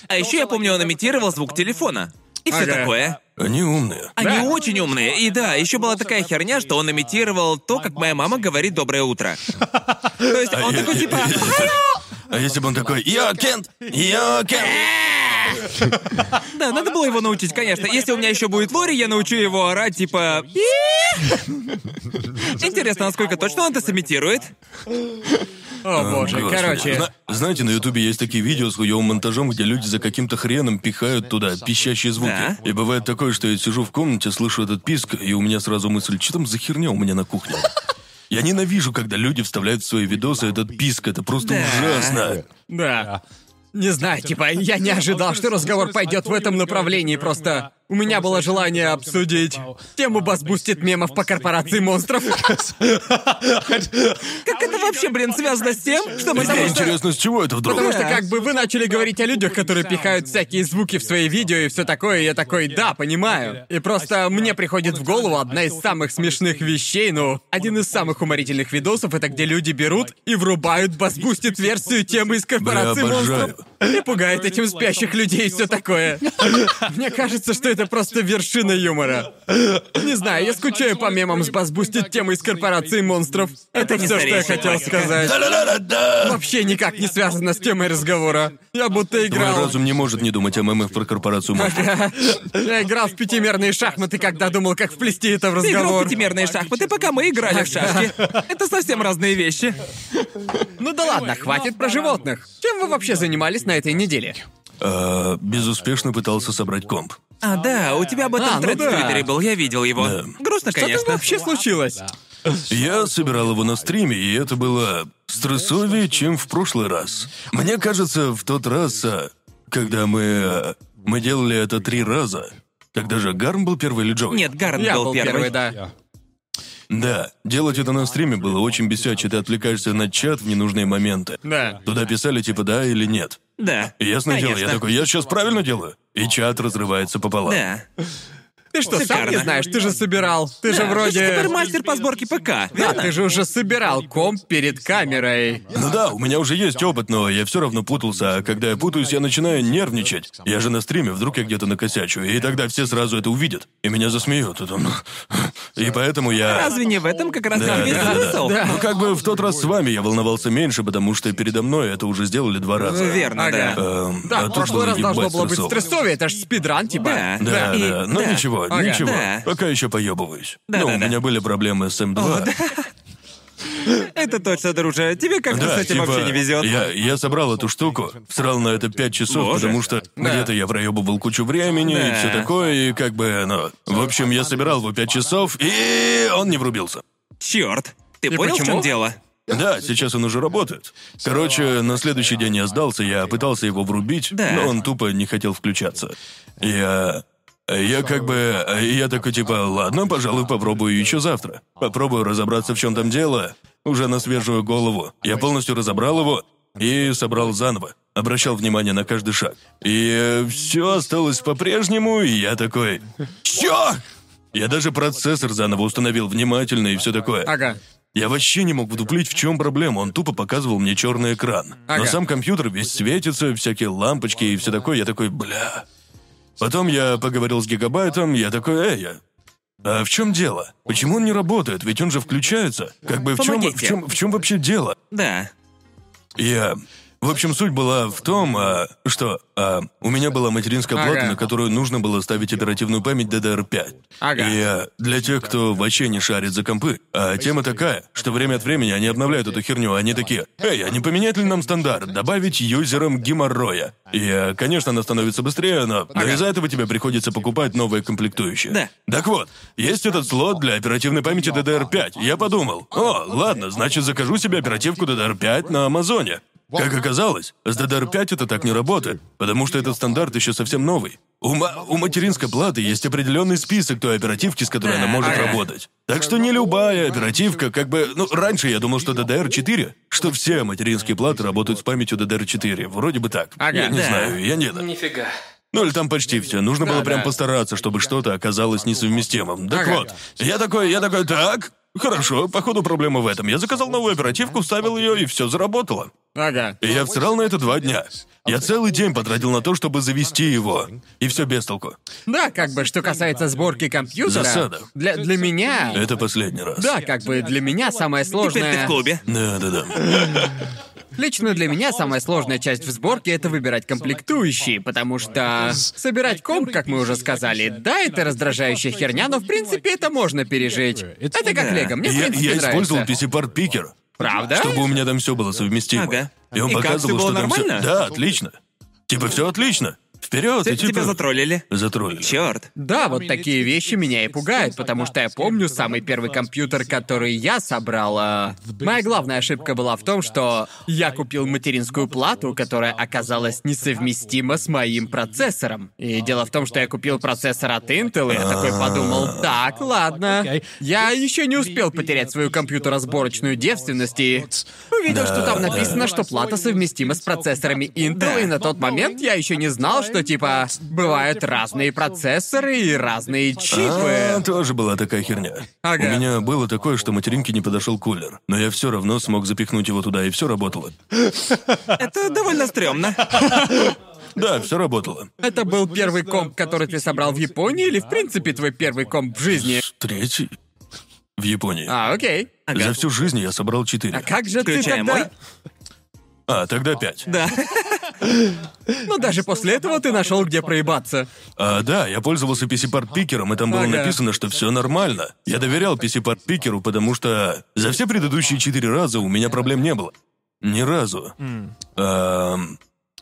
Speaker 1: А еще я помню, он имитировал звук телефона. И все
Speaker 3: Ага.
Speaker 1: такое.
Speaker 2: Они умные.
Speaker 1: Они очень умные. И да, еще была такая херня, что он имитировал то, как моя мама говорит доброе утро. То есть он такой типа.
Speaker 2: А если бы он такой «Йо, Кент! Йо, Кент!»
Speaker 1: Да, надо было его научить, конечно. Если у меня еще будет Лори, я научу его орать, типа. Интересно, а насколько точно он это сымитирует?
Speaker 3: О боже,
Speaker 2: Господи.
Speaker 3: короче.
Speaker 2: Зна- знаете, на Ютубе есть такие видео с хуёвым монтажом, где люди за каким-то хреном пихают туда пищащие звуки.
Speaker 1: Да.
Speaker 2: И бывает такое, что я сижу в комнате, слышу этот писк, и у меня сразу мысль, что там за херня у меня на кухне? Я ненавижу, когда люди вставляют в свои видосы этот писк, это просто
Speaker 1: Да.
Speaker 2: ужасно.
Speaker 3: Да. Не знаю, типа, я не ожидал, что разговор пойдет в этом направлении, просто у меня было желание обсудить тему басбустит мемов по корпорации монстров.
Speaker 1: Как это вообще, блин, связано с тем, что мы
Speaker 2: Мне
Speaker 1: потому что-
Speaker 2: интересно, с чего это вдруг?
Speaker 3: Потому что
Speaker 1: Да.
Speaker 3: как бы вы начали говорить о людях, которые пихают всякие звуки в свои видео и все такое, и я такой, да, понимаю. И просто мне приходит в голову одна из самых смешных вещей, ну, один из самых уморительных видосов, это где люди берут и врубают басбустит версию темы из
Speaker 2: Бля,
Speaker 3: корпорации монстров.
Speaker 2: обожаю.
Speaker 3: И пугает этим спящих людей и все такое. Мне кажется, что это просто вершина юмора. Не знаю, я скучаю по мемам с басбустит темы из корпорации монстров. Это все, что я
Speaker 1: старейшая
Speaker 3: хотел
Speaker 1: классика.
Speaker 3: сказать.
Speaker 2: Да-да-да-да-да!
Speaker 3: Вообще никак не связано с темой разговора. Я будто
Speaker 2: Твой
Speaker 3: играл...
Speaker 2: разум не может не думать о ММФ про корпорацию монстров.
Speaker 3: Я играл в пятимерные шахматы, когда думал, как вплести это в
Speaker 1: Ты играл в
Speaker 3: разговор.
Speaker 1: пятимерные шахматы, пока мы играли в шашки. Это совсем разные вещи.
Speaker 3: Ну да ладно, хватит про животных. Чем вы вообще занимались на этой неделе?
Speaker 2: А, Безуспешно пытался собрать комп.
Speaker 1: А, да, у тебя об этом
Speaker 3: А, ну
Speaker 1: тред в
Speaker 3: да.
Speaker 1: Твиттере был, я видел его.
Speaker 2: Да.
Speaker 1: Грустно,
Speaker 3: Что
Speaker 1: конечно.
Speaker 3: там вообще случилось?
Speaker 2: Я собирал его на стриме, и это было стрессовее, чем в прошлый раз. Мне кажется, в тот раз, а, когда мы... а, Мы делали это три раза. Тогда же Гарм был первый или Джоуи?
Speaker 1: Нет, Гарн
Speaker 3: Я
Speaker 1: был,
Speaker 3: был первый, да.
Speaker 2: Да, делать это на стриме было очень бесяче, ты отвлекаешься на чат в ненужные моменты.
Speaker 3: Да.
Speaker 2: Туда писали типа «да» или «нет».
Speaker 1: Да.
Speaker 2: И ясное дело, я
Speaker 1: Конечно.
Speaker 2: такой «я сейчас правильно делаю?» И чат разрывается пополам.
Speaker 1: Да.
Speaker 3: Ты Ты что, сам
Speaker 1: Шикарно.
Speaker 3: не знаешь? Ты же собирал. Ты же
Speaker 1: Да,
Speaker 3: вроде...
Speaker 1: Ты же супермастер по сборке ПК,
Speaker 3: Да,
Speaker 1: верно?
Speaker 3: ты же уже собирал комп перед камерой.
Speaker 2: Ну да, у меня уже есть опыт, но я все равно путался, а когда я путаюсь, я начинаю нервничать. Я же на стриме, вдруг я где-то накосячу, и тогда все сразу это увидят. И меня засмеют. Это, ну, И поэтому я...
Speaker 1: Ну, Разве не в этом как раз
Speaker 2: Да,
Speaker 1: и весь
Speaker 2: да, да.
Speaker 1: смысл?
Speaker 2: Ну, как бы в тот раз с вами я волновался меньше, потому что передо мной это уже сделали два раза.
Speaker 1: Ну, Верно,
Speaker 3: Ага.
Speaker 1: да.
Speaker 2: Эм,
Speaker 3: Да,
Speaker 2: а
Speaker 3: в
Speaker 2: тут
Speaker 3: прошлый раз
Speaker 2: ебать
Speaker 3: должно было быть
Speaker 2: стрессово.
Speaker 3: стрессовее, это ж спидран, типа.
Speaker 1: Да.
Speaker 2: Да,
Speaker 1: И-
Speaker 2: да. Но
Speaker 1: да.
Speaker 2: ничего,
Speaker 1: Ага.
Speaker 2: ничего.
Speaker 1: Да.
Speaker 2: Пока еще поебываюсь.
Speaker 1: Да,
Speaker 2: ну,
Speaker 1: да,
Speaker 2: у
Speaker 1: да.
Speaker 2: меня были проблемы с М2.
Speaker 1: Это точно, друже. Тебе как-то
Speaker 2: Да,
Speaker 1: с этим
Speaker 2: типа,
Speaker 1: вообще не везет.
Speaker 2: Я, я собрал эту штуку, всрал на это 5 часов,
Speaker 1: Боже.
Speaker 2: потому что где-то я проебывал кучу времени и
Speaker 1: Да.
Speaker 2: все такое, и как бы, ну... В общем, я собирал его 5 часов, и он не врубился.
Speaker 1: Черт. Ты понял, в чем
Speaker 3: почему?
Speaker 1: дело?
Speaker 2: Да, сейчас он уже работает. Короче, на следующий день я сдался, я пытался его врубить,
Speaker 1: Да.
Speaker 2: но он тупо не хотел включаться. Я... Я как бы... Я такой типа, ладно, пожалуй, попробую еще завтра. Попробую разобраться, в чем там дело, уже на свежую голову. Я полностью разобрал его и собрал заново. Обращал внимание на каждый шаг. И все осталось по-прежнему, и я такой... Чё? Я даже процессор заново установил внимательно и все такое.
Speaker 3: Ага.
Speaker 2: Я вообще не мог вдуплить, в чем проблема. Он тупо показывал мне черный экран.
Speaker 3: Ага.
Speaker 2: Но сам компьютер весь светится, всякие лампочки и все такое. Я такой, бля. Потом я поговорил с гигабайтом, я такой, эй, я... А в чем дело? Почему он не работает? Ведь он же включается. Как бы в чем, в
Speaker 1: Помогите.
Speaker 2: чем, в чем вообще дело?
Speaker 1: Да.
Speaker 2: Я... В общем, суть была в том, а, что а, у меня была материнская плата,
Speaker 3: Ага.
Speaker 2: на которую нужно было ставить оперативную память DDR5.
Speaker 3: Ага.
Speaker 2: И а, для тех, кто вообще не шарит за компы, а, тема такая, что время от времени они обновляют эту херню, они такие, «Эй, а не поменять ли нам стандарт? Добавить юзерам геморроя». И, а, конечно, она становится быстрее, но, но из-за этого тебе приходится покупать новые комплектующие.
Speaker 1: Да.
Speaker 2: Так вот, есть этот слот для оперативной памяти DDR5. Я подумал, о, ладно, значит, закажу себе оперативку DDR5 на Амазоне. Как оказалось, с DDR5 это так не работает, потому что этот стандарт еще совсем новый. У, ма- у материнской платы есть определенный список той оперативки, с которой она может
Speaker 1: Ага.
Speaker 2: работать. Так что не любая оперативка, как бы... Ну, раньше я думал, что DDR4, что все материнские платы работают с памятью DDR4. Вроде бы так.
Speaker 3: Ага.
Speaker 2: я не
Speaker 1: Да.
Speaker 2: знаю, я не...
Speaker 4: Нифига.
Speaker 2: Ну или там почти все. Нужно было прям
Speaker 4: да.
Speaker 2: постараться, чтобы что-то оказалось несовместимым. Так
Speaker 3: Ага.
Speaker 2: вот, я такой, я такой, так, хорошо, походу проблема в этом. Я заказал новую оперативку, вставил ее, и все заработало.
Speaker 3: Ага.
Speaker 2: И я всрал на это два дня. Я целый день потратил на то, чтобы завести его. И все без толку.
Speaker 3: Да, как бы, что касается сборки компьютера...
Speaker 2: Засада.
Speaker 3: Для, для меня...
Speaker 2: Это последний раз.
Speaker 3: Да, как бы для меня самое
Speaker 1: Теперь ты в
Speaker 3: сложное...
Speaker 1: клубе.
Speaker 2: Да, да, да.
Speaker 3: Лично для меня самая сложная часть в сборке — это выбирать комплектующие, потому что... Собирать комп, как мы уже сказали, да, это раздражающая херня, но в принципе это можно пережить. Это как
Speaker 1: Да.
Speaker 3: лего, мне в
Speaker 2: Я,
Speaker 3: принципе
Speaker 2: я
Speaker 3: нравится.
Speaker 2: использовал PC Part Picker,
Speaker 3: Правда?
Speaker 2: чтобы у меня там все было совместимо.
Speaker 1: Ага.
Speaker 2: И он
Speaker 1: И как, всё
Speaker 2: показывал,
Speaker 1: было
Speaker 2: что там всё-
Speaker 1: нормально?
Speaker 2: Да, отлично. Типа все отлично. Вперед,
Speaker 1: Т-
Speaker 2: и типа.
Speaker 1: Тебя затроллили.
Speaker 2: Затроллили.
Speaker 1: Черт.
Speaker 3: Да, вот такие вещи меня и пугают, потому что я помню самый первый компьютер, который я собрала. Моя главная ошибка была в том, что я купил материнскую плату, которая оказалась несовместима с моим процессором. И дело в том, что я купил процессор от Intel, и я такой подумал, А, так, ладно. Я еще не успел потерять свою компьютеросборочную девственность и увидел, что там написано, что плата совместима с процессорами Intel, и на тот момент я еще не знал, что типа бывают разные процессоры и разные
Speaker 2: А,
Speaker 3: чипы.
Speaker 2: тоже была такая херня.
Speaker 3: Ага.
Speaker 2: У меня было такое, что материнке не подошел кулер, но я все равно смог запихнуть его туда, и все работало.
Speaker 1: Это довольно стрёмно.
Speaker 2: Да, все работало.
Speaker 3: Это был первый комп, который ты собрал в Японии, или в принципе твой первый комп в жизни?
Speaker 2: Третий в Японии.
Speaker 3: А, окей.
Speaker 2: За всю жизнь я собрал четыре.
Speaker 3: А как же ты
Speaker 1: Включая
Speaker 3: тогда?
Speaker 1: мой.
Speaker 2: А, тогда пять.
Speaker 1: Да.
Speaker 3: Ну даже после этого ты нашел где проебаться.
Speaker 2: А, да, я пользовался PC Part Picker, и там было
Speaker 3: Ага.
Speaker 2: написано, что все нормально. Я доверял PC Part Picker, потому что за все предыдущие четыре раза у меня проблем не было. Ни разу. Эм,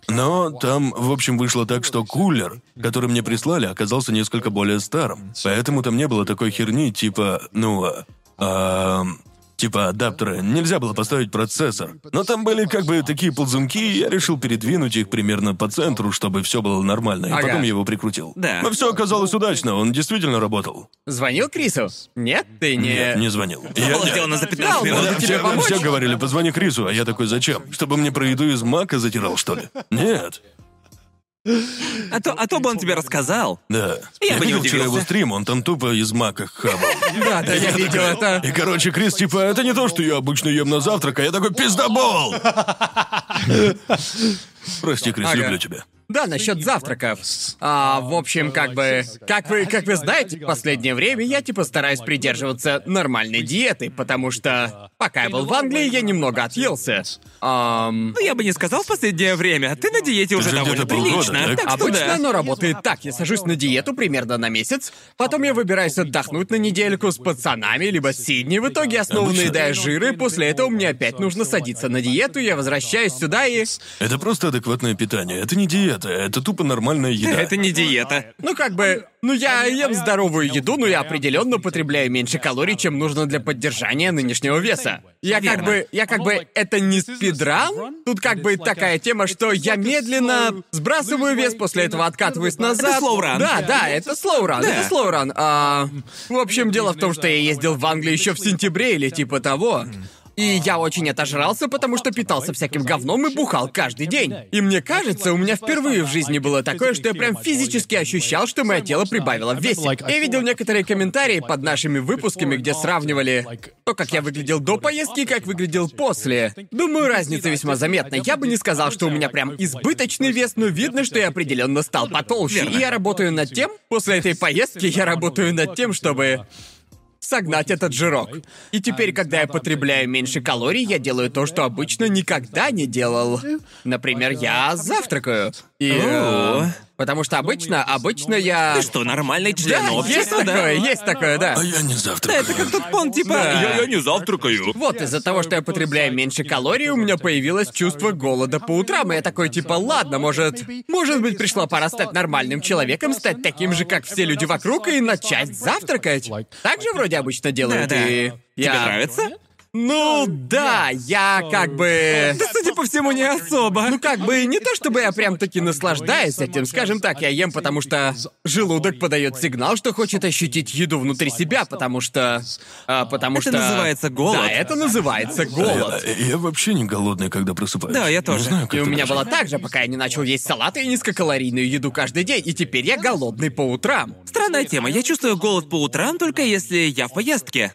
Speaker 2: Но там, в общем, вышло так, что кулер, который мне прислали, оказался несколько более старым. Поэтому там не было такой херни, типа, ну, э, эм, типа адаптера. Нельзя было поставить процессор. Но там были как бы такие ползунки, и я решил передвинуть их примерно по центру, чтобы все было нормально. И
Speaker 3: Ага.
Speaker 2: потом я его прикрутил.
Speaker 1: Да.
Speaker 2: Но все оказалось удачно, он действительно работал.
Speaker 3: Звонил Крису? Нет, ты не...
Speaker 2: Нет, не звонил. Я-
Speaker 1: Было
Speaker 2: я-
Speaker 1: сделано за 15
Speaker 3: Да,
Speaker 2: Да,
Speaker 1: минут. Типа,
Speaker 3: Надо Э. тебе
Speaker 2: все,
Speaker 3: помочь?
Speaker 2: все говорили, позвони Крису, а я такой, зачем? Чтобы мне про еду из мака затирал, что ли? Нет.
Speaker 1: А то, а то бы он тебе рассказал.
Speaker 2: Да.
Speaker 1: Я бы не
Speaker 2: видел вчера его
Speaker 1: удивился.
Speaker 2: стрим, он там тупо из мака хавал.
Speaker 3: Да, да, я видел это.
Speaker 2: И, короче, Крис, типа, это не то, что я обычно ем на завтрак, а я такой пиздобол! Прости, Крис,
Speaker 3: Ага.
Speaker 2: люблю тебя.
Speaker 3: Да, насчет завтраков. А, в общем, как бы, как вы, как вы знаете, в последнее время я типа стараюсь придерживаться нормальной диеты, потому что пока я был в Англии, я немного отъелся. Ам,
Speaker 1: Ну, я бы не сказал в последнее время. Ты на диете уже
Speaker 2: же где-то
Speaker 1: довольно
Speaker 2: полгода,
Speaker 1: прилично.
Speaker 2: так?
Speaker 1: Так что
Speaker 3: Обычно
Speaker 1: да.
Speaker 3: оно работает так. Я сажусь на диету примерно на месяц, потом я выбираюсь отдохнуть на недельку с пацанами, либо с Сидни. В итоге я снова
Speaker 2: Обычно.
Speaker 3: наедаю жиры, после этого мне опять нужно садиться на диету, я возвращаюсь сюда и...
Speaker 2: Это просто адекватное питание. Это не диета, это тупо нормальная еда.
Speaker 1: Это не диета.
Speaker 3: Ну, как бы, ну я ем здоровую еду, но я определенно потребляю меньше калорий, чем нужно для поддержания нынешнего веса. Я как
Speaker 1: Верно.
Speaker 3: бы, я как бы, это не спидран? Тут как бы такая тема, что я медленно сбрасываю вес, после этого откатываюсь назад.
Speaker 1: ну, Это слоуран.
Speaker 3: Да, да, это слоуран,
Speaker 1: Да.
Speaker 3: это слоуран. А, в общем, дело в том, что я ездил в Англию еще в сентябре или типа того. И я очень отожрался, потому что питался всяким говном и бухал каждый день. И мне кажется, у меня впервые в жизни было такое, что я прям физически ощущал, что мое тело прибавило в весе. Я видел некоторые комментарии под нашими выпусками, где сравнивали то, как я выглядел до поездки и как выглядел после. Думаю, разница весьма заметна. Я бы не сказал, что у меня прям избыточный вес, но видно, что я определенно стал потолще. И я работаю над тем, после этой поездки я работаю над тем, чтобы согнать этот жирок. И теперь, когда я потребляю меньше калорий, я делаю то, что обычно никогда не делал. Например, я завтракаю. И... э,
Speaker 1: О.
Speaker 3: Потому что обычно, обычно я...
Speaker 1: Ты что, нормальный член
Speaker 3: Да, есть
Speaker 1: общества, да?
Speaker 3: такое, есть такое, да.
Speaker 2: А я не завтракаю.
Speaker 1: Это как тот пон, типа...
Speaker 3: Да.
Speaker 1: «Я- я не завтракаю.
Speaker 3: Вот, из-за того, что я потребляю меньше калорий, у меня появилось чувство голода по утрам, и я такой, типа, ладно, может... Может быть, пришла пора стать нормальным человеком, стать таким же, как все люди вокруг, и начать завтракать. Так же вроде обычно делают,
Speaker 1: Да-да.
Speaker 3: и... Я...
Speaker 1: Тебе нравится?
Speaker 3: Ну да, я как бы...
Speaker 1: Да, судя по всему, не особо.
Speaker 3: Ну как бы не то, чтобы я прям таки наслаждаюсь этим, скажем так, я ем, потому что желудок подает сигнал, что хочет ощутить еду внутри себя, потому что, а, потому
Speaker 1: Это
Speaker 3: что
Speaker 1: называется голод.
Speaker 3: Да, это называется
Speaker 2: Я,
Speaker 3: голод.
Speaker 2: Э, я вообще не голодный, когда просыпаюсь.
Speaker 1: Да, я
Speaker 2: Не
Speaker 1: тоже.
Speaker 2: знаю, как
Speaker 3: И у
Speaker 2: ты
Speaker 3: меня
Speaker 2: прожил.
Speaker 3: было так же, пока я не начал есть салаты и низкокалорийную еду каждый день, и теперь я голодный по утрам.
Speaker 1: Странная тема. Я чувствую голод по утрам, только если я в поездке.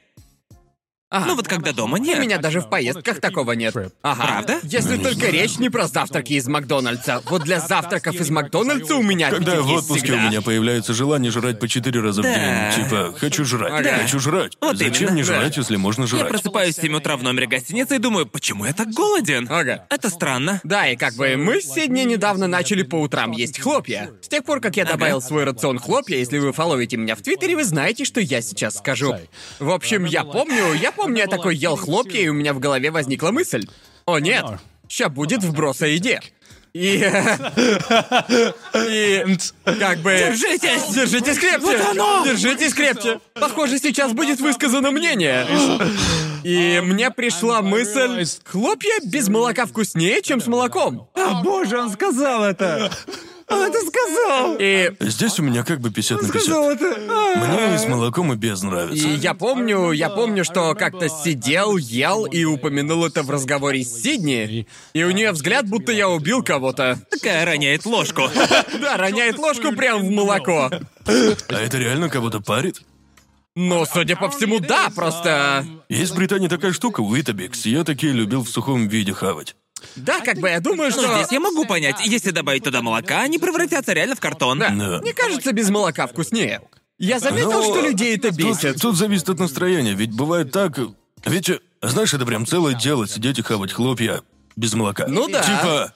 Speaker 3: Ага.
Speaker 1: Ну вот когда дома
Speaker 3: У
Speaker 1: нет.
Speaker 3: меня даже в поездках такого нет. Ага.
Speaker 1: Правда?
Speaker 3: Если только речь не про завтраки из Макдональдса. Вот для завтраков из Макдональдса у меня
Speaker 2: Когда я
Speaker 3: аппетит
Speaker 2: в
Speaker 3: есть
Speaker 2: отпуске
Speaker 3: всегда.
Speaker 2: у меня появляется желание жрать по четыре раза
Speaker 1: Да.
Speaker 2: в день. Типа, хочу жрать,
Speaker 3: Ага.
Speaker 2: хочу жрать.
Speaker 1: Вот
Speaker 2: Зачем
Speaker 1: именно,
Speaker 2: мне
Speaker 1: да.
Speaker 2: жрать, если можно
Speaker 1: Я
Speaker 2: жрать?
Speaker 1: просыпаюсь в 7 утра в номере гостиницы и думаю, почему я так голоден?
Speaker 3: Ага.
Speaker 1: Это странно.
Speaker 3: Да, и как бы мы все дни недавно начали по утрам есть хлопья. С тех пор, как я добавил в свой рацион хлопья, если вы фоловите меня в Твиттере, вы знаете, что я сейчас скажу. В общем, я помню, я помню, я такой ел хлопья, и у меня в голове возникла мысль. О нет, ща будет вброс о еде. И... И... Как бы...
Speaker 1: Держитесь!
Speaker 3: Держитесь крепче!
Speaker 1: Вот оно!
Speaker 3: Держитесь крепче! Похоже, сейчас будет высказано мнение. И мне пришла мысль, хлопья без молока вкуснее, чем с молоком.
Speaker 1: О боже, он сказал это! Он это сказал!
Speaker 3: И,
Speaker 2: Здесь у меня как бы 50 на 50. Мне и с молоком и без
Speaker 3: и
Speaker 2: нравится.
Speaker 3: я помню, я помню, что как-то сидел, ел и упомянул это в разговоре с Сидни. И у нее взгляд, будто я убил кого-то.
Speaker 1: Такая роняет ложку.
Speaker 3: Да, роняет ложку прям в молоко.
Speaker 2: А это реально кого-то парит?
Speaker 3: Но, судя по всему, да, просто...
Speaker 2: Есть в Британии такая штука, Уитобикс. Я такие любил в сухом виде хавать.
Speaker 3: Да,
Speaker 2: А
Speaker 3: как бы я думаю,
Speaker 1: Ну,
Speaker 3: что...
Speaker 1: здесь я могу понять, если добавить туда молока, они превратятся реально в картон.
Speaker 2: Да.
Speaker 3: Мне кажется, без молока вкуснее. Я заметил,
Speaker 2: Ну,
Speaker 3: что людей это бесит.
Speaker 2: Тут, тут зависит от настроения, ведь бывает так... Ведь, э, знаешь, это прям целое дело, сидеть и хавать хлопья без молока.
Speaker 3: Ну да.
Speaker 2: Типа,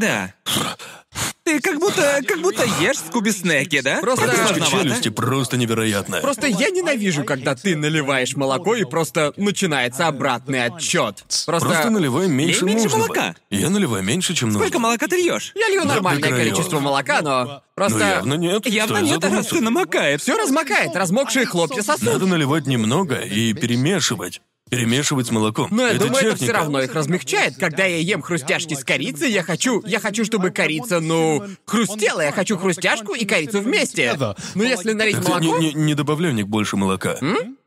Speaker 1: Да. Ты как будто, как будто ешь скуби снеки, да?
Speaker 3: Просто-
Speaker 2: подвижка
Speaker 1: Сложновато.
Speaker 2: челюсти просто невероятная.
Speaker 3: Просто я ненавижу, когда ты наливаешь молоко и просто начинается обратный отчет. Просто,
Speaker 2: Просто наливай меньше
Speaker 1: меньше
Speaker 2: нужного.
Speaker 1: молока.
Speaker 2: Я наливаю меньше, чем
Speaker 1: Сколько
Speaker 2: нужно.
Speaker 1: молока ты льешь?
Speaker 3: я лью нормальное
Speaker 2: до краёв.
Speaker 3: количество молока, но
Speaker 2: Ну,
Speaker 3: просто
Speaker 2: явно нет.
Speaker 1: Явно
Speaker 2: Стоит
Speaker 1: нет, раз
Speaker 2: задуматься.
Speaker 1: ты намокаешь.
Speaker 3: все размокает, размокшие хлопья сосуд.
Speaker 2: Надо наливать немного и перемешивать. перемешивать с молоком.
Speaker 1: Ну,
Speaker 3: Но я
Speaker 2: это
Speaker 3: думаю, это
Speaker 2: техника.
Speaker 3: все равно их размягчает. Когда я ем хрустяшки с корицей, я хочу... Я хочу, чтобы корица, ну, хрустела. Я хочу хрустяшку и корицу вместе. Но если налить
Speaker 2: Так Не,
Speaker 3: молоко...
Speaker 2: не- не добавляй в них больше молока.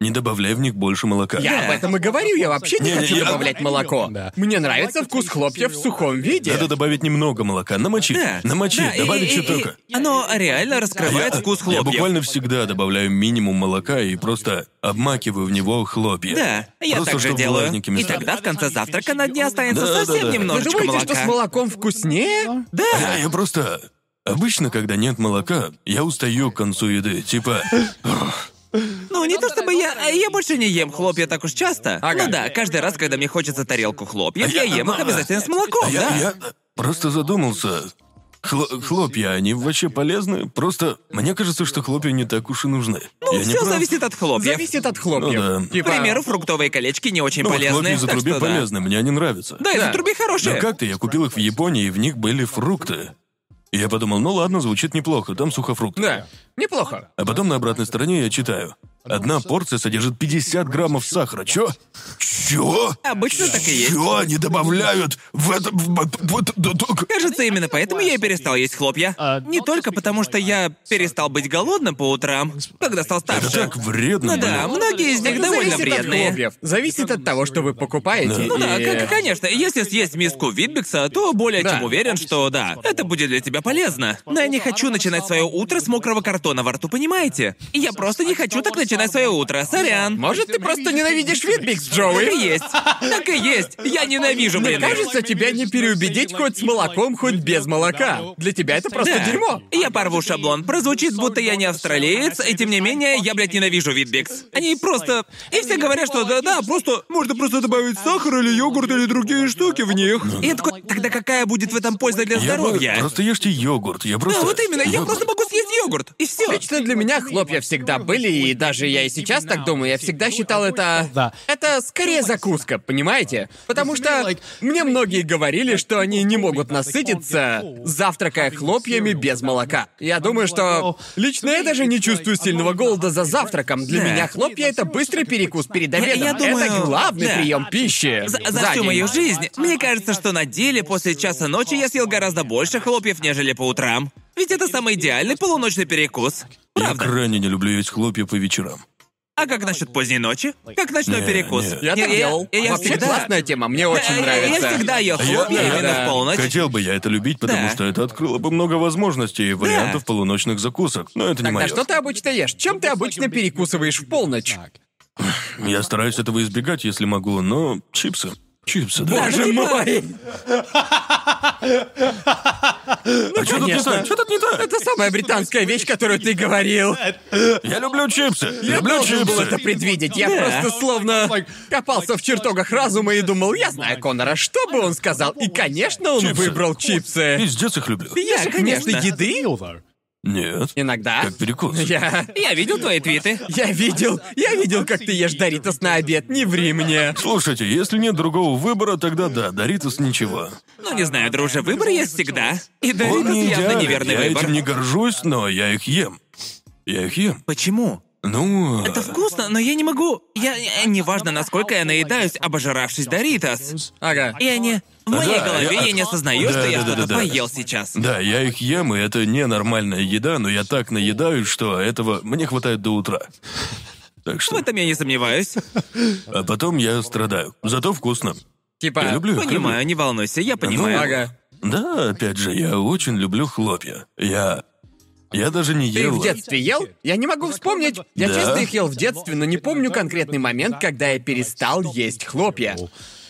Speaker 2: Не добавляй в них больше молока.
Speaker 3: Я об этом и говорю, я вообще не
Speaker 2: Не-не,
Speaker 3: хочу
Speaker 2: я-
Speaker 3: добавлять молоко.
Speaker 5: Да.
Speaker 3: Мне нравится вкус хлопья в сухом виде.
Speaker 2: Надо добавить немного молока. Намочи.
Speaker 1: Да.
Speaker 2: Намочи,
Speaker 1: да, и-
Speaker 2: добавить
Speaker 1: и-
Speaker 2: что
Speaker 1: и-
Speaker 2: только.
Speaker 1: Оно реально раскрывает вкус хлопьев.
Speaker 2: Я буквально всегда добавляю минимум молока и просто обмакиваю в него хлопья.
Speaker 1: Да, я
Speaker 2: Э, Просто,
Speaker 1: так же
Speaker 2: чтобы
Speaker 1: делаю.
Speaker 2: влажненькими
Speaker 1: И
Speaker 2: стали.
Speaker 1: тогда в конце завтрака на дне останется
Speaker 2: Да, да,
Speaker 1: совсем
Speaker 2: да.
Speaker 3: Вы
Speaker 1: немножечко
Speaker 3: думаете,
Speaker 1: молока.
Speaker 3: что с молоком вкуснее?
Speaker 2: Да, я просто... Обычно, когда нет молока, я устаю к концу еды. Типа,
Speaker 1: Ну, не то чтобы я... а Я больше не ем хлопья так уж часто.
Speaker 3: Ага.
Speaker 1: Ну да, каждый раз, когда мне хочется тарелку хлопьев, я ем их обязательно с молоком,
Speaker 2: А я,
Speaker 1: да.
Speaker 2: я просто задумался. Хло- хлопья, они вообще полезны? Просто мне кажется, что хлопья не так уж и нужны. я не
Speaker 1: Все
Speaker 2: прав?
Speaker 1: Ну, зависит от хлопьев.
Speaker 3: Зависит от хлопьев.
Speaker 2: Ну да.
Speaker 1: К примеру, фруктовые колечки не очень
Speaker 2: Ну, вот
Speaker 1: полезны.
Speaker 2: хлопья из
Speaker 1: так
Speaker 2: отруби
Speaker 1: что да.
Speaker 2: полезны, мне они нравятся.
Speaker 1: Да, из
Speaker 3: Да.
Speaker 1: отруби
Speaker 2: Но
Speaker 1: хорошие.
Speaker 2: как-то я купил их в Японии, и в них были фрукты. И я подумал, ну ладно, звучит неплохо, там сухофрукты.
Speaker 3: Да. Неплохо.
Speaker 2: А потом на обратной стороне я читаю. Одна порция содержит 50 граммов сахара. Чё? Чё?
Speaker 1: Обычно так и есть.
Speaker 2: Чё они добавляют в это... в- в- вот- да только-
Speaker 1: Кажется,
Speaker 3: Ну, а
Speaker 1: именно поэтому я и перестал есть хлопья.
Speaker 5: А,
Speaker 1: Не только потому, что я перестал быть голодным по утрам, когда стал
Speaker 2: Это
Speaker 1: старше.
Speaker 2: так вредно,
Speaker 1: Ну да,
Speaker 2: блин.
Speaker 1: многие из них довольно
Speaker 3: Зависит от
Speaker 1: вредные.
Speaker 3: хлопьев. Зависит от того, что вы покупаете.
Speaker 1: Ну да,
Speaker 3: и-
Speaker 1: к- конечно, если съесть миску Витбекса, то более
Speaker 3: Да.
Speaker 1: чем уверен, что да, это будет для тебя полезно. Но я не хочу начинать свое утро с мокрого картона во рту, понимаете? И я просто не хочу так начинать свое утро, сорян.
Speaker 3: Может, ты просто ненавидишь Витбикс,
Speaker 1: Так и
Speaker 3: Джоуи?
Speaker 1: есть. Так и есть. Я ненавижу,
Speaker 3: Мне
Speaker 1: блин. их.
Speaker 3: кажется, тебя не переубедить хоть с молоком, хоть без молока. Для тебя это просто
Speaker 1: Да.
Speaker 3: дерьмо.
Speaker 1: Я порву шаблон. Прозвучит, будто я не австралиец, и тем не менее, я, блядь, ненавижу Витбекс. Они просто... И все говорят, что да-да, просто... Можно просто добавить сахар или йогурт или другие штуки в них. И я такой, тогда какая будет в этом польза для
Speaker 2: Я бы-
Speaker 1: здоровья?
Speaker 2: Просто ешьте йогурт, я
Speaker 1: Да,
Speaker 2: просто...
Speaker 1: А, вот именно, я
Speaker 2: Йогурт.
Speaker 1: просто могу съесть йогурт, и все.
Speaker 3: Лично для меня хлопья всегда были, и даже я и сейчас так думаю, я всегда считал это...
Speaker 5: Да.
Speaker 3: Это скорее закуска, понимаете? Потому что мне многие говорили, что они не могут насытиться, завтракая хлопьями без молока. Я думаю, что... Лично я даже не чувствую сильного голода за завтраком. Для
Speaker 1: Да.
Speaker 3: меня хлопья —
Speaker 1: ну,
Speaker 3: это быстрый перекус перед
Speaker 1: я
Speaker 3: обедом. Это
Speaker 1: думаю,
Speaker 3: главный
Speaker 1: да.
Speaker 3: прием пищи.
Speaker 1: За, за всю
Speaker 3: день.
Speaker 1: мою жизнь. Мне кажется, что на деле после часа ночи я съел гораздо больше хлопьев, нежели по утрам. Ведь это самый идеальный полуночный перекус.
Speaker 2: Я крайне не люблю есть хлопья по вечерам.
Speaker 1: А как насчет поздней ночи? Как ночной
Speaker 2: Не,
Speaker 1: перекус?
Speaker 2: не.
Speaker 3: Я так
Speaker 1: я-
Speaker 3: делал.
Speaker 1: я
Speaker 3: Вообще
Speaker 1: всегда-
Speaker 3: классная тема, мне очень
Speaker 1: Я- я-
Speaker 3: нравится.
Speaker 1: Я всегда ел
Speaker 2: я-
Speaker 1: хлопья
Speaker 2: да,
Speaker 1: именно
Speaker 3: да.
Speaker 1: в полночь.
Speaker 2: Хотел бы я это любить, потому
Speaker 1: Да.
Speaker 2: что это открыло бы много возможностей и вариантов полуночных закусок. Но это не
Speaker 3: Тогда
Speaker 2: мое.
Speaker 3: что ты обычно ешь? Чем
Speaker 1: Ну,
Speaker 3: ты обычно перекусываешь в полночь?
Speaker 2: Я стараюсь этого избегать, если могу, но чипсы. Чипсы, да.
Speaker 1: Боже мой! ну,
Speaker 2: а что тут не
Speaker 3: конечно.
Speaker 2: так? Что тут не так?
Speaker 3: Это самая британская вещь, которую ты говорил.
Speaker 2: Я люблю чипсы.
Speaker 3: Я
Speaker 2: люблю
Speaker 3: должен
Speaker 2: чипсы.
Speaker 3: был это предвидеть. Я
Speaker 1: Да.
Speaker 3: просто словно копался в чертогах разума и думал, я знаю Конора, что бы он сказал. И, конечно, он
Speaker 2: Чипсы.
Speaker 3: выбрал чипсы.
Speaker 2: Пиздец их люблю.
Speaker 3: Ты ешь их вместо
Speaker 1: конечно.
Speaker 3: еды?
Speaker 2: Нет.
Speaker 3: Иногда.
Speaker 2: Как перекус.
Speaker 3: Я...
Speaker 1: Я видел твои твиты.
Speaker 3: Я видел, я видел, как ты ешь Доритос на обед, не ври мне.
Speaker 2: Слушайте, если нет другого выбора, тогда да, Доритос ничего.
Speaker 1: Ну, не знаю, друже, выбор есть всегда. И
Speaker 2: Он
Speaker 1: Доритос
Speaker 2: не
Speaker 1: явно
Speaker 2: идеален.
Speaker 1: неверный
Speaker 2: Я
Speaker 1: выбор.
Speaker 2: этим не горжусь, но я их ем. Я их ем.
Speaker 1: Почему?
Speaker 2: Ну...
Speaker 1: Это вкусно, но я не могу. Я... я- Неважно, насколько я наедаюсь, обожравшись Доритос.
Speaker 3: Ага.
Speaker 1: Я не... В моей
Speaker 2: Да,
Speaker 1: голове
Speaker 2: я-
Speaker 1: я не осознаю,
Speaker 2: Да,
Speaker 1: что я
Speaker 2: да, да,
Speaker 1: что-то
Speaker 2: да, да.
Speaker 1: поел сейчас.
Speaker 2: Да, я их ем, и это ненормальная еда, но я так наедаюсь, что этого мне хватает до утра. Так
Speaker 1: В
Speaker 2: что...
Speaker 1: этом я не сомневаюсь.
Speaker 2: А потом я страдаю. Зато вкусно.
Speaker 3: Типа...
Speaker 2: Я люблю их.
Speaker 1: Понимаю, не волнуйся,
Speaker 2: Ну,
Speaker 1: я понимаю.
Speaker 3: Ага.
Speaker 2: люблю. Да, опять же, я очень люблю хлопья. Я... Я даже не
Speaker 3: Ты их
Speaker 2: ел.
Speaker 3: в детстве ел? Я не могу вспомнить. Я
Speaker 2: Да.
Speaker 3: часто их ел в детстве, но не помню конкретный момент, когда я перестал есть хлопья.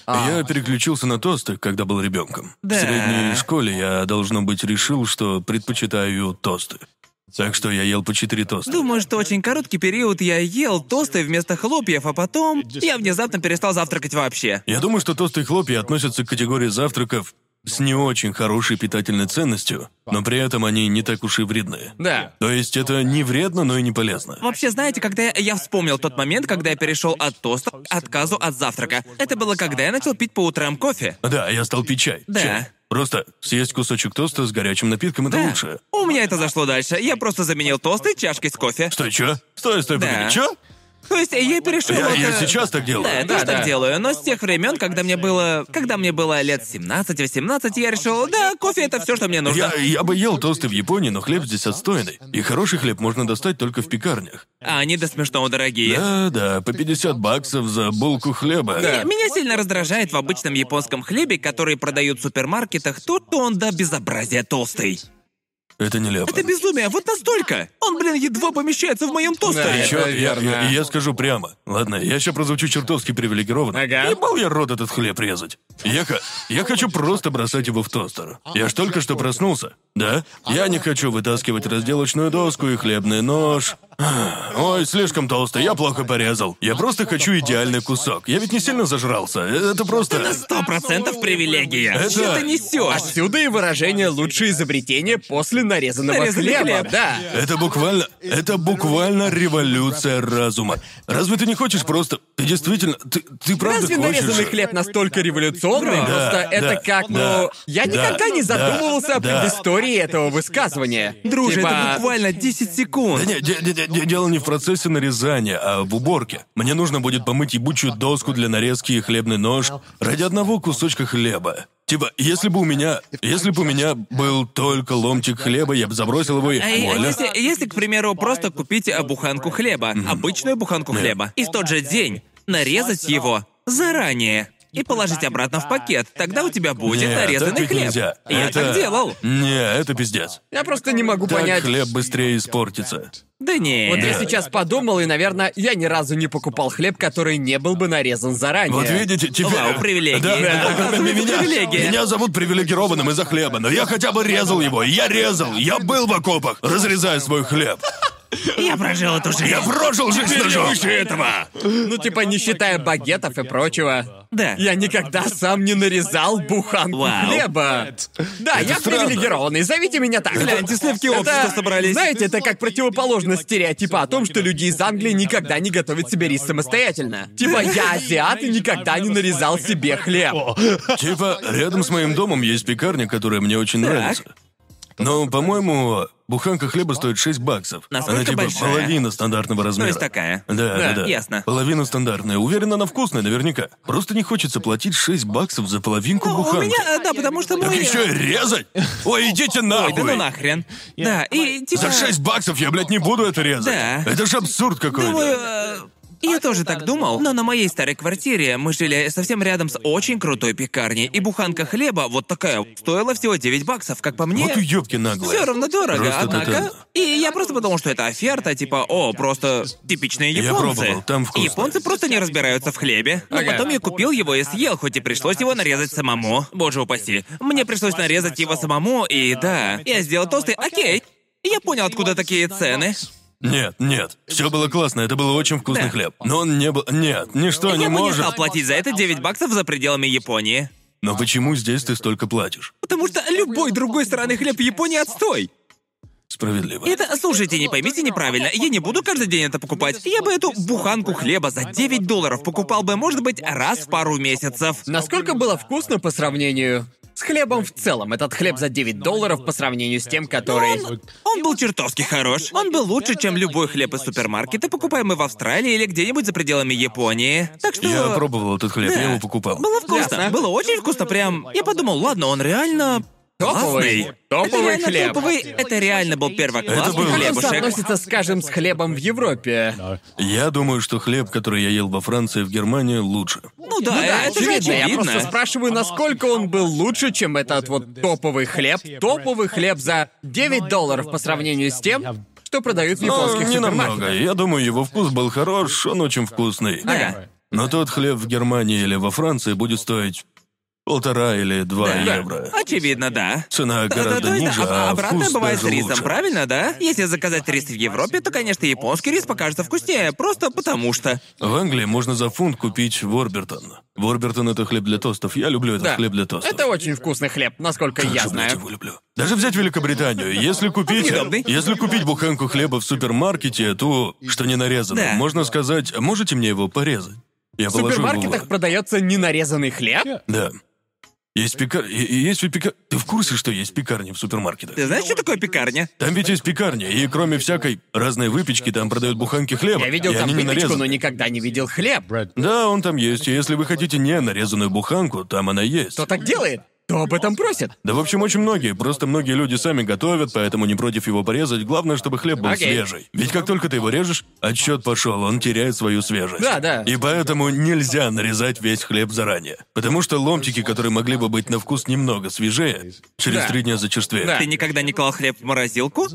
Speaker 2: Я переключился на тосты, когда был ребенком.
Speaker 1: А. Да.
Speaker 2: В средней школе я, должно быть, решил, что предпочитаю тосты. Так что я ел по четыре тоста.
Speaker 1: Думаю, что очень короткий период я ел тосты вместо хлопьев, а потом я внезапно перестал завтракать вообще.
Speaker 2: Я думаю, что тосты и хлопья относятся к категории завтраков с не очень хорошей питательной ценностью, но при этом они не так уж и вредны.
Speaker 3: Да.
Speaker 2: То есть это не вредно, но и не полезно.
Speaker 1: Вообще, знаете, когда я, я вспомнил тот момент, когда я перешел от тоста к отказу от завтрака. Это было, когда я начал пить по утрам кофе.
Speaker 2: Да, я стал пить чай.
Speaker 1: Да.
Speaker 2: Чай. Просто съесть кусочек тоста с горячим напитком это
Speaker 1: Да.
Speaker 2: лучше.
Speaker 1: У меня это зашло дальше. Я просто заменил тосты чашкой с кофе.
Speaker 2: Стой, чё? Стой, стой,
Speaker 1: Да.
Speaker 2: погоди, чё?
Speaker 1: То есть я перешел.
Speaker 2: Я,
Speaker 1: от,
Speaker 2: я
Speaker 1: э,
Speaker 2: сейчас так делаю.
Speaker 1: Да, я тоже
Speaker 4: Да,
Speaker 1: так
Speaker 4: да.
Speaker 1: делаю, но с тех времен, когда мне было. Когда мне было лет 17-18, я решил, да, кофе это все, что мне нужно.
Speaker 2: Я, я бы ел тосты в Японии, но хлеб здесь отстойный. И хороший хлеб можно достать только в пекарнях.
Speaker 1: А они до смешного дорогие.
Speaker 2: Да, да, по 50 баксов за булку хлеба.
Speaker 1: Э, Меня сильно раздражает в обычном японском хлебе, который продают в супермаркетах, то, что он до безобразия толстый.
Speaker 2: Это нелепо.
Speaker 1: Это безумие, вот настолько! Он, блин, едва помещается в моем
Speaker 3: Да,
Speaker 1: тостере.
Speaker 3: это
Speaker 2: Еще я,
Speaker 3: верно.
Speaker 2: я- я скажу прямо. Ладно, я сейчас прозвучу чертовски привилегированно.
Speaker 3: Ага.
Speaker 2: Ебал я рот этот хлеб резать. Я, ха- я хочу просто бросать его в тостер. Я ж только что проснулся. Да? Я не хочу вытаскивать разделочную доску и хлебный нож. Ах, Ой, слишком толсто, я плохо порезал. Я просто хочу идеальный кусок. Я ведь не сильно зажрался. Это просто...
Speaker 1: Сто процентов привилегия.
Speaker 2: Это-
Speaker 1: Что ты несешь?
Speaker 3: Отсюда и выражение «лучшее изобретение после нарезанного
Speaker 1: Нарезанный
Speaker 3: хлеба».
Speaker 1: хлеб.
Speaker 3: Да.
Speaker 2: Это буквально... Это буквально революция разума. Разве ты не хочешь просто... Ты действительно... Ты, ты правда
Speaker 3: Разве
Speaker 2: хочешь...
Speaker 3: нарезанный хлеб настолько революционный?
Speaker 1: Да,
Speaker 3: Просто
Speaker 2: да,
Speaker 3: это как,
Speaker 2: да,
Speaker 3: ну... Я
Speaker 2: да,
Speaker 3: никогда не
Speaker 2: да,
Speaker 3: задумывался о
Speaker 2: да.
Speaker 3: предыстории этого высказывания.
Speaker 1: Друже,
Speaker 3: Типа,
Speaker 1: это буквально 10
Speaker 2: Да
Speaker 1: секунд.
Speaker 2: не, де- де- де- де- дело не в процессе нарезания, а в уборке. Мне нужно будет помыть ебучую доску для нарезки и хлебный нож ради одного кусочка хлеба. Типа, если бы у меня... Если бы у меня был только ломтик хлеба, я бы забросил его и...
Speaker 1: А е-
Speaker 2: Вуаля.
Speaker 1: если, если, к примеру, просто купить э, буханку хлеба, обычную буханку хлеба, и в тот же день нарезать его заранее и положить обратно в пакет, тогда у тебя будет
Speaker 2: Не, так
Speaker 1: нарезанный
Speaker 2: ведь
Speaker 1: хлеб.
Speaker 2: нельзя.
Speaker 1: Я
Speaker 2: Это-
Speaker 1: так делал.
Speaker 2: Не, это пиздец.
Speaker 3: Я просто не могу
Speaker 2: Так
Speaker 3: понять...
Speaker 2: хлеб быстрее испортится.
Speaker 1: Да не.
Speaker 3: Вот я сейчас подумал, и, наверное, я ни разу не покупал хлеб, который не был бы нарезан заранее.
Speaker 2: Вот видите, теперь...
Speaker 1: Вау, привилегии.
Speaker 2: Да, да, да,
Speaker 1: Оказывается,
Speaker 2: меня,
Speaker 1: привилегия.
Speaker 2: меня зовут привилегированным из-за хлеба, но я хотя бы резал его. Я резал, я был в окопах, разрезая свой хлеб.
Speaker 1: Я прожил эту жизнь.
Speaker 2: Я прожил жизнь с ножом.
Speaker 1: этого.
Speaker 3: Ну, типа, не считая багетов и прочего.
Speaker 1: Да.
Speaker 3: Я никогда сам не нарезал буханку
Speaker 1: Вау.
Speaker 3: хлеба. Да, я
Speaker 2: странно.
Speaker 3: привилегированный, зовите меня так.
Speaker 1: Гляньте, сливки
Speaker 3: Это-
Speaker 1: общества собрались.
Speaker 3: Знаете, это как противоположность стереотипа о том, что люди из Англии никогда не готовят себе рис самостоятельно. Типа, я азиат и никогда не нарезал себе хлеб.
Speaker 2: Типа, рядом с моим домом есть пекарня, которая мне очень нравится. Но, по-моему, буханка хлеба стоит 6 баксов.
Speaker 1: Насколько
Speaker 2: она типа
Speaker 1: большая? Ну,
Speaker 2: половина стандартного размера.
Speaker 1: есть такая.
Speaker 2: Да, да, да.
Speaker 1: Ясно.
Speaker 2: Половина стандартная. Уверен, она вкусная наверняка. Просто не хочется платить 6 баксов за половинку
Speaker 1: Ну, у
Speaker 2: буханки.
Speaker 1: меня, да, потому что
Speaker 2: Так
Speaker 1: мы...
Speaker 2: еще и резать? Ой, идите
Speaker 1: Ой, да ну
Speaker 2: нахуй!
Speaker 1: нахрен. Да, и типа...
Speaker 2: За 6 баксов я, блядь, не буду это резать.
Speaker 1: Да.
Speaker 2: Это ж абсурд какой-то.
Speaker 1: Думаю, э, я тоже так думал, но на моей старой квартире мы жили совсем рядом с очень крутой пекарней, и буханка хлеба, вот такая, стоила всего 9 баксов, как по мне.
Speaker 2: Вот уёбки наглые.
Speaker 1: Все равно дорого,
Speaker 2: Просто
Speaker 1: однако.
Speaker 2: тотально.
Speaker 1: И я просто подумал, что это оферта, типа, о, просто типичные
Speaker 2: Я
Speaker 1: японцы.
Speaker 2: пробовал, там вкусно.
Speaker 1: Японцы просто не разбираются в хлебе. Но
Speaker 3: Ага.
Speaker 1: потом я купил его и съел, хоть и пришлось его нарезать самому. Боже упаси. Мне пришлось нарезать его самому, и да, я сделал тосты, окей. Я понял, откуда такие цены.
Speaker 2: Нет, нет. Все было классно, это был очень вкусный
Speaker 1: Да.
Speaker 2: хлеб. Но он не был... Нет, ничто не
Speaker 1: я бы не
Speaker 2: может...
Speaker 1: стал платить за это 9 баксов за пределами Японии.
Speaker 2: Но почему здесь ты столько платишь?
Speaker 1: Потому что любой другой страны хлеб в Японии отстой.
Speaker 2: Справедливо.
Speaker 1: Это, слушайте, не поймите неправильно, я не буду каждый день это покупать. Я бы эту буханку хлеба за 9 долларов покупал бы, может быть, раз в пару месяцев.
Speaker 3: Насколько было вкусно по сравнению с хлебом в целом? Этот хлеб за 9 долларов по сравнению с тем, который...
Speaker 1: Он, он был чертовски хорош. Он был лучше, чем любой хлеб из супермаркета, покупаемый в Австралии или где-нибудь за пределами Японии. Так что...
Speaker 2: Я пробовал этот хлеб,
Speaker 1: Да.
Speaker 2: я его покупал.
Speaker 1: Было вкусно.
Speaker 3: Ясно.
Speaker 1: Было очень вкусно, прям. Я подумал, ладно, он реально...
Speaker 3: Топовый.
Speaker 1: классный.
Speaker 3: Топовый
Speaker 1: это реально
Speaker 3: хлеб.
Speaker 1: Топовый, это реально был
Speaker 2: Это
Speaker 1: первоклассный
Speaker 2: был-
Speaker 3: Как Ну, он
Speaker 1: хлебушек. Ну
Speaker 3: соотносится, скажем, с хлебом в Европе?
Speaker 2: Я думаю, что хлеб, который я ел во Франции и в Германии, лучше.
Speaker 1: Ну да, это же
Speaker 3: очевидно. Я
Speaker 1: очевидно.
Speaker 3: просто спрашиваю, насколько он был лучше, чем этот вот топовый хлеб. Топовый хлеб за 9 долларов по сравнению с тем, что продают в
Speaker 2: Ну,
Speaker 3: японских
Speaker 2: не намного.
Speaker 3: супермаркетах.
Speaker 2: Я думаю, его вкус был хорош, он очень вкусный.
Speaker 1: Да.
Speaker 2: Но тот хлеб в Германии или во Франции будет стоить полтора или два
Speaker 1: Да.
Speaker 2: евро.
Speaker 1: Очевидно, да. Да,
Speaker 2: Цена гораздо
Speaker 1: то есть,
Speaker 2: ниже,
Speaker 1: об-
Speaker 2: а
Speaker 1: обратное
Speaker 2: вкус
Speaker 1: бывает с
Speaker 2: даже
Speaker 1: рисом,
Speaker 2: лучше.
Speaker 1: правильно, да? Если заказать рис в Европе, то, конечно, японский рис покажется вкуснее, просто потому что.
Speaker 2: В Англии можно за фунт купить Ворбертон. Ворбертон — это хлеб для тостов. Я люблю этот
Speaker 3: Да.
Speaker 2: хлеб для тостов.
Speaker 3: Это очень вкусный хлеб, насколько
Speaker 2: Как
Speaker 3: я
Speaker 2: же, блядь,
Speaker 3: знаю.
Speaker 2: его люблю. Даже взять Великобританию, если купить,
Speaker 1: Удобный.
Speaker 2: если купить буханку хлеба в супермаркете, то что не нарезано,
Speaker 1: Да.
Speaker 2: можно сказать, можете мне его порезать? Я
Speaker 3: В
Speaker 2: положу его в
Speaker 3: супермаркетах
Speaker 2: рот».
Speaker 3: продается ненарезанный хлеб?
Speaker 2: Да. Есть пекар... и- и Есть ведь пека- Ты в курсе, что есть пекарни в супермаркетах?
Speaker 1: Ты знаешь, что такое пекарня?
Speaker 2: Там ведь есть пекарня, и кроме всякой разной выпечки, там продают буханки хлеба.
Speaker 3: Я видел
Speaker 2: и
Speaker 3: там
Speaker 2: они не
Speaker 3: выпечку,
Speaker 2: нарезаны.
Speaker 3: но никогда не видел хлеб.
Speaker 2: Да, он там есть, и если вы хотите не нарезанную буханку, там она есть.
Speaker 3: Кто так делает? Кто об этом просит?
Speaker 2: Да, в общем, очень многие. Просто многие люди сами готовят, поэтому не против его порезать. Главное, чтобы хлеб был
Speaker 3: Окей.
Speaker 2: свежий. Ведь как только ты его режешь, отсчет пошел, он теряет свою свежесть.
Speaker 3: Да, да.
Speaker 2: И поэтому нельзя нарезать весь хлеб заранее. Потому что ломтики, которые могли бы быть на вкус немного свежее, через
Speaker 3: Да.
Speaker 2: три дня зачерствеют.
Speaker 3: Да.
Speaker 1: Ты никогда не клал хлеб в морозилку?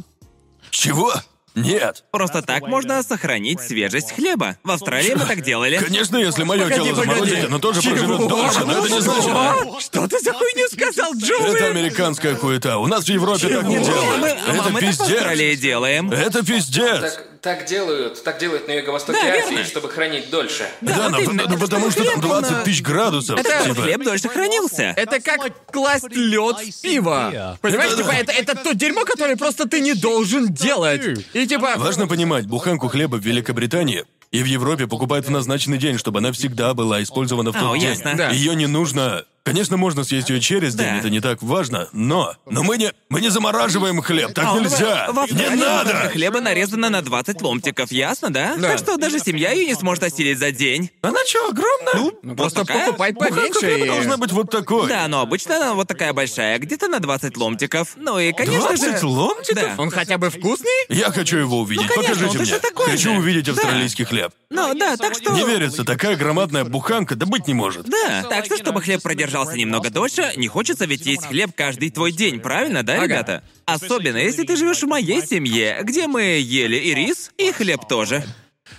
Speaker 2: Чего? Нет.
Speaker 1: Просто так можно сохранить свежесть хлеба. В Австралии мы так делали.
Speaker 2: Конечно, если мое тело заморозить, оно тоже проживет дольше, но это не значит.
Speaker 3: Что? а? Что ты за хуйню сказал,
Speaker 2: Это
Speaker 3: Джоуи?
Speaker 2: американская хуета. У нас в Европе так не
Speaker 1: Мы-
Speaker 2: делают.
Speaker 1: мы- а
Speaker 2: Это
Speaker 1: мы так в Австралии
Speaker 2: пиздец.
Speaker 1: делаем.
Speaker 2: Это пиздец.
Speaker 4: Так, так делают, так делают на Юго-Востоке
Speaker 1: Да,
Speaker 4: Азии,
Speaker 1: верно.
Speaker 4: чтобы хранить дольше.
Speaker 2: Да,
Speaker 1: вот
Speaker 2: но
Speaker 1: именно.
Speaker 2: по- ну, потому что там
Speaker 1: Хлеб, он, э,
Speaker 2: 20 тысяч градусов.
Speaker 3: Это
Speaker 2: типа.
Speaker 1: Хлеб дольше хранился.
Speaker 3: Это как класть лед в пиво. Понимаешь, типа, это, это то дерьмо, которое просто ты не должен делать. И типа...
Speaker 2: Важно понимать, буханку хлеба в Великобритании и в Европе покупают в назначенный день, чтобы она всегда была использована в тот
Speaker 1: О,
Speaker 2: день.
Speaker 1: ясно.
Speaker 3: Да.
Speaker 2: Ее не нужно. Конечно, можно съесть ее через
Speaker 1: Да.
Speaker 2: день, это не так важно, но. Но мы не. Мы не замораживаем хлеб, так
Speaker 1: А,
Speaker 2: нельзя!
Speaker 1: в- в
Speaker 2: не
Speaker 1: Австралии буханка
Speaker 2: надо!
Speaker 1: Хлеба нарезано на 20 ломтиков, ясно, да?
Speaker 3: Да.
Speaker 1: Так что даже семья ее не сможет осилить за день.
Speaker 2: Она что, огромная?
Speaker 1: Ну, э,
Speaker 3: Просто покупай
Speaker 2: буханка
Speaker 3: поменьше
Speaker 2: хлеба
Speaker 3: и...
Speaker 2: должна быть вот такой.
Speaker 1: Да, ну, но обычно она вот такая большая, где-то на 20 ломтиков. Ну и, конечно
Speaker 2: 20
Speaker 1: же...
Speaker 2: ломтиков?
Speaker 1: Да.
Speaker 3: Он хотя бы вкусный?
Speaker 2: Я хочу его увидеть.
Speaker 1: конечно,
Speaker 2: Покажите
Speaker 1: он же
Speaker 2: мне.
Speaker 1: такой же.
Speaker 2: Хочу увидеть
Speaker 1: Да.
Speaker 2: австралийский хлеб.
Speaker 1: Ну да, так что...
Speaker 2: Не верится, такая громадная буханка, да быть не может.
Speaker 1: Да, так что, чтобы хлеб продержался немного дольше, не хочется ведь есть хлеб каждый твой день, правильно, да,
Speaker 3: Ага.
Speaker 1: ребята? Особенно, если ты живешь в моей семье, где мы ели и рис, и хлеб тоже.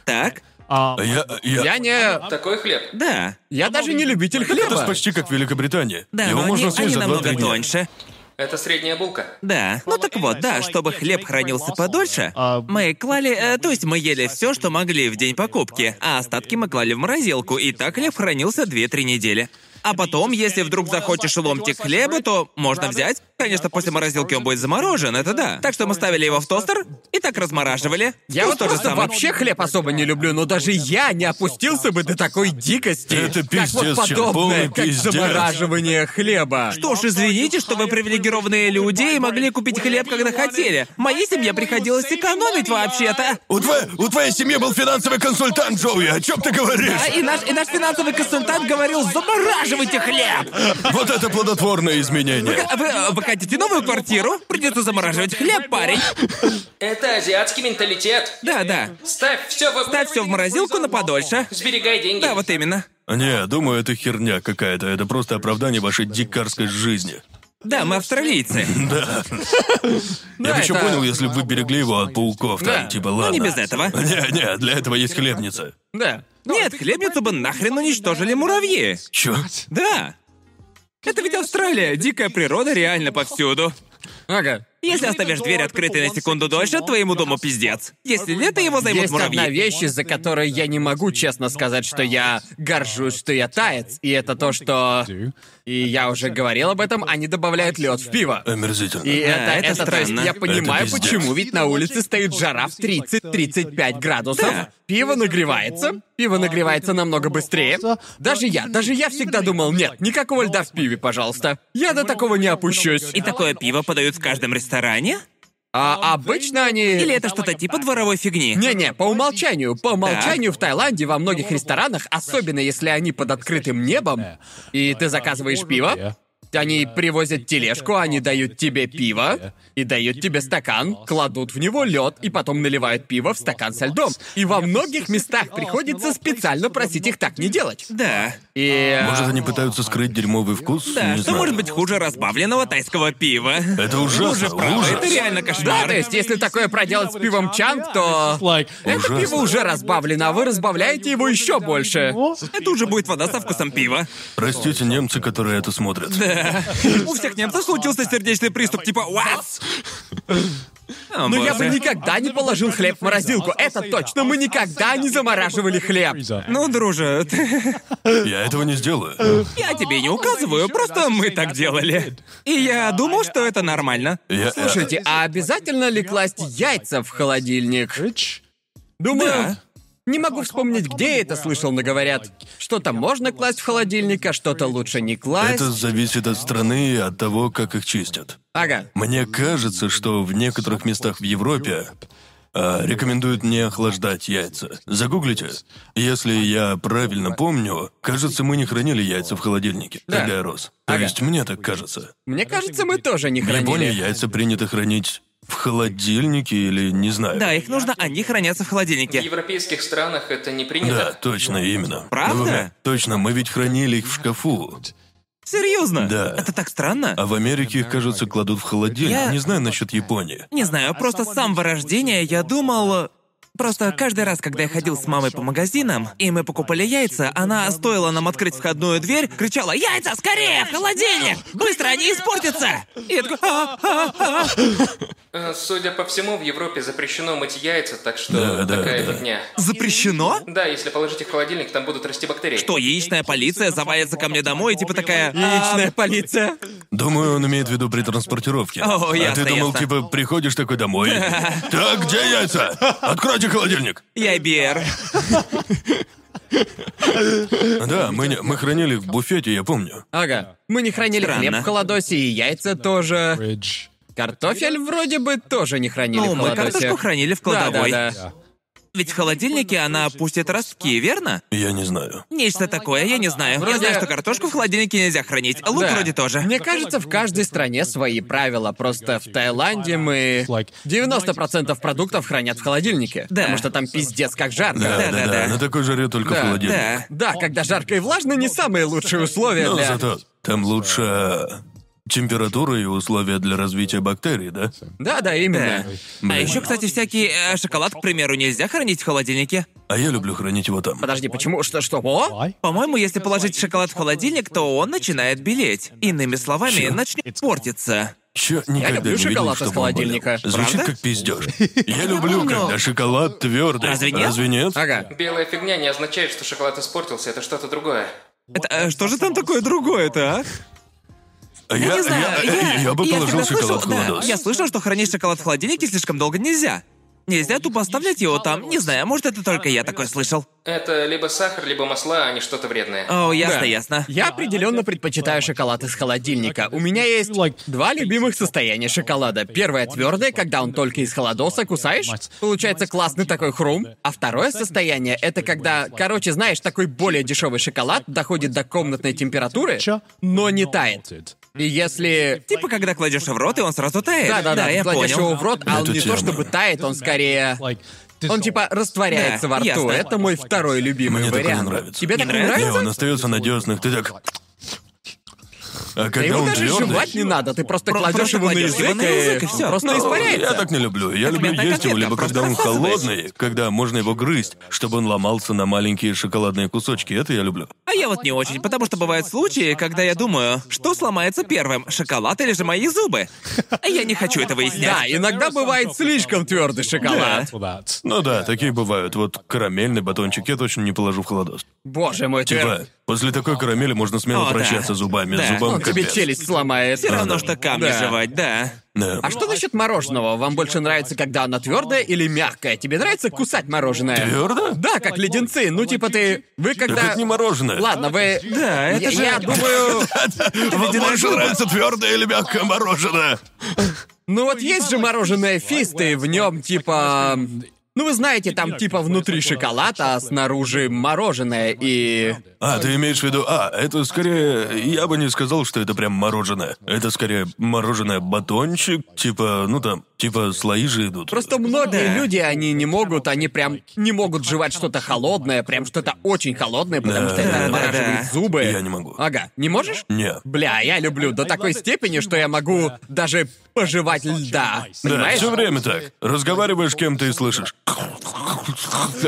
Speaker 1: Так?
Speaker 2: А Я, я...
Speaker 3: Я не...
Speaker 4: Такой хлеб.
Speaker 1: Да.
Speaker 3: Я даже не любитель
Speaker 2: Это ж
Speaker 3: хлеба.
Speaker 2: почти как Великобритания.
Speaker 1: Да,
Speaker 2: Его
Speaker 1: но
Speaker 2: можно
Speaker 1: они,
Speaker 2: съесть
Speaker 1: они
Speaker 2: за
Speaker 1: намного
Speaker 2: 2-3 дня.
Speaker 1: тоньше.
Speaker 4: Это средняя булка.
Speaker 1: Да. Ну так вот, да, чтобы хлеб хранился подольше, мы клали... э, то есть мы ели все, что могли в день покупки, а остатки мы клали в морозилку, и так хлеб хранился 2-3 недели. А потом, если вдруг захочешь ломтик хлеба, то можно взять. Конечно, после морозилки он будет заморожен, это да. Так что мы ставили его в тостер и так размораживали.
Speaker 3: Я
Speaker 1: Вкус
Speaker 3: вот тоже
Speaker 1: самое.
Speaker 3: вообще хлеб особо не люблю, но даже я не опустился бы до такой дикости.
Speaker 2: Это
Speaker 3: как вот
Speaker 2: пиздец, чел,
Speaker 3: подобное,
Speaker 2: полный
Speaker 3: как
Speaker 2: пиздец.
Speaker 3: замораживание хлеба.
Speaker 1: Что ж, извините, что вы привилегированные люди и могли купить хлеб, когда хотели. Моей семье приходилось экономить вообще-то.
Speaker 2: У, твоей- у твоей семьи был финансовый консультант, Джоуи, о чем ты говоришь?
Speaker 1: А, и наш, и наш финансовый консультант говорил, замораживайте хлеб!
Speaker 2: Вот это плодотворное изменение.
Speaker 1: А Вы, а вы хотите новую квартиру? Придется замораживать хлеб, парень.
Speaker 4: Это азиатский менталитет.
Speaker 1: Да, да.
Speaker 4: Ставь все в...
Speaker 1: Ставь все в морозилку на подольше.
Speaker 4: Сберегай деньги.
Speaker 1: Да, вот именно.
Speaker 2: Не, думаю, это херня какая-то. Это просто оправдание вашей дикарской жизни.
Speaker 1: Да, мы австралийцы.
Speaker 2: Я бы еще
Speaker 3: это-
Speaker 2: понял, если бы вы берегли его от пауков, там,
Speaker 3: Да.
Speaker 2: типа, ладно.
Speaker 1: не без этого.
Speaker 2: Не, не, для этого есть хлебница.
Speaker 3: Да.
Speaker 1: Нет, хлебницу бы нахрен уничтожили муравьи.
Speaker 2: Чё?
Speaker 1: Да. Это ведь Австралия, дикая природа реально повсюду.
Speaker 3: Ага.
Speaker 1: Если оставишь дверь открытой на секунду дольше, твоему дому пиздец. Если лето, его займут
Speaker 3: Есть одна
Speaker 1: муравьи.
Speaker 3: вещь, из-за которой я не могу честно сказать, что я горжусь, что я таец. И это то, что... И я уже говорил об этом, они добавляют лед в пиво.
Speaker 2: Омерзительно.
Speaker 3: И это,
Speaker 1: А, это
Speaker 3: это, то есть,
Speaker 1: странно.
Speaker 3: я
Speaker 1: Это
Speaker 3: понимаю,
Speaker 2: пиздец.
Speaker 3: почему, ведь на улице стоит жара в 30-35 градусов.
Speaker 1: Да.
Speaker 3: Пиво нагревается, пиво нагревается намного быстрее. Даже я, даже я всегда думал, нет, никакого льда в пиве, пожалуйста. Я до такого не опущусь.
Speaker 1: И такое пиво подают в каждом ресторане?
Speaker 3: А обычно они...
Speaker 1: Или это что-то типа дворовой фигни?
Speaker 3: Не-не, по умолчанию. По умолчанию в Таиланде во многих ресторанах, особенно если они под открытым небом, и ты заказываешь пиво, они привозят тележку, они дают тебе пиво, и дают тебе стакан, кладут в него лед, и потом наливают пиво в стакан со льдом. И во многих местах приходится специально просить их так не делать.
Speaker 1: Да.
Speaker 3: И... э,
Speaker 2: Может, они пытаются скрыть дерьмовый вкус?
Speaker 1: Да,
Speaker 2: не
Speaker 1: что
Speaker 2: знаю.
Speaker 1: может быть хуже разбавленного тайского пива?
Speaker 2: Это ужасно, ужас.
Speaker 1: Это реально кошмар.
Speaker 3: Да, то есть, если такое проделать с пивом чанг, то... Это
Speaker 2: Ужасно.
Speaker 3: пиво уже разбавлено, а вы разбавляете его еще больше.
Speaker 1: Это уже будет вода со вкусом пива.
Speaker 2: Простите немцы, которые это смотрят.
Speaker 1: У всех немцев случился сердечный приступ, типа «What?» О,
Speaker 3: Но Ну, я бы
Speaker 1: боже.
Speaker 3: никогда не положил хлеб в морозилку. Это точно, мы никогда не замораживали хлеб.
Speaker 1: Ну, друже,
Speaker 2: Я этого не
Speaker 3: Э,
Speaker 2: сделаю.
Speaker 1: я тебе не указываю, просто мы так делали. И я думал, что это нормально.
Speaker 2: Я-
Speaker 3: Слушайте, а обязательно ли класть яйца в холодильник? Думаю,
Speaker 1: Да.
Speaker 3: Не могу вспомнить, где я это слышал, но говорят, что-то можно класть в холодильник, а что-то лучше не класть.
Speaker 2: Это зависит от страны и от того, как их чистят.
Speaker 3: Ага.
Speaker 2: Мне кажется, что в некоторых местах в Европе а, рекомендуют не охлаждать яйца. Загуглите. Если я правильно помню, кажется, мы не хранили яйца в холодильнике,
Speaker 3: Да.
Speaker 2: когда я рос. То
Speaker 3: Ага.
Speaker 2: есть мне так кажется.
Speaker 3: Мне кажется, мы тоже не
Speaker 2: В Японии
Speaker 3: хранили.
Speaker 2: яйца принято хранить в холодильнике или не знаю.
Speaker 1: Да, их нужно, они хранятся в
Speaker 4: В
Speaker 1: холодильнике.
Speaker 4: европейских странах это не
Speaker 2: Да,
Speaker 4: принято.
Speaker 2: точно, именно.
Speaker 1: Правда?
Speaker 2: Ну, да, точно, мы ведь хранили их в шкафу.
Speaker 1: Серьезно?
Speaker 2: Да.
Speaker 1: Это так странно.
Speaker 2: А в Америке их, кажется, кладут в холодильник.
Speaker 1: Я-
Speaker 2: Не знаю насчет Японии.
Speaker 1: Не знаю, просто с самого рождения я думал... э, Просто каждый раз, когда я ходил с мамой по магазинам, и мы покупали яйца, она, стоило нам открыть входную дверь, кричала «Яйца, скорее, в холодильник! Быстро они испортятся!» И я такой «А, а, а».
Speaker 4: Э, Судя по всему, в Европе запрещено мыть яйца, так что
Speaker 2: Да, да,
Speaker 4: такая
Speaker 2: да.
Speaker 4: фигня.
Speaker 1: «Запрещено?»
Speaker 4: Да, если положить их в холодильник, там будут расти бактерии.
Speaker 1: Что, яичная полиция завалится ко мне домой и типа такая
Speaker 3: Яичная
Speaker 1: «Ам,
Speaker 3: полиция.
Speaker 2: Думаю, он имеет в виду при транспортировке.
Speaker 1: О,
Speaker 2: а
Speaker 1: ясно,
Speaker 2: ты думал,
Speaker 1: ясно.
Speaker 2: типа, приходишь такой домой. Так, где яйца? Откройте холодильник.
Speaker 1: Я Бер».
Speaker 2: Да, мы, не- мы хранили их в буфете, я помню.
Speaker 3: Ага. Мы не хранили
Speaker 1: Странно.
Speaker 3: хлеб в холодосе, и яйца тоже. Картофель вроде бы тоже не хранили
Speaker 1: Ну,
Speaker 3: в
Speaker 1: мы
Speaker 3: холодосе.
Speaker 1: картошку хранили в кладовой.
Speaker 3: Да, да, да.
Speaker 1: Ведь в холодильнике она пустит ростки, верно?
Speaker 2: Я не знаю.
Speaker 1: Нечто такое, я не знаю. Я
Speaker 3: Вроде-
Speaker 1: знаю, что картошку в холодильнике нельзя хранить. а Лук
Speaker 3: Да.
Speaker 1: вроде тоже.
Speaker 3: Мне кажется, в каждой стране свои правила. Просто в Таиланде мы 90% продуктов хранят в холодильнике.
Speaker 1: Да.
Speaker 3: Потому что там пиздец как жарко.
Speaker 2: Да, да,
Speaker 1: да,
Speaker 2: да.
Speaker 1: да.
Speaker 2: На такой жаре только
Speaker 3: Да,
Speaker 2: в холодильник.
Speaker 1: Да.
Speaker 3: Да, когда жарко и влажно, не самые лучшие условия
Speaker 2: Но
Speaker 3: для...
Speaker 2: Ну, зато там лучше температура и условия для развития бактерий, да?
Speaker 3: Да, да, именно.
Speaker 1: Да. А еще, кстати, всякий э, шоколад, к примеру, нельзя хранить в холодильнике.
Speaker 2: А я люблю хранить его там.
Speaker 3: Подожди, почему? Что, что? О?
Speaker 1: По-моему, если положить шоколад в холодильник, то он начинает белеть. Иными словами, начнет портиться.
Speaker 2: Чё, никогда
Speaker 3: люблю
Speaker 2: не видел,
Speaker 3: шоколад из
Speaker 2: чтобы он
Speaker 3: холодильника.
Speaker 2: болел. Звучит
Speaker 1: Правда?
Speaker 2: как пиздеж. Я люблю, когда шоколад твердый.
Speaker 1: Разве нет?
Speaker 2: Разве нет?
Speaker 3: Ага.
Speaker 4: Белая фигня не означает, что шоколад испортился, это что-то другое.
Speaker 1: Это, э, что же там такое другое-то, а?
Speaker 2: А
Speaker 1: Я
Speaker 2: я,
Speaker 1: не знаю,
Speaker 2: я-
Speaker 1: я-
Speaker 2: я бы
Speaker 1: я
Speaker 2: положил
Speaker 1: всегда слышал-
Speaker 2: шоколад в
Speaker 1: да,
Speaker 2: холодос.
Speaker 1: Я слышал, что хранить шоколад в холодильнике слишком долго нельзя. Нельзя тупо оставлять его там. Не знаю, может, это только я такое слышал.
Speaker 4: Это либо сахар, либо масла, а не что-то вредное.
Speaker 1: О, ясно,
Speaker 3: Да.
Speaker 1: ясно.
Speaker 3: Я определенно предпочитаю шоколад из холодильника. У меня есть два любимых состояния шоколада. Первое твердое, когда он только из холодоса кусаешь, получается классный такой хрум. А второе состояние это когда, короче, знаешь, такой более дешевый шоколад доходит до комнатной температуры, но не тает. И если
Speaker 1: Типа, когда кладешь в рот, и он сразу тает.
Speaker 3: да, да, да,
Speaker 1: я
Speaker 3: кладешь
Speaker 1: понял.
Speaker 3: его в рот, а он
Speaker 2: Это
Speaker 3: не то
Speaker 2: тема.
Speaker 3: чтобы тает, он скорее он типа растворяется
Speaker 1: Да,
Speaker 3: во рту.
Speaker 1: ясно.
Speaker 3: Это мой второй любимый
Speaker 2: Мне такое
Speaker 3: вариант.
Speaker 2: не нравится.
Speaker 3: Тебе
Speaker 1: Не
Speaker 3: такой
Speaker 1: нравится?
Speaker 2: Не,
Speaker 3: нравится?
Speaker 2: он остается на деснах, ты так... А
Speaker 3: Да
Speaker 2: когда
Speaker 3: его
Speaker 2: он
Speaker 3: даже
Speaker 2: твердый-
Speaker 3: жевать не надо, ты просто
Speaker 1: Про-
Speaker 3: кладешь
Speaker 1: просто
Speaker 3: его на
Speaker 1: кладешь
Speaker 3: язык, э,
Speaker 1: его на язык, и всё.
Speaker 3: Просто
Speaker 1: Ну,
Speaker 3: испаряется.
Speaker 2: Я так не люблю. Я люблю
Speaker 1: мятная
Speaker 2: есть его,
Speaker 1: конфетка,
Speaker 2: либо
Speaker 1: просто
Speaker 2: когда он
Speaker 1: рассасываешь.
Speaker 2: холодный, когда можно его грызть, чтобы он ломался на маленькие шоколадные кусочки. Это я люблю.
Speaker 1: А я вот не очень, потому что бывают случаи, когда я думаю, что сломается первым, шоколад или же мои зубы. А я не хочу это
Speaker 3: Да,
Speaker 1: выяснять.
Speaker 3: иногда бывает слишком твердый шоколад.
Speaker 2: Ну да, такие бывают. Вот карамельный батончик я точно не положу в холодос.
Speaker 3: Боже мой,
Speaker 2: Типа,
Speaker 3: твер...
Speaker 2: после такой карамели можно смело
Speaker 1: О, да.
Speaker 2: прощаться зубами.
Speaker 1: Да.
Speaker 2: Зубам
Speaker 3: Он Ну, тебе
Speaker 2: капец.
Speaker 3: челюсть сломает.
Speaker 1: Все равно, что камни
Speaker 3: Да.
Speaker 1: жевать, да.
Speaker 2: Да.
Speaker 3: А что насчет мороженого? Вам больше нравится, когда оно твердое или мягкое? Тебе нравится кусать мороженое?
Speaker 2: Твердо?
Speaker 3: Да, как леденцы. Ну, типа ты... Вы
Speaker 2: Так
Speaker 3: когда...
Speaker 2: это не мороженое.
Speaker 3: Ладно, вы...
Speaker 1: Да, это
Speaker 3: я,
Speaker 1: же-
Speaker 3: я думаю...
Speaker 2: Вам больше нравится твердое или мягкое мороженое?
Speaker 3: Ну вот есть же мороженое фист, и в нем типа... Ну вы знаете, там типа внутри шоколад, а снаружи мороженое, и...
Speaker 2: А, ты имеешь в виду... А, это скорее... Я бы не сказал, что это прям мороженое. Это скорее мороженое-батончик, типа, ну там, типа слои же идут.
Speaker 3: Просто многие люди, они Ну, не могут, они прям не могут жевать что-то холодное, прям что-то очень холодное, потому что
Speaker 1: Да,
Speaker 3: это
Speaker 1: да,
Speaker 3: замораживает
Speaker 1: да.
Speaker 3: зубы.
Speaker 2: Я не могу.
Speaker 3: Ага, не можешь?
Speaker 2: Не.
Speaker 3: Бля, я люблю до такой степени, что я могу даже пожевать льда.
Speaker 2: Да,
Speaker 3: Понимаешь?
Speaker 2: все время так. Разговариваешь с кем-то и слышишь.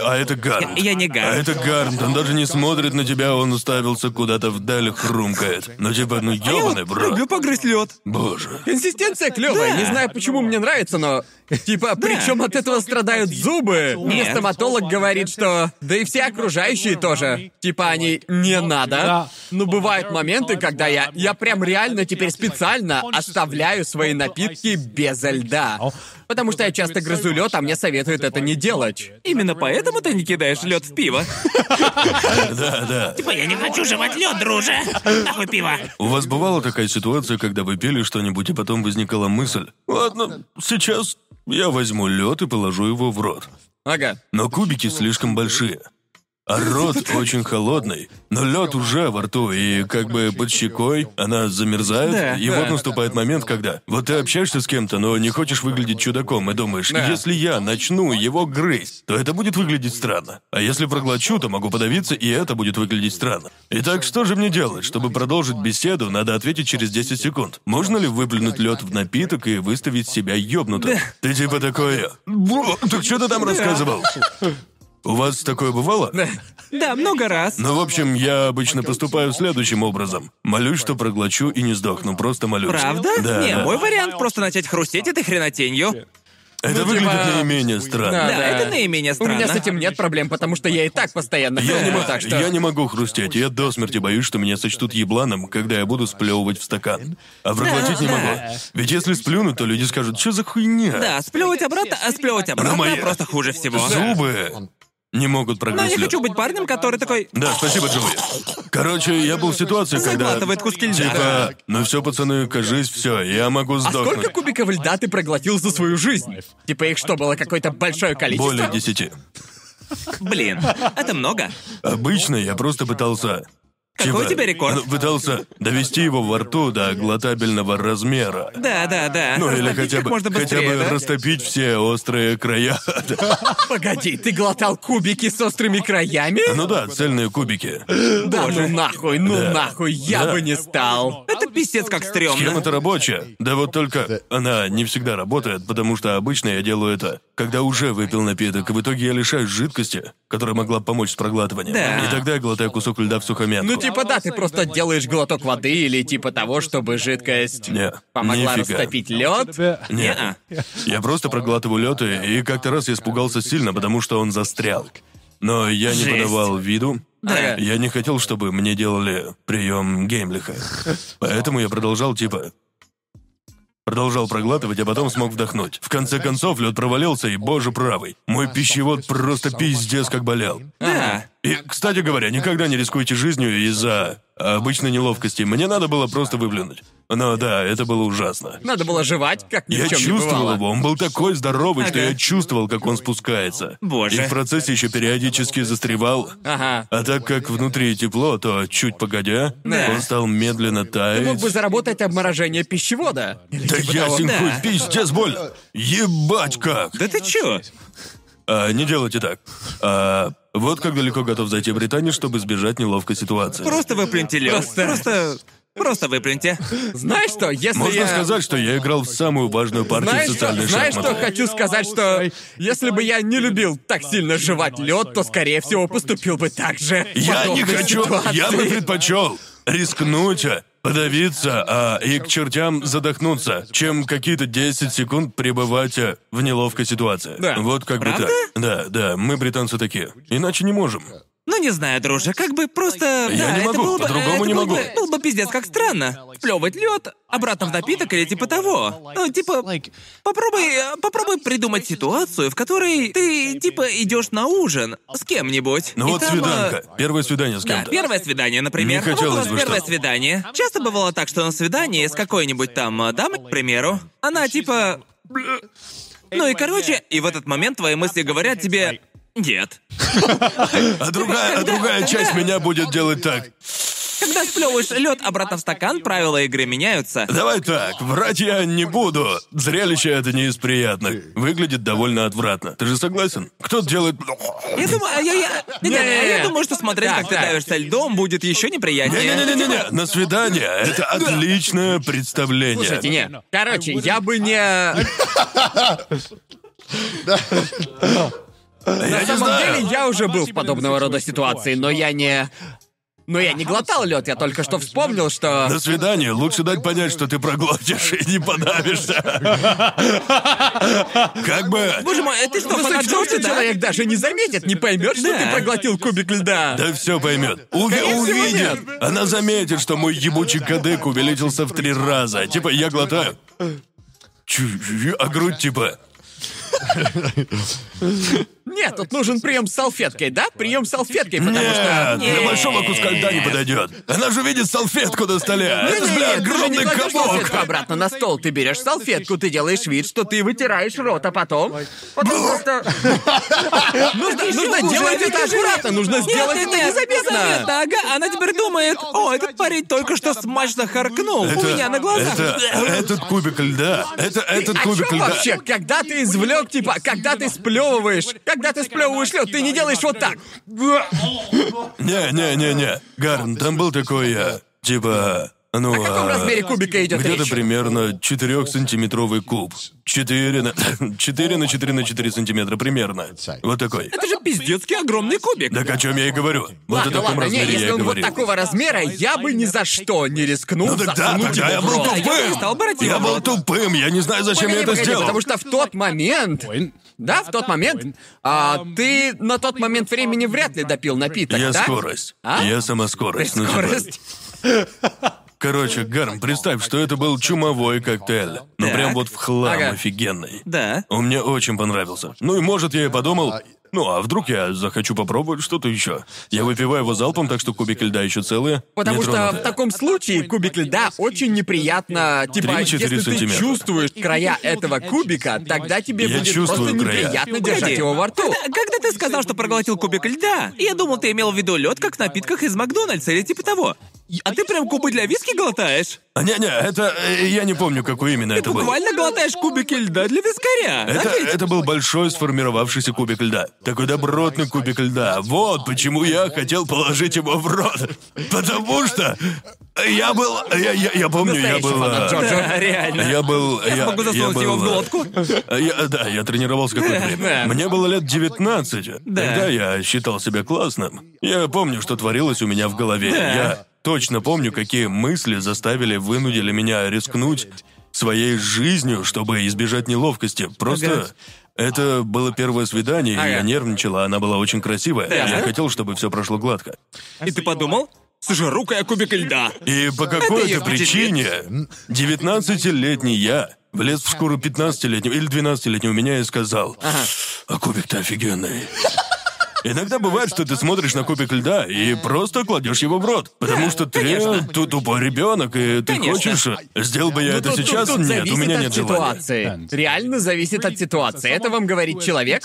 Speaker 2: А это Гарн.
Speaker 1: Я не
Speaker 2: А
Speaker 1: гад.
Speaker 2: это Гарн, он даже не смотрит на тебя, он уставился куда-то вдаль, хрумкает. Ну типа, ну
Speaker 1: А Я вот
Speaker 2: ёбаный, брат.
Speaker 1: люблю погрызть лед.
Speaker 2: Боже.
Speaker 3: Консистенция клевая, не знаю, почему мне нравится, но типа, причем от этого страдают зубы. Мне
Speaker 1: Нет.
Speaker 3: стоматолог говорит, что да и все окружающие тоже. Типа они не надо. Но бывают моменты, когда я я прям реально теперь специально оставляю свои напитки без льда. Потому что я часто грызу лед, а мне советуют это не делать.
Speaker 1: Именно поэтому ты не кидаешь лед в пиво.
Speaker 2: Да, да.
Speaker 5: Типа, я не хочу жевать лед, друже. Нахуй пиво.
Speaker 2: У вас бывала такая ситуация, когда вы пили что-нибудь, и потом возникала мысль. Ладно, сейчас я возьму лед и положу его в рот.
Speaker 3: Ага.
Speaker 2: Но кубики слишком большие. А рот очень холодный, но лед уже во рту, и как бы под щекой она замерзает,
Speaker 1: Да,
Speaker 2: и
Speaker 1: да.
Speaker 2: вот наступает момент, когда вот ты общаешься с кем-то, но не хочешь выглядеть чудаком, и думаешь, если я начну его грызть, то это будет выглядеть странно. А если проглочу, то могу подавиться, и это будет выглядеть странно. Итак, что же мне делать? Чтобы продолжить беседу, надо ответить через 10 секунд. Можно ли выплюнуть лед в напиток и выставить себя ёбнутым? Ты типа такое... «Бу, Так что ты там рассказывал? У вас такое бывало?
Speaker 1: Да, много раз.
Speaker 2: Ну, в общем, я обычно поступаю следующим образом. Молюсь, что проглочу и не сдохну, просто молюсь.
Speaker 1: Правда?
Speaker 2: Да.
Speaker 1: не,
Speaker 2: да.
Speaker 1: мой вариант просто начать хрустеть этой хренотенью.
Speaker 2: Это
Speaker 3: Ну,
Speaker 2: выглядит
Speaker 3: типа-
Speaker 2: наименее странно.
Speaker 1: Да,
Speaker 3: Да.
Speaker 1: это наименее
Speaker 3: У
Speaker 1: странно.
Speaker 3: меня с этим нет проблем, потому что я и так постоянно
Speaker 2: Я не,
Speaker 3: хреню,
Speaker 2: мо-
Speaker 3: так что...
Speaker 2: я не могу хрустеть, я до смерти боюсь, что меня сочтут ебланом, когда я буду сплевывать в стакан. А проглотить не
Speaker 1: да.
Speaker 2: могу. Ведь если сплюну, то люди скажут, что за хуйня?
Speaker 1: Да, сплевывать обратно, а сплевывать обратно
Speaker 2: мои-
Speaker 1: просто хуже всего.
Speaker 2: Зубы не могут
Speaker 1: Но
Speaker 2: прогрызть
Speaker 1: Ну, я
Speaker 2: лёд.
Speaker 1: хочу быть парнем, который такой...
Speaker 2: Да, спасибо, Джоуи. Короче, я был в ситуации, когда...
Speaker 1: Заглатывает куски льда.
Speaker 2: Типа, ну все, пацаны, кажись, все, я могу
Speaker 3: А
Speaker 2: сдохнуть.
Speaker 3: сколько кубиков льда ты проглотил за свою жизнь? Типа их что, было какое-то большое количество?
Speaker 2: Более десяти.
Speaker 1: Блин, это много.
Speaker 2: Обычно я просто пытался...
Speaker 1: Какой
Speaker 2: типа,
Speaker 1: у тебя рекорд?
Speaker 2: ну, Пытался довести его во рту до глотабельного размера.
Speaker 1: Да, да, да.
Speaker 2: Ну или
Speaker 1: Растопить
Speaker 2: хотя
Speaker 1: как
Speaker 2: бы,
Speaker 1: можно
Speaker 2: хотя
Speaker 1: быстрее,
Speaker 2: бы
Speaker 1: да?
Speaker 2: растопить все острые края.
Speaker 3: Погоди, ты глотал кубики с острыми краями?
Speaker 2: Ну да, цельные кубики.
Speaker 3: Да ну нахуй, ну
Speaker 2: Да.
Speaker 3: нахуй, я
Speaker 2: Да.
Speaker 3: бы не стал.
Speaker 1: Это писец как
Speaker 2: Схема
Speaker 1: стрёмно.
Speaker 2: это рабочая. Да вот только она не всегда работает, потому что обычно я делаю это, когда уже выпил напиток, и в итоге я лишаюсь жидкости, которая могла бы помочь с проглатыванием.
Speaker 1: Да.
Speaker 2: И тогда я глотаю кусок льда в сухомятку.
Speaker 3: Ну типа да, ты просто делаешь глоток воды или типа того, чтобы жидкость
Speaker 2: Не,
Speaker 3: помогла
Speaker 2: нифига.
Speaker 3: растопить лед.
Speaker 2: Не,
Speaker 1: Не-а.
Speaker 2: я просто проглатываю лед, и и как-то раз я испугался сильно, потому что он застрял. Но я не
Speaker 1: Жесть.
Speaker 2: подавал виду.
Speaker 1: Да.
Speaker 2: Я не хотел, чтобы мне делали прием Геймлиха. Поэтому я продолжал типа... Продолжал проглатывать, а потом смог вдохнуть. В конце концов, лед провалился, и боже правый. Мой пищевод просто пиздец как болел.
Speaker 1: Да.
Speaker 2: И, кстати говоря, никогда не рискуйте жизнью из-за обычной неловкости. Мне надо было просто выплюнуть. Но да, это было ужасно.
Speaker 3: Надо было жевать, как ни
Speaker 2: Я
Speaker 3: в чем не
Speaker 2: чувствовал
Speaker 3: бывало.
Speaker 2: его, он был такой здоровый, что
Speaker 1: Ага.
Speaker 2: я чувствовал, как он спускается.
Speaker 1: Боже.
Speaker 2: И в процессе еще периодически застревал.
Speaker 3: Ага.
Speaker 2: А так как внутри тепло, то чуть погодя,
Speaker 1: Да.
Speaker 2: он стал медленно таять.
Speaker 3: Мог бы заработать обморожение пищевода. типа
Speaker 2: Да ясен
Speaker 1: Да.
Speaker 2: хуй, пиздец боль! Ебать как!
Speaker 1: Да ты чё?
Speaker 2: А, не делайте так. А, вот как далеко готов зайти британец, чтобы избежать неловкой ситуации.
Speaker 1: Просто выплюньте лёд. Просто... Просто выплюньте.
Speaker 3: Знаешь что, если
Speaker 2: Можно
Speaker 3: я...
Speaker 2: сказать, что я играл в самую важную партию
Speaker 3: Знаешь, что,
Speaker 2: социальной
Speaker 3: знаешь,
Speaker 2: шахматы.
Speaker 3: что хочу сказать, что если бы я не любил так сильно жевать лед, то, скорее всего, поступил бы так же. в
Speaker 2: Я не
Speaker 3: подобной
Speaker 2: хочу,
Speaker 3: ситуации.
Speaker 2: я бы предпочел рискнуть, а, подавиться, а и к чертям задохнуться, чем какие-то 10 секунд пребывать а, в неловкой ситуации.
Speaker 3: Да.
Speaker 2: Вот как бы
Speaker 1: Правда?
Speaker 2: так. Да, да, мы британцы такие. Иначе не можем.
Speaker 1: Ну, не знаю, друже, как бы просто...
Speaker 2: Я
Speaker 1: да,
Speaker 2: не
Speaker 1: это
Speaker 2: могу,
Speaker 1: было бы...
Speaker 2: по-другому
Speaker 1: это
Speaker 2: не
Speaker 1: было
Speaker 2: могу.
Speaker 1: Бы, было бы пиздец, как странно. Вплевывать лед обратно в напиток или типа того. Ну, типа, попробуй... э, Попробуй придумать ситуацию, в которой ты, типа, идешь на ужин с кем-нибудь.
Speaker 2: Ну
Speaker 1: И
Speaker 2: вот
Speaker 1: там, э,
Speaker 2: свиданка. Первое свидание с
Speaker 1: Да,
Speaker 2: кем-то.
Speaker 1: первое свидание, например.
Speaker 2: Не хотелось
Speaker 1: Вот у нас
Speaker 2: бы,
Speaker 1: первое
Speaker 2: что-
Speaker 1: свидание. Часто бывало так, что на свидании с какой-нибудь там э, дамой, к примеру, она типа... «Бля». Ну и короче, и в этот момент твои мысли говорят тебе... Нет.
Speaker 2: А другая, а другая часть меня будет делать так.
Speaker 1: Когда сплевываешь лед обратно в стакан, правила игры меняются.
Speaker 2: Давай так, врать я не буду. Зрелище это не из приятных. Выглядит довольно отвратно. Ты же согласен? Кто-то делает...
Speaker 1: Я думаю, а я, я, не, не, а я думаю, что смотреть, как ты
Speaker 3: так.
Speaker 1: давишься льдом, будет еще неприятнее.
Speaker 2: Не-не-не-не-не, на свидание это отличное представление.
Speaker 3: Слушайте, не. Короче, я бы
Speaker 2: А,
Speaker 3: не...
Speaker 2: я
Speaker 3: На
Speaker 2: не
Speaker 3: самом
Speaker 2: знаю.
Speaker 3: деле, я уже был в подобного рода ситуации, но я не... Но я не глотал лед, я только что вспомнил, что...
Speaker 2: На свидание лучше дать понять, что ты проглотишь и не подавишься. Как бы...
Speaker 1: Боже мой, а ты что,
Speaker 3: Высокий
Speaker 1: фанат Джоуси, да?
Speaker 3: человек даже не заметит, не поймет, что
Speaker 1: Да.
Speaker 3: ты проглотил кубик льда.
Speaker 2: Да все поймет. Уве- увидит. Она заметит, что мой ебучий кадык увеличился в три раза. Типа, я глотаю. Чу- А грудь типа...
Speaker 3: Нет, тут нужен прием с салфеткой, да? Прием с салфеткой, потому что...
Speaker 2: Нет, для большого куска льда не подойдет. Она же видит салфетку на столе. Это ж, бля,
Speaker 3: Нет, ты же не
Speaker 2: огромный
Speaker 3: кладешь
Speaker 2: комок.
Speaker 3: салфетку обратно на стол. Ты берешь салфетку, ты делаешь вид, что ты вытираешь рот, а потом... Потом
Speaker 2: Ну!
Speaker 3: просто... Нужно, нужно
Speaker 1: хуже,
Speaker 3: делать
Speaker 1: это
Speaker 3: это
Speaker 1: же-
Speaker 3: аккуратно, нужно сделать это незаметно.
Speaker 1: незаметно, ага. Она теперь думает, о, этот парень только что смачно харкнул у
Speaker 2: Это-
Speaker 1: меня на глазах.
Speaker 2: Это, этот кубик льда. Это этот
Speaker 3: А
Speaker 2: кубик
Speaker 3: чё
Speaker 2: льда.
Speaker 3: вообще, когда ты извлек, типа, когда ты сплевываешь, когда ты сплевываешь лед, ты не делаешь вот так.
Speaker 2: Не, не, не, не. Гарн, там был такой, э, типа, ну.
Speaker 3: В каком
Speaker 2: а,
Speaker 3: размере кубика идет
Speaker 2: Где-то
Speaker 3: речь?
Speaker 2: примерно 4-сантиметровый куб. 4 на... 4 на 4 на 4 сантиметра примерно. Вот такой.
Speaker 1: Это же пиздецкий огромный кубик.
Speaker 2: Так о чем я и говорю. Вот
Speaker 3: Ладно,
Speaker 2: о таком
Speaker 3: ладно, не,
Speaker 2: размере
Speaker 3: если
Speaker 2: я и
Speaker 3: он вот
Speaker 2: говорил.
Speaker 3: такого размера, я бы ни за что не рискнул типа,
Speaker 2: Ну так да,
Speaker 3: засунуть
Speaker 2: тогда я
Speaker 3: его в
Speaker 2: был
Speaker 3: рот.
Speaker 1: Да, я бы не
Speaker 2: тупым.
Speaker 1: стал брать его
Speaker 2: Я
Speaker 1: в
Speaker 2: был
Speaker 1: рот.
Speaker 2: тупым, я не знаю, зачем я
Speaker 3: Погоди,
Speaker 2: это
Speaker 3: погоди,
Speaker 2: сделал.
Speaker 3: Потому что в тот момент, да, в тот момент, а, ты на тот момент времени вряд ли допил напиток,
Speaker 2: Я
Speaker 3: да?
Speaker 2: скорость.
Speaker 3: А?
Speaker 2: Я сама скорость. ну, типа.
Speaker 3: Скорость.
Speaker 2: Короче, Гарм, представь, что это был чумовой коктейль. Ну
Speaker 1: Так.
Speaker 2: прям вот в хлам
Speaker 3: Ага.
Speaker 2: офигенный.
Speaker 1: Да.
Speaker 2: Он мне очень понравился. Ну и может я и подумал, ну а вдруг я захочу попробовать что-то еще. Я выпиваю его залпом, так что кубики льда еще целые.
Speaker 3: Потому
Speaker 2: не
Speaker 3: что
Speaker 2: тронуты.
Speaker 3: в таком случае кубик льда очень неприятно, типа,
Speaker 2: 3-4
Speaker 3: если ты
Speaker 2: сантиметра.
Speaker 3: чувствуешь края этого кубика, тогда тебе
Speaker 2: Я
Speaker 3: будет
Speaker 2: чувствую
Speaker 3: просто
Speaker 2: края.
Speaker 3: неприятно
Speaker 1: Погоди,
Speaker 3: держать его во рту.
Speaker 1: Когда, когда ты сказал, что проглотил кубик льда, я думал, ты имел в виду лед, как в напитках из Макдональдса или типа того. А ты прям кубы для виски глотаешь?
Speaker 2: А, Не-не, это... э, Я не помню, какой именно это был.
Speaker 1: Буквально глотаешь кубики льда для вискаря.
Speaker 2: Это,
Speaker 1: да ведь?
Speaker 2: это был большой сформировавшийся кубик льда. Такой добротный кубик льда. Вот почему я хотел положить его в рот. Потому что я был... Я, я, я помню, я
Speaker 3: Настоящий
Speaker 2: был...
Speaker 3: фанат
Speaker 2: э,
Speaker 3: Джорджа.
Speaker 1: Да, реально.
Speaker 2: Я был... Я,
Speaker 1: Могу
Speaker 2: я
Speaker 1: засунуть
Speaker 2: был,
Speaker 1: его в
Speaker 2: э,
Speaker 1: глотку.
Speaker 2: Я, да, я тренировался какое-то время. Мне было лет 19. Тогда я считал себя классным. Я помню, что творилось у меня в голове. Я точно помню, какие мысли заставили, вынудили меня рискнуть своей жизнью, чтобы избежать неловкости. Просто это было первое свидание, и я нервничала, она была очень красивая. Я хотел, чтобы все прошло гладко.
Speaker 1: И ты подумал? Сожру-ка я кубик льда.
Speaker 2: И по
Speaker 1: её впечатлит.
Speaker 2: какой-то причине 19-летний я влез в шкуру 15-летнего или 12-летнего меня и сказал, а кубик-то офигенный. Иногда бывает, что ты смотришь на кубик льда и просто кладешь его в рот, потому что ты
Speaker 1: конечно.
Speaker 2: тут тупой ребенок, и ты
Speaker 1: Конечно.
Speaker 2: хочешь. Сделал бы я это
Speaker 3: Ну, Тут- тут-
Speaker 2: сейчас?
Speaker 3: тут
Speaker 2: нет, у
Speaker 3: зависит
Speaker 2: меня
Speaker 3: от
Speaker 2: нет желания.
Speaker 3: ситуации. Реально зависит от ситуации. Это вам говорит человек,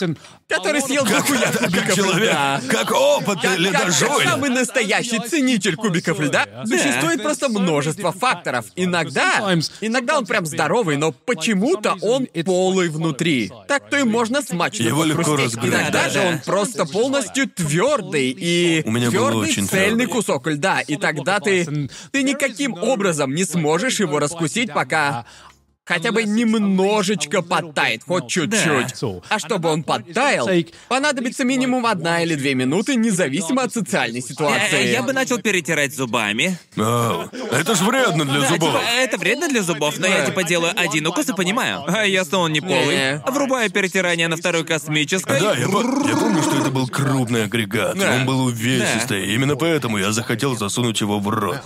Speaker 3: который съел
Speaker 2: Как,
Speaker 3: дохуя
Speaker 2: как
Speaker 3: кубиков
Speaker 2: человек,
Speaker 3: льда.
Speaker 2: как опытный
Speaker 3: Как- как-
Speaker 2: ледожой.
Speaker 3: как самый настоящий ценитель кубиков льда, существует просто множество факторов. Иногда, иногда он прям здоровый, но почему-то он полый внутри. Так-то и можно смачно
Speaker 2: Его легко
Speaker 3: похрустеть.
Speaker 2: разгрызть,
Speaker 3: Иногда
Speaker 1: да.
Speaker 3: же он просто полностью твердый и
Speaker 2: У меня был
Speaker 3: твердый
Speaker 2: очень твердый.
Speaker 3: цельный кусок льда. И тогда ты ты никаким образом не сможешь его раскусить, пока хотя бы немножечко подтает, хоть чуть-чуть.
Speaker 8: Да.
Speaker 3: А чтобы он подтаял, понадобится минимум одна или две минуты, независимо от социальной
Speaker 1: Э,
Speaker 3: ситуации.
Speaker 1: Я бы начал перетирать зубами.
Speaker 2: Ау, это ж вредно для
Speaker 1: Да,
Speaker 2: зубов.
Speaker 1: типа, это вредно для зубов, но я
Speaker 3: Да.
Speaker 1: типа делаю один укус и понимаю. А ясно, он не полый.
Speaker 3: Не.
Speaker 1: Врубаю перетирание на второй космической.
Speaker 2: Да, я, по- я помню, что это был крупный агрегат. и
Speaker 1: Да.
Speaker 2: Он был увесистый. Именно поэтому я захотел засунуть его в рот.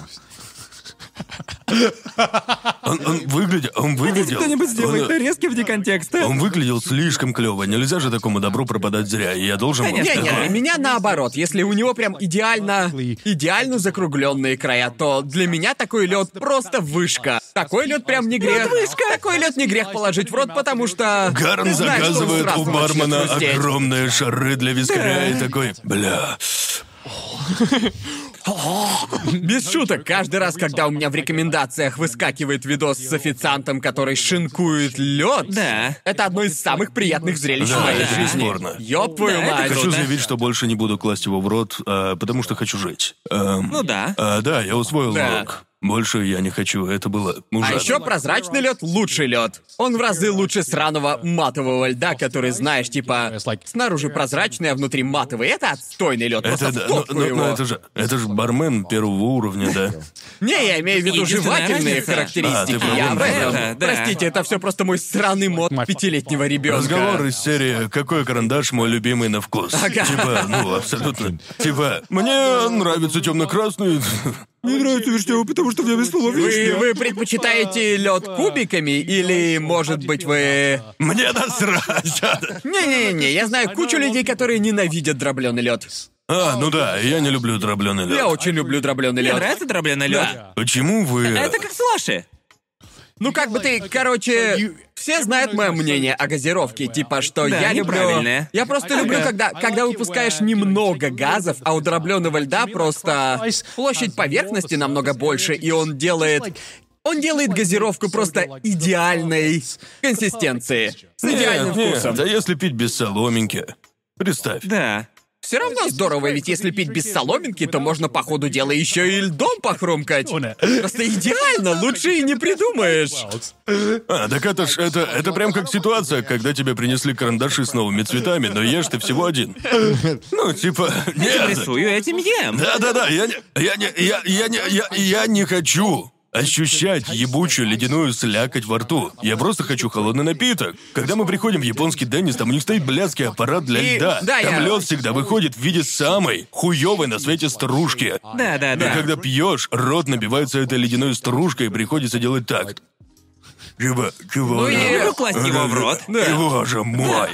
Speaker 2: Он, он выглядел... Он выглядел...
Speaker 1: Кто-нибудь сделает
Speaker 2: он,
Speaker 1: нарезки вне контекста.
Speaker 2: он выглядел слишком клево. Нельзя же такому добру пропадать зря. и Я должен... был
Speaker 1: Конечно.
Speaker 3: Не,
Speaker 2: такой-
Speaker 3: не, у меня наоборот. Если у него прям идеально, идеально закругленные края, то для меня такой лед просто вышка. Такой лед прям не грех. вышка. Такой лед не грех положить в рот, потому что.
Speaker 2: Гарн
Speaker 3: ты знаешь, что он
Speaker 2: заказывает
Speaker 3: сразу
Speaker 2: у
Speaker 3: начнет
Speaker 2: бармена
Speaker 3: хрустеть.
Speaker 2: огромные шары для вискаря и такой, бля,
Speaker 3: Без шуток, каждый раз, когда у меня в рекомендациях выскакивает видос с официантом, который шинкует лед,
Speaker 1: Да.
Speaker 3: это одно из самых приятных зрелищ
Speaker 2: Да,
Speaker 3: в моей
Speaker 2: это
Speaker 3: жизни.
Speaker 2: бесспорно.
Speaker 3: Ёб твою
Speaker 1: Да, это
Speaker 3: мать.
Speaker 2: Хочу
Speaker 1: Круто.
Speaker 2: заявить, что больше не буду класть его в рот, а, потому что хочу жить.
Speaker 1: Ну да.
Speaker 2: А, да, я усвоил
Speaker 3: Да.
Speaker 2: урок. Больше я не хочу, это было
Speaker 3: А
Speaker 2: ужасно.
Speaker 3: еще прозрачный лед лучший лед. Он в разы лучше сраного матового льда, который, знаешь, типа, снаружи прозрачный, а внутри матовый. Это отстойный лед.
Speaker 2: Это да, но, но- но ну, это же это же бармен первого уровня, да?
Speaker 3: Не, я имею в виду
Speaker 1: Единственная
Speaker 3: жевательные
Speaker 1: разница.
Speaker 2: А, ты
Speaker 3: характеристики.
Speaker 2: про
Speaker 3: я
Speaker 2: вон
Speaker 3: об этом.
Speaker 1: это, да.
Speaker 3: Простите, это все просто мой сраный мод пятилетнего ребенка.
Speaker 2: Разговор из серии "Какой карандаш мой любимый на вкус". Типа, ну абсолютно. Типа, мне нравится темно-красный.
Speaker 1: Мне нравится вишневый, потому что в нем есть слово
Speaker 3: Вы,
Speaker 1: вишня.
Speaker 3: вы предпочитаете лед кубиками или, может быть, вы...
Speaker 2: Мне насрать.
Speaker 3: Не-не-не, я знаю кучу людей, которые ненавидят дробленый лед.
Speaker 2: А, ну да, я не люблю дробленый
Speaker 3: Я
Speaker 2: лед.
Speaker 3: очень люблю дробленый
Speaker 1: Мне
Speaker 3: лед.
Speaker 1: нравится дробленый лед.
Speaker 2: Почему вы...
Speaker 1: Это как слаши.
Speaker 3: Ну как бы ты, короче, все знают мое мнение о газировке, типа что
Speaker 1: Да,
Speaker 3: я люблю.
Speaker 1: неправильное.
Speaker 3: Я просто люблю, когда, когда выпускаешь немного газов, а у дробленого льда просто площадь поверхности намного больше, и он делает. Он делает газировку просто идеальной консистенции. С
Speaker 2: Нет,
Speaker 3: идеальным
Speaker 2: нет,
Speaker 3: вкусом.
Speaker 2: Да если пить без соломинки. Представь.
Speaker 1: Да.
Speaker 3: Все равно здорово, ведь если пить без соломинки, то можно по ходу дела еще и льдом похрумкать. Просто идеально, лучше и не придумаешь.
Speaker 2: А, так это ж, это, это прям как ситуация, когда тебе принесли карандаши с новыми цветами, но ешь ты всего один. Ну, типа, нет.
Speaker 1: Рисую этим ем.
Speaker 2: Да-да-да, я не, я не, я, я не, я, я не хочу ощущать ебучую ледяную слякоть во рту. Я просто хочу холодный напиток. Когда мы приходим в японский Деннис, там у них стоит блядский аппарат для
Speaker 3: И-
Speaker 2: льда.
Speaker 3: да,
Speaker 2: там
Speaker 3: я-
Speaker 2: лед всегда выходит в виде самой хуёвой на свете стружки.
Speaker 1: Да, да,
Speaker 2: И
Speaker 1: да.
Speaker 2: когда пьешь, рот набивается этой ледяной стружкой, и приходится делать так. Чего, чего?
Speaker 3: Ну, я
Speaker 1: Я
Speaker 2: же-
Speaker 1: люблю класть его в рот.
Speaker 2: Боже мой.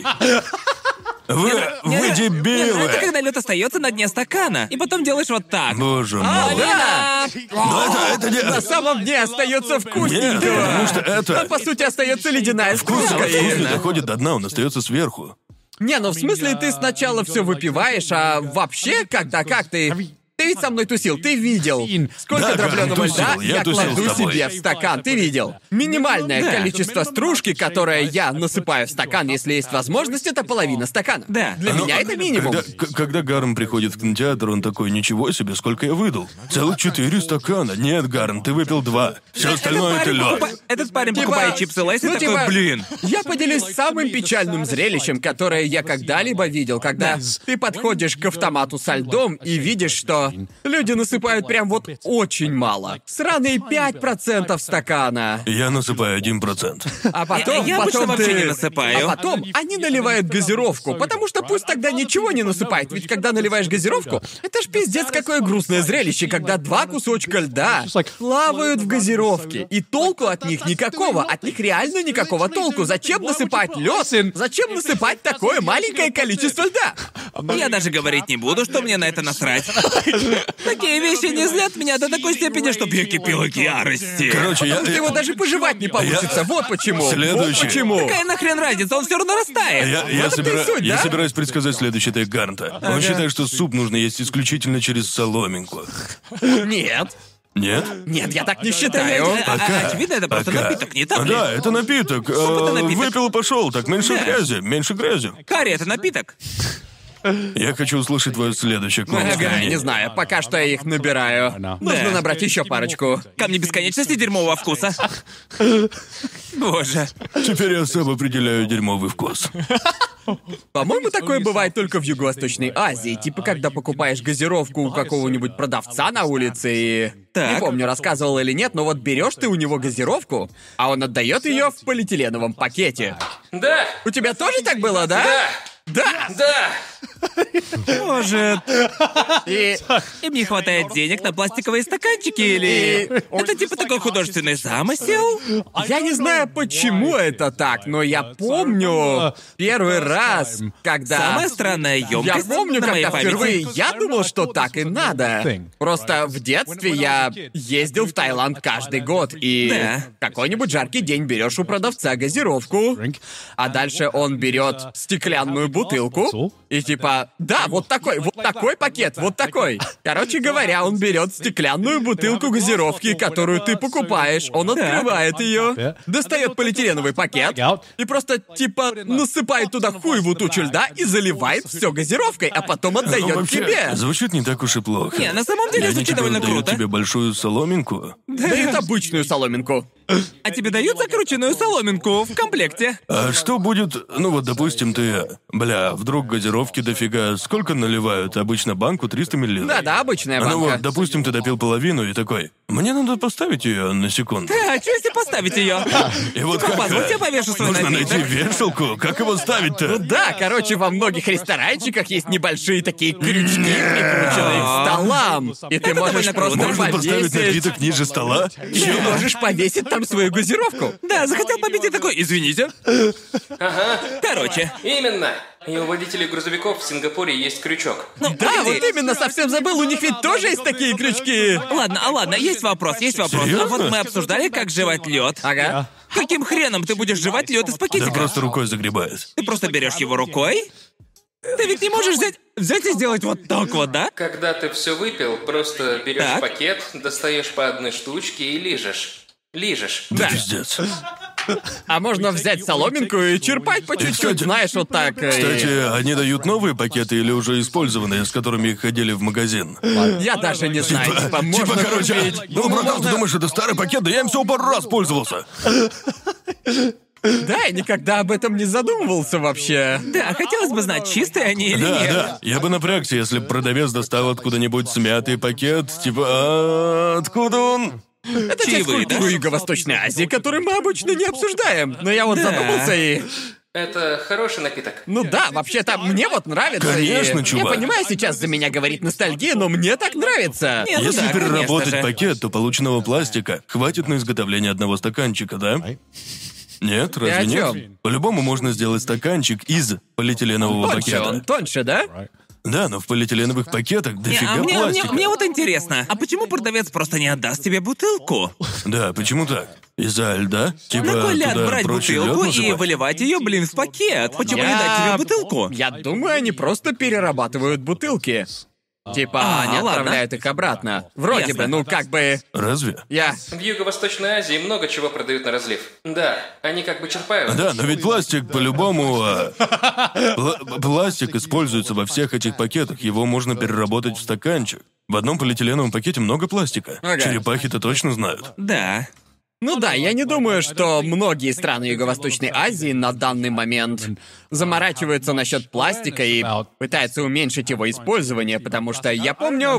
Speaker 2: Вы,
Speaker 1: Мне
Speaker 2: вы
Speaker 1: нра- Мне
Speaker 2: дебилы.
Speaker 1: нравится, ну когда лед остается на дне стакана, и потом делаешь вот так.
Speaker 2: Боже
Speaker 1: А,
Speaker 2: мой.
Speaker 3: Да!
Speaker 2: Но Ну, это, это не...
Speaker 3: На самом дне остается
Speaker 2: Нет,
Speaker 3: вкусненького.
Speaker 2: потому что это...
Speaker 3: Там, по сути, остается ледяная
Speaker 2: Вкус
Speaker 3: стружка,
Speaker 2: вкус не
Speaker 3: и-
Speaker 2: доходит до дна, он остается сверху.
Speaker 3: Не, ну в смысле, ты сначала все выпиваешь, а вообще, когда как ты. Ты ведь со мной тусил, ты видел. Сколько
Speaker 2: Да, да,
Speaker 3: дробленого
Speaker 2: тусил,
Speaker 3: льда
Speaker 2: я
Speaker 3: я
Speaker 2: тусил с
Speaker 3: кладу
Speaker 2: тобой.
Speaker 3: себе в стакан, ты видел. Минимальное
Speaker 1: Да.
Speaker 3: количество стружки, которое я насыпаю в стакан, если есть возможность, это половина стакана.
Speaker 1: Да.
Speaker 3: Для
Speaker 2: Ну,
Speaker 3: меня это минимум.
Speaker 2: Когда, к- когда Гарм приходит в кинотеатр, он такой, ничего себе, сколько я выдал. Целых четыре стакана. Нет, Гарм, ты выпил два. Все остальное это
Speaker 1: парень
Speaker 2: лед.
Speaker 1: покупа- Этот парень
Speaker 3: Типа-
Speaker 1: покупает чипсы Лейс и
Speaker 3: ну,
Speaker 1: такой,
Speaker 3: типа-
Speaker 1: блин.
Speaker 3: Я поделюсь самым печальным зрелищем, которое я когда-либо видел, когда ты подходишь к автомату со льдом и видишь, что люди насыпают прям вот очень мало. Сраные 5% стакана.
Speaker 2: Я насыпаю 1%.
Speaker 3: А потом,
Speaker 1: Я- я
Speaker 3: потом
Speaker 1: обычно вообще
Speaker 3: ты-
Speaker 1: не насыпаю.
Speaker 3: А потом они наливают газировку, потому что пусть тогда ничего не насыпает, ведь когда наливаешь газировку, это ж пиздец какое грустное зрелище, когда два кусочка льда плавают в газировке, и толку от них никакого, от них реально никакого толку. Зачем насыпать лед? Зачем насыпать такое маленькое количество льда?
Speaker 1: Я даже говорить не буду, что мне на это насрать. Такие вещи не злят меня до такой степени, чтобы я кипел от ярости.
Speaker 2: Короче, я... э,
Speaker 3: Ты его даже пожевать не получится, вот почему.
Speaker 2: Следующий.
Speaker 3: Вот почему.
Speaker 1: Какая нахрен разница, он все равно растает.
Speaker 2: Я, я
Speaker 3: этом-то и
Speaker 2: собира-
Speaker 3: суть,
Speaker 2: я
Speaker 3: да?
Speaker 2: собираюсь предсказать следующий тейк Гарнта. Он считает, что суп нужно есть исключительно через соломинку.
Speaker 3: Нет.
Speaker 2: Нет?
Speaker 3: Нет, я так не
Speaker 1: Э,
Speaker 3: считаю.
Speaker 1: а- а- Очевидно, это просто
Speaker 2: Пока.
Speaker 1: напиток, не так ли?
Speaker 2: Да, это напиток.
Speaker 1: это
Speaker 2: Э,
Speaker 1: напиток.
Speaker 2: Выпил и пошел, так меньше
Speaker 1: Да.
Speaker 2: грязи, меньше грязи.
Speaker 1: Карри — это напиток.
Speaker 2: Я хочу услышать твое следующее клоунское
Speaker 3: Ага,
Speaker 2: мнение.
Speaker 3: не знаю, пока что я их набираю. Нужно набрать еще парочку.
Speaker 1: Камни бесконечности дерьмового вкуса. Боже.
Speaker 2: Теперь я сам определяю дерьмовый вкус.
Speaker 3: По-моему, такое бывает только в Юго-Восточной Азии. Типа, когда покупаешь газировку у какого-нибудь продавца на улице и...
Speaker 1: Так.
Speaker 3: Не помню, рассказывал или нет, но вот берешь ты у него газировку, а он отдает ее в полиэтиленовом пакете.
Speaker 4: Да,
Speaker 3: У тебя тоже так было, да?
Speaker 4: да,
Speaker 3: Да!
Speaker 4: да.
Speaker 1: Боже.
Speaker 3: И
Speaker 1: Им не хватает денег на пластиковые стаканчики или... Это типа такой художественный замысел?
Speaker 3: я не знаю, почему это так, но я помню первый раз, когда...
Speaker 1: Самая странная
Speaker 3: Я
Speaker 1: емкость
Speaker 3: помню,
Speaker 1: на моей
Speaker 3: когда
Speaker 1: памяти.
Speaker 3: впервые я думал, что так и надо. Просто в детстве я ездил в Таиланд каждый год, и
Speaker 1: Да.
Speaker 3: в какой-нибудь жаркий день берешь у продавца газировку, а дальше он берет стеклянную бутылку и типа, да, вот такой, вот такой пакет, вот такой. Короче говоря, он берет стеклянную бутылку газировки, которую ты покупаешь, он открывает ее, достает полиэтиленовый пакет и просто типа насыпает туда хуевую тучу льда и заливает все газировкой, а потом
Speaker 2: Ну,
Speaker 3: отдает
Speaker 2: вообще,
Speaker 3: тебе.
Speaker 2: Звучит не так уж и плохо.
Speaker 1: Не, на самом деле
Speaker 2: Я
Speaker 1: звучит
Speaker 2: ничего
Speaker 1: довольно
Speaker 2: даю
Speaker 1: круто.
Speaker 2: тебе большую соломинку.
Speaker 3: Дают обычную соломинку.
Speaker 1: А тебе дают закрученную соломинку в комплекте?
Speaker 2: А что будет, ну вот, допустим, ты... Бля, вдруг газировки дофига. Сколько наливают? Обычно банку 300 мл.
Speaker 3: Да-да, обычная банка.
Speaker 2: Ну вот, допустим, ты допил половину и такой, мне надо поставить ее на секунду.
Speaker 1: А что если поставить ее?
Speaker 2: И вот
Speaker 1: Типа,
Speaker 2: как... э,
Speaker 1: позвольте Ну я повешу свой
Speaker 2: Нужно
Speaker 1: напиток.
Speaker 2: найти вешалку. Как его ставить-то?
Speaker 3: Да, короче, во многих ресторанчиках есть небольшие такие крючки, прикрученные к столам. И ты
Speaker 1: Это
Speaker 3: можешь
Speaker 1: довольно
Speaker 3: просто
Speaker 1: круто.
Speaker 2: А. Можно поставить
Speaker 3: повесить...
Speaker 2: напиток ниже стола?
Speaker 3: Ты можешь повесить там свою газировку.
Speaker 1: Да, захотел побить и такой, извините. Короче,
Speaker 4: Именно! И у водителей грузовиков в Сингапуре есть крючок.
Speaker 1: ну,
Speaker 3: Да,
Speaker 1: погоди.
Speaker 3: вот именно, совсем забыл, у них ведь тоже есть такие крючки.
Speaker 1: Ладно, а ладно, есть вопрос, есть вопрос.
Speaker 2: Серьёзно?
Speaker 1: А вот мы обсуждали, как жевать лед.
Speaker 3: Ага.
Speaker 1: Каким хреном ты будешь жевать лед из
Speaker 2: Да
Speaker 1: пакетика?
Speaker 2: просто рукой загребаешь.
Speaker 1: Ты просто берешь его рукой? Ты ведь не можешь взять, взять и сделать вот так вот, да?
Speaker 4: Когда ты все выпил, просто берешь
Speaker 1: Так.
Speaker 4: пакет, достаешь по одной штучке и лижешь. Лижешь.
Speaker 2: Да пиздец.
Speaker 3: А можно взять соломинку и черпать по чуть-чуть,
Speaker 2: Кстати-
Speaker 3: знаешь, вот так. э, и-
Speaker 2: Кстати, они дают новые пакеты или уже использованные, с которыми ходили в магазин?
Speaker 3: э, Я даже не знаю,
Speaker 2: Типа,
Speaker 3: типа,
Speaker 2: типа,
Speaker 3: можно
Speaker 2: короче,
Speaker 3: купить.
Speaker 2: ну, братан, ты
Speaker 3: можно-
Speaker 2: думаешь, это старый пакет? Да я им всего пару раз пользовался.
Speaker 3: Да, я никогда об этом не задумывался вообще.
Speaker 1: Да, хотелось бы знать, чистые они или
Speaker 2: Да,
Speaker 1: нет.
Speaker 2: да. Я бы напрягся, если бы продавец достал откуда-нибудь смятый пакет, типа, «А, откуда он?
Speaker 3: Это часть
Speaker 1: Чаевые, ну да?
Speaker 3: культуры Юго-Восточной Азии, которую мы обычно не обсуждаем. Но я вот
Speaker 1: Да.
Speaker 3: задумался и...
Speaker 4: Это хороший напиток.
Speaker 3: Ну да, вообще-то мне вот нравится. и-
Speaker 2: Конечно, чувак.
Speaker 3: Я понимаю, сейчас за меня говорит ностальгия, но мне так нравится.
Speaker 1: Нет,
Speaker 2: Если
Speaker 1: Ну да, конечно
Speaker 2: переработать
Speaker 1: же.
Speaker 2: пакет, то полученного пластика хватит на изготовление одного стаканчика, да? Нет, разве
Speaker 3: о
Speaker 2: нет?
Speaker 3: чём?
Speaker 2: По-любому можно сделать стаканчик из полиэтиленового
Speaker 3: Тоньше он,
Speaker 2: пакета.
Speaker 3: тоньше, да?
Speaker 2: Да, но в полиэтиленовых пакетах
Speaker 1: Не, а
Speaker 2: дофига
Speaker 1: мне, мне-
Speaker 2: пластика.
Speaker 1: мне вот интересно, а почему продавец просто не отдаст тебе бутылку?
Speaker 2: Да, почему так? Из-за льда? Типа
Speaker 1: На кой ляд
Speaker 2: туда
Speaker 1: брать
Speaker 2: проще лёд
Speaker 1: бутылку и
Speaker 2: насыпать?
Speaker 1: выливать ее, блин, в пакет? Почему не
Speaker 3: Я-
Speaker 1: дать тебе бутылку?
Speaker 3: Я думаю, они просто перерабатывают бутылки. Типа,
Speaker 1: А,
Speaker 3: они
Speaker 1: ладно.
Speaker 3: отправляют их обратно. Вроде
Speaker 1: Ясно.
Speaker 3: бы, ну как бы...
Speaker 2: Разве?
Speaker 3: Я...
Speaker 4: В Юго-Восточной Азии много чего продают на разлив. Да, они как бы черпают.
Speaker 2: Да, но ведь пластик по-любому... э, пла- Пластик используется во всех этих пакетах, его можно переработать в стаканчик. В одном полиэтиленовом пакете много пластика.
Speaker 3: Ага.
Speaker 2: Черепахи-то точно знают.
Speaker 1: Да.
Speaker 3: Ну да, я не думаю, что многие страны Юго-Восточной Азии на данный момент заморачиваются насчет пластика и пытаются уменьшить его использование, потому что я помню...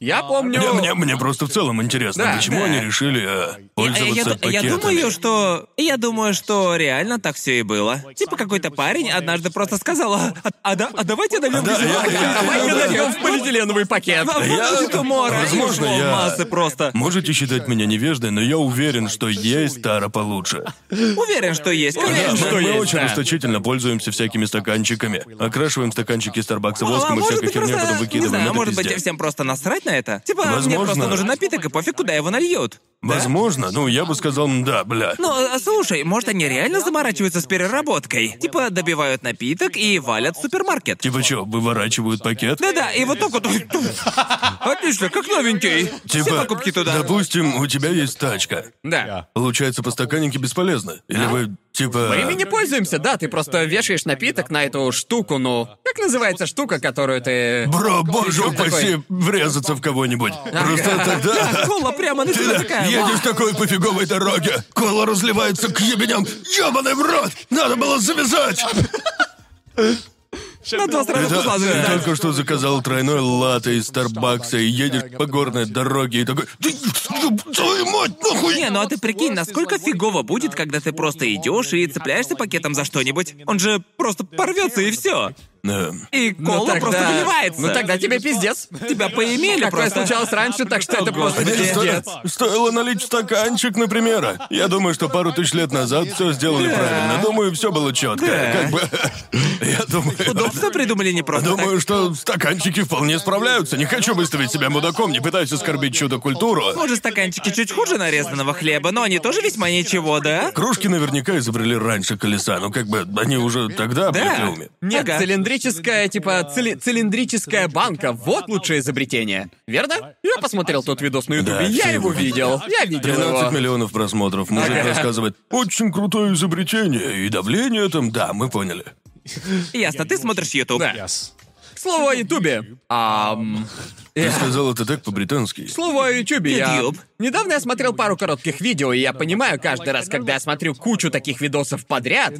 Speaker 3: Я помню...
Speaker 1: Ну.
Speaker 2: Мне, мне- мне просто в целом интересно,
Speaker 3: Да,
Speaker 2: почему
Speaker 3: да.
Speaker 2: они решили э,
Speaker 1: Я- я- Я,
Speaker 2: пользоваться
Speaker 1: ду- я
Speaker 2: пакетами.
Speaker 1: думаю, что... Я думаю, что реально так все и было. Типа какой-то парень однажды просто сказал, «А- а, да- а давайте нальем
Speaker 2: Да,
Speaker 1: газировку».
Speaker 2: я- я-
Speaker 3: Давайте
Speaker 2: Да-да-да.
Speaker 3: нальем в полиэтиленовый пакет.
Speaker 1: Вам
Speaker 2: Я-
Speaker 1: будет умора, и
Speaker 2: возможно,
Speaker 1: ушло
Speaker 2: я-
Speaker 1: массы просто.
Speaker 2: Можете считать меня невеждой, но я уверен, что есть тара получше.
Speaker 1: Уверен, что есть.
Speaker 2: Да, мы,
Speaker 1: конечно.
Speaker 3: что
Speaker 2: мы
Speaker 3: есть,
Speaker 2: очень
Speaker 3: да.
Speaker 2: расточительно пользуемся всякими стаканчиками. Окрашиваем стаканчики Старбакса воском
Speaker 1: А,
Speaker 2: и
Speaker 1: может
Speaker 2: всякой
Speaker 1: быть,
Speaker 2: херней,
Speaker 1: просто-
Speaker 2: потом выкидываем.
Speaker 1: Не знаю,
Speaker 2: Это
Speaker 1: может быть,
Speaker 2: пиздец.
Speaker 1: всем просто насрать на это? Типа, мне
Speaker 2: Возможно.
Speaker 1: просто нужен напиток, и пофиг, куда его нальют.
Speaker 2: Возможно, ну я бы сказал, да, бля.
Speaker 1: Ну, э, слушай, может, они реально заморачиваются с переработкой? Типа, добивают напиток и валят в супермаркет.
Speaker 2: Типа что, выворачивают пакет?
Speaker 1: Да-да, и вот так вот... Отлично, как новенький.
Speaker 2: Типа,
Speaker 1: Все покупки туда.
Speaker 2: Допустим, у тебя есть тачка.
Speaker 3: Да.
Speaker 2: Получается, по стаканнике бесполезно. Или вы, типа...
Speaker 3: Мы ими не пользуемся, да, ты просто вешаешь напиток на эту штуку, ну... Как называется штука, которую ты...
Speaker 2: Бро, боже
Speaker 3: Причём
Speaker 2: упаси, врезаться в кого-нибудь. Просто тогда...
Speaker 1: Кола прямо на тебя
Speaker 2: Ты
Speaker 1: такая. «Вау».
Speaker 2: едешь такой по фиговой дороге, кола разливается к ебеням, ёбаный в рот! Надо было завязать!
Speaker 1: На два сразу
Speaker 2: Да,
Speaker 1: кусла
Speaker 2: ты
Speaker 1: завязать.
Speaker 2: только что заказал тройной латте из Старбакса и едешь по горной дороге и такой... «Ты- Твою мать, нахуй!
Speaker 1: Не, ну а ты прикинь, насколько фигово будет, когда ты просто идешь и цепляешься пакетом за что-нибудь. Он же просто порвется и все.
Speaker 2: Да.
Speaker 1: И кола просто выливается.
Speaker 3: Ну тогда тебе пиздец.
Speaker 1: тебя поимели
Speaker 3: Такое
Speaker 1: просто.
Speaker 3: случалось раньше, так что это просто
Speaker 1: Господи.
Speaker 3: пиздец.
Speaker 2: Сто- Стоило налить в стаканчик, например. Я думаю, что пару тысяч лет назад все сделали правильно. Думаю, все было четко.
Speaker 1: Да.
Speaker 2: Как бы. Я думаю.
Speaker 1: Удобство придумали не просто так.
Speaker 2: Думаю, что стаканчики вполне справляются. Не хочу выставить себя мудаком, не пытаюсь оскорбить чудо-культуру.
Speaker 1: Может, стаканчики чуть хуже нарезанного хлеба, но они тоже весьма ничего, да?
Speaker 2: Кружки наверняка изобрели раньше колеса, ну как бы они уже тогда были
Speaker 1: Да.
Speaker 2: в уме.
Speaker 3: Нет,
Speaker 1: Ага.
Speaker 3: цилиндрическая, типа, цили- цилиндрическая банка. Вот лучшее изобретение. Верно? Я посмотрел тот видос на
Speaker 2: Да,
Speaker 3: Ютубе.
Speaker 2: все
Speaker 3: я его
Speaker 2: его
Speaker 3: видел. Я видел
Speaker 2: 13
Speaker 3: его.
Speaker 2: миллионов просмотров. Мужик
Speaker 3: Ага.
Speaker 2: рассказывает, очень крутое изобретение, и давление там, да, мы поняли.
Speaker 1: Ясно, ты смотришь YouTube.
Speaker 3: Да. К слову о Ютубе. Ам,
Speaker 2: Ты сказал это так по-британски.
Speaker 3: Слово YouTube, я...
Speaker 1: YouTube.
Speaker 3: Недавно я смотрел пару коротких видео, и я понимаю каждый раз, когда я смотрю кучу таких видосов подряд,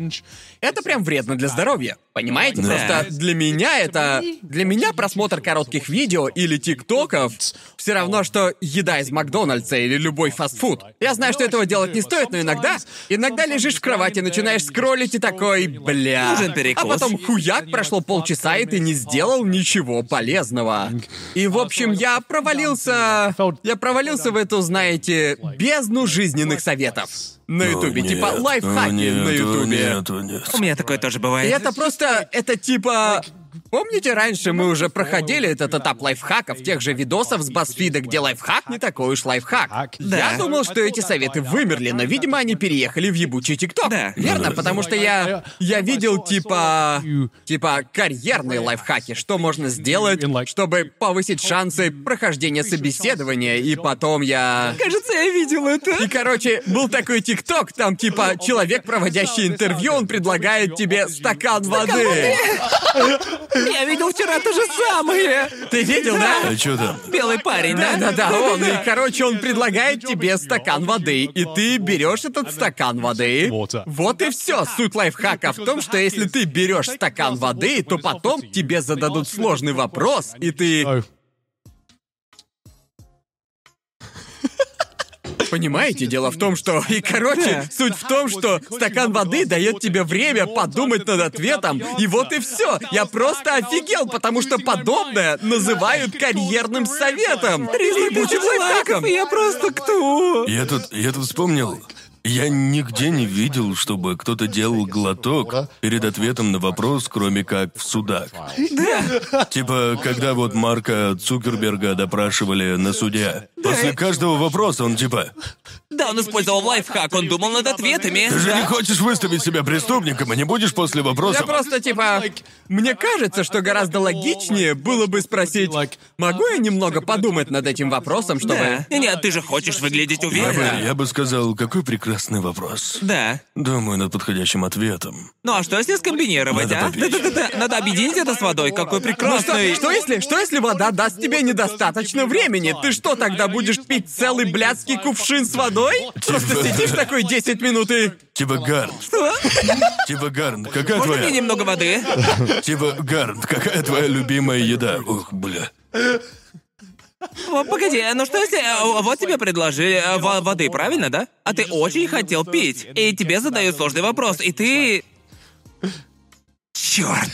Speaker 3: это прям вредно для здоровья. Понимаете?
Speaker 1: Да.
Speaker 3: Просто для меня это... Для меня просмотр коротких видео или тиктоков все равно, что еда из Макдональдса или любой фастфуд. Я знаю, что этого делать не стоит, но иногда... Иногда лежишь в кровати, начинаешь скроллить и такой, бля...
Speaker 1: Нужен перекус.
Speaker 3: А потом хуяк, прошло полчаса, и ты не сделал ничего полезного. И, в общем, я провалился... Я провалился в эту, знаете, бездну жизненных советов. На ютубе,
Speaker 2: О,
Speaker 3: типа
Speaker 2: Ну нет,
Speaker 3: лайфхаки
Speaker 2: о, нет,
Speaker 3: на
Speaker 2: о,
Speaker 3: ютубе.
Speaker 2: Нет, о, нет.
Speaker 1: У меня такое тоже
Speaker 3: И
Speaker 1: бывает.
Speaker 3: это просто, это типа... Помните, раньше мы уже проходили этот этап лайфхаков, тех же видосов с Басфида, где лайфхак не такой уж лайфхак.
Speaker 1: Да.
Speaker 3: Я думал, что эти советы вымерли, но, видимо, они переехали в ебучий ТикТок.
Speaker 1: Да.
Speaker 2: Да.
Speaker 3: Верно, потому что я... Я видел, типа... Типа, карьерные лайфхаки, что можно сделать, чтобы повысить шансы прохождения собеседования, и потом я...
Speaker 1: Кажется, я видел это.
Speaker 3: И, короче, был такой тикток, там, типа, человек, проводящий интервью, он предлагает тебе стакан воды.
Speaker 1: Я видел вчера то же самое.
Speaker 3: Ты видел, да?
Speaker 2: А чё там?
Speaker 1: Белый парень, да?
Speaker 3: Да-да-да, он, и, короче, он предлагает тебе стакан воды, и ты берешь этот стакан воды. Вот и все. Суть лайфхака в том, что если ты берешь стакан воды, то потом тебе зададут сложный вопрос,
Speaker 1: а
Speaker 3: и ты... Понимаете, дело в том, что... И, короче, суть в том, что стакан воды дает тебе время подумать над ответом, и вот и все. Я просто офигел, потому что подобное называют карьерным советом. Ебучим лайфхаком.
Speaker 1: Я просто кто?
Speaker 2: Я тут, я тут вспомнил. Я нигде не видел, чтобы кто-то делал глоток перед ответом на вопрос, кроме как в судах. Типа, когда вот Марка Цукерберга допрашивали на суде. После каждого вопроса он типа,
Speaker 1: Да, он использовал лайфхак, он думал над ответами.
Speaker 2: ты же не хочешь выставить себя преступником, и не будешь после вопроса...
Speaker 3: Я просто типа... Мне кажется, что гораздо логичнее было бы спросить, могу я немного подумать над этим вопросом, чтобы...
Speaker 1: Да. Нет, ты же хочешь выглядеть
Speaker 2: Я бы,
Speaker 1: уверенно.
Speaker 2: я бы сказал, какой прекрасный вопрос.
Speaker 1: Да.
Speaker 2: Думаю над подходящим ответом.
Speaker 1: Ну а что если скомбинировать,
Speaker 2: Надо
Speaker 1: а?
Speaker 2: попить.
Speaker 1: Да-да-да, надо объединить это с водой, какой
Speaker 3: Ну что,
Speaker 1: прекрасный.
Speaker 3: что если, что если вода даст тебе недостаточно времени? Ты что, тогда будешь пить целый блядский кувшин с водой? Просто сидишь такой 10 минут и...
Speaker 2: Типа Гарн. Что? Типа Гарн, какая
Speaker 1: Можно мне
Speaker 2: твоя...
Speaker 1: немного воды?
Speaker 2: Типа Гарн, какая твоя любимая еда? Ух, бля.
Speaker 1: О, Погоди, ну что если... э, Вот тебе предложили э, во- воды, правильно, да? А ты очень хотел пить. И тебе задают сложный вопрос, и ты... Черт!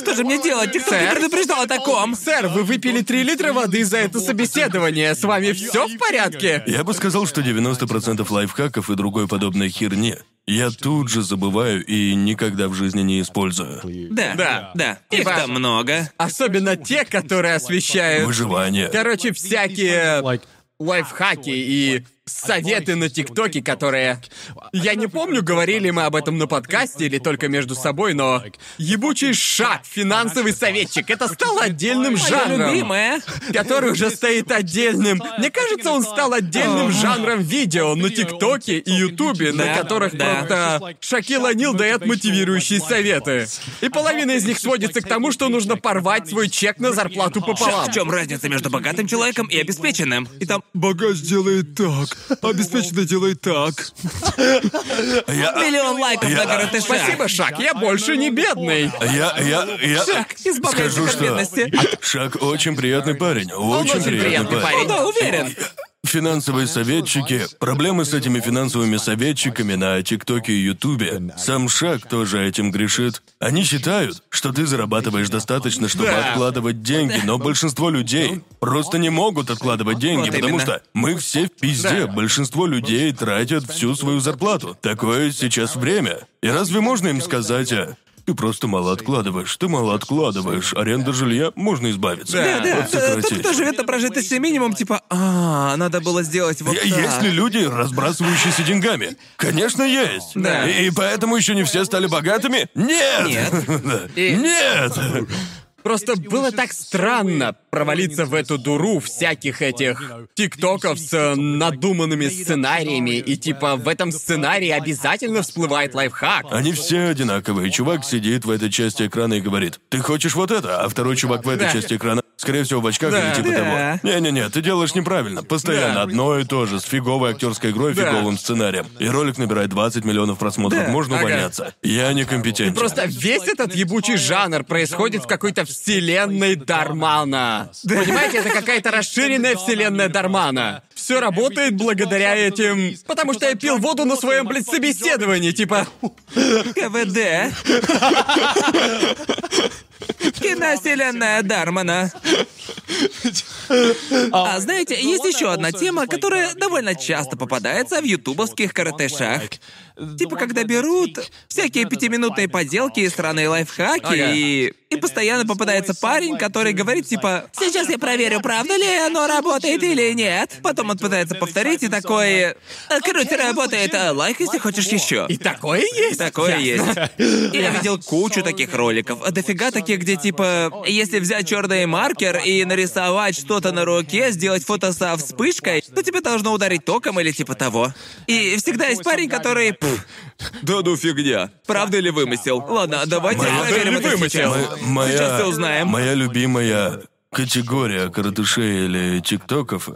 Speaker 1: Что же мне делать? Никто не предупреждал о таком.
Speaker 3: Сэр, вы выпили 3 литра воды за это собеседование. С вами все в порядке?
Speaker 2: Я бы сказал, что 90% лайфхаков и другой подобной херни я тут же забываю и никогда в жизни не использую.
Speaker 1: Да,
Speaker 3: Да.
Speaker 1: да, да. Их
Speaker 3: Типа-
Speaker 1: там много.
Speaker 3: Особенно те, которые освещают...
Speaker 2: Выживание.
Speaker 3: Короче, всякие лайфхаки и советы на ТикТоке, которые... Я не помню, говорили мы об этом на подкасте или только между собой, но... Ебучий шаг, финансовый советчик, это стало отдельным
Speaker 1: Моя
Speaker 3: жанром,
Speaker 1: любимая.
Speaker 3: который уже стоит отдельным. Мне кажется, он стал отдельным жанром видео на ТикТоке и Ютубе, на
Speaker 1: Да,
Speaker 3: которых
Speaker 1: да.
Speaker 3: просто Шакил Анил дает мотивирующие советы. И половина из них сводится к тому, что нужно порвать свой чек на зарплату пополам.
Speaker 1: В чем разница между богатым человеком и обеспеченным? И там
Speaker 8: Богат делает так, обеспеченный делает так.
Speaker 2: Я...
Speaker 1: миллион лайков на коротыша.
Speaker 3: Спасибо, Шак, я больше не бедный.
Speaker 2: Я... Я... Я...
Speaker 1: Шаг, избавляйся
Speaker 2: Скажу,
Speaker 1: от
Speaker 2: что-
Speaker 1: бедности.
Speaker 2: Шак очень приятный парень. Очень
Speaker 3: очень
Speaker 2: приятный
Speaker 3: приятный
Speaker 2: парень.
Speaker 1: О, да, уверен.
Speaker 2: Финансовые советчики. Проблемы с этими финансовыми советчиками на ТикТоке и Ютубе. Сам Шак тоже этим грешит. Они считают, что ты зарабатываешь достаточно, чтобы
Speaker 3: Да.
Speaker 2: откладывать деньги, но большинство людей просто не могут откладывать деньги,
Speaker 1: Вот
Speaker 2: потому
Speaker 1: именно.
Speaker 2: что мы все в пизде.
Speaker 3: Да.
Speaker 2: Большинство людей тратят всю свою зарплату. Такое сейчас время. И разве можно им сказать, а, ты просто мало откладываешь, ты мало откладываешь, аренда жилья можно избавиться.
Speaker 1: Да, да,
Speaker 2: Вот
Speaker 1: да,
Speaker 2: сократить.
Speaker 1: тот, кто живет на прожиточный минимум, типа, а, надо было сделать вот
Speaker 2: Я-
Speaker 1: так.
Speaker 2: Есть ли люди, разбрасывающиеся деньгами? Конечно, есть.
Speaker 1: Да.
Speaker 2: И, и поэтому еще не все стали богатыми? Нет!
Speaker 1: Нет.
Speaker 2: Нет!
Speaker 3: Просто было так странно провалиться в эту дуру всяких этих тиктоков с э, надуманными сценариями, и типа в этом сценарии обязательно всплывает лайфхак.
Speaker 2: Они все одинаковые. Чувак сидит в этой части экрана и говорит, ты хочешь вот это, а второй чувак в этой
Speaker 3: Да.
Speaker 2: части экрана, скорее всего, в очках
Speaker 3: Да.
Speaker 2: или типа
Speaker 1: Да.
Speaker 2: того. Не-не-не, ты делаешь неправильно. Постоянно
Speaker 3: Да.
Speaker 2: одно и то же, с фиговой актерской игрой и
Speaker 3: Да.
Speaker 2: фиговым сценарием. И ролик набирает 20 миллионов просмотров.
Speaker 1: Да.
Speaker 2: Можно
Speaker 3: Ага.
Speaker 2: увольняться. Я некомпетентен.
Speaker 3: Просто весь этот ебучий жанр происходит в какой-то вселенной Дармана. Понимаете, это какая-то расширенная вселенная Дармана. Все работает благодаря этим... Потому что я пил воду на своем, блядь, собеседовании, типа...
Speaker 1: КВД. Киновселенная Дармана. А знаете, есть еще одна тема, которая довольно часто попадается в ютубовских коротышах. Типа, когда берут всякие пятиминутные поделки и сраные лайфхаки,
Speaker 3: Ага.
Speaker 1: и... и постоянно попадается парень, который говорит, типа, «Сейчас я проверю, правда ли оно работает или нет». Потом он пытается повторить и такой, «А, «Короче, работает, а лайк, если хочешь еще».
Speaker 3: И такое есть?
Speaker 1: Такое
Speaker 3: Честно.
Speaker 1: есть. Я видел кучу таких роликов. А Дофига таких, где типа, если взять черный маркер и нарисовать что-то на руке, сделать фото со вспышкой, то тебе должно ударить током или типа того. И всегда есть парень, который... «Пф, Да ну фигня. Правда или вымысел? Ладно, давайте
Speaker 2: Моя-
Speaker 1: проверим это сейчас.
Speaker 2: Мо- моя-
Speaker 1: Сейчас все узнаем.
Speaker 2: Моя любимая категория коротышей или тиктоков.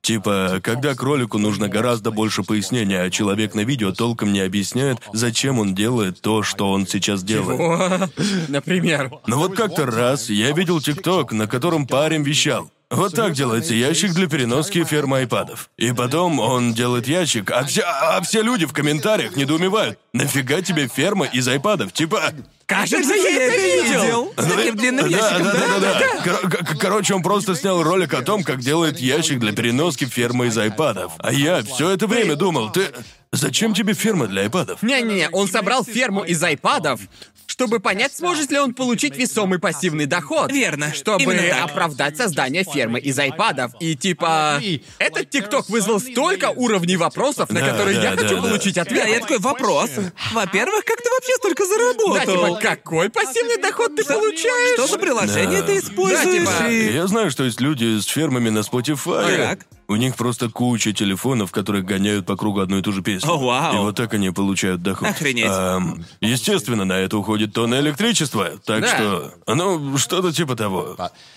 Speaker 2: Типа, когда кролику нужно гораздо больше пояснения, а человек на видео толком не объясняет, зачем он делает то, что он сейчас делает.
Speaker 3: Например.
Speaker 2: Но вот как-то раз я видел ТикТок, на котором парень вещал. Вот так делается ящик для переноски фермы айпадов. И потом он делает ящик, а все, а все люди в комментариях недоумевают. Нафига тебе ферма из айпадов? Типа...
Speaker 3: Кажется, я это видел.
Speaker 1: С таким длинным ящиком, Ну, да?
Speaker 2: Кор- кор- короче, он просто снял ролик о том, как делает ящик для переноски фермы из айпадов. А я все это время думал, ты... Зачем тебе ферма для айпадов?
Speaker 3: Не-не-не, он собрал ферму из айпадов, чтобы понять, сможет ли он получить весомый пассивный доход.
Speaker 1: Верно.
Speaker 3: Чтобы
Speaker 1: Именно так.
Speaker 3: оправдать создание фермы из айпадов. И типа... Этот ТикТок вызвал столько уровней вопросов, на
Speaker 2: Да,
Speaker 3: которые
Speaker 2: да,
Speaker 3: я хочу
Speaker 2: да, да.
Speaker 3: получить
Speaker 1: Да, я
Speaker 3: ответ.
Speaker 1: такой вопрос. Во-первых, как ты вообще столько
Speaker 3: Да,
Speaker 1: заработал?
Speaker 3: типа, какой пассивный доход ты получаешь?
Speaker 1: Что за приложение
Speaker 2: Да.
Speaker 1: ты используешь?
Speaker 3: Да, типа,
Speaker 1: и-
Speaker 2: Я знаю, что есть люди с фермами на Spotify.
Speaker 1: Так.
Speaker 2: У них просто куча телефонов, которые гоняют по кругу одну и ту же песню.
Speaker 1: О, вау.
Speaker 2: И вот так они получают доход.
Speaker 1: Охренеть.
Speaker 2: Ам, естественно, на это уходит тонна электричества. Так
Speaker 3: Да.
Speaker 2: что, ну, что-то типа того.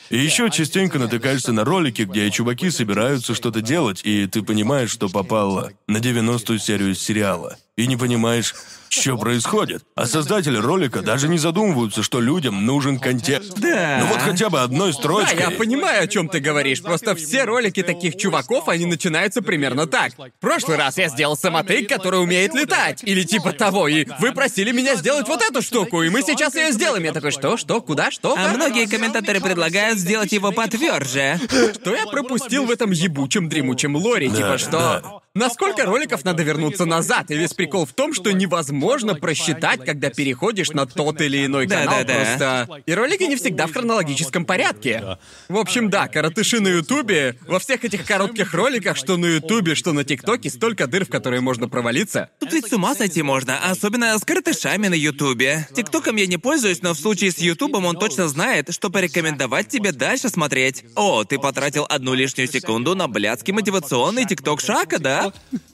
Speaker 2: И еще частенько натыкаешься на ролики, где чуваки собираются что-то делать, и ты понимаешь, что попало на 90-ю серию сериала. И не понимаешь, что происходит. А создатели ролика даже не задумываются, что людям нужен контекст.
Speaker 1: Да.
Speaker 2: Ну вот хотя бы одной
Speaker 3: Да,
Speaker 2: строчкой.
Speaker 3: я понимаю, о чем ты говоришь. Просто все ролики таких чуваков, они начинаются примерно так. В прошлый раз я сделал самотык, который умеет летать. Или типа того. И вы просили меня сделать вот эту штуку, и мы сейчас ее сделаем. Я такой, что, что, куда, что?
Speaker 1: А
Speaker 3: Как?
Speaker 1: многие комментаторы предлагают сделать его потверже.
Speaker 3: Что я пропустил в этом ебучем дремучем лоре? типа что?
Speaker 2: да.
Speaker 3: Насколько роликов надо вернуться назад? И весь прикол в том, что невозможно просчитать, когда переходишь на тот или иной
Speaker 1: Да,
Speaker 3: канал.
Speaker 1: да, да.
Speaker 3: Просто... И ролики не всегда в хронологическом порядке. В общем, да, коротыши на Ютубе, во всех этих коротких роликах, что на Ютубе, что на ТикТоке, столько дыр, в которые можно провалиться.
Speaker 1: Тут ведь с ума сойти можно, особенно с коротышами на Ютубе. Тиктоком я не пользуюсь, но в случае с Ютубом он точно знает, что порекомендовать тебе дальше смотреть. О, ты потратил одну лишнюю секунду на блядский мотивационный тикток Шака, да?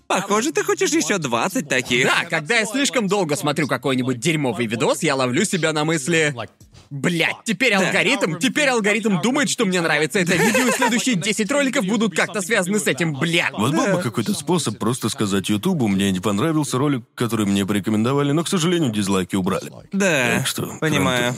Speaker 1: Похоже, ты хочешь еще 20 таких.
Speaker 3: Да, когда я слишком долго смотрю какой-нибудь дерьмовый видос, я ловлю себя на мысли... Блять, теперь алгоритм, теперь алгоритм думает, что мне нравится это видео, и следующие 10 роликов будут как-то связаны с этим, блядь.
Speaker 2: Вот был бы какой-то способ просто сказать Ютубу, мне не понравился ролик, который мне порекомендовали, но, к сожалению, дизлайки убрали.
Speaker 1: Да,
Speaker 2: Так что,
Speaker 1: понимаю.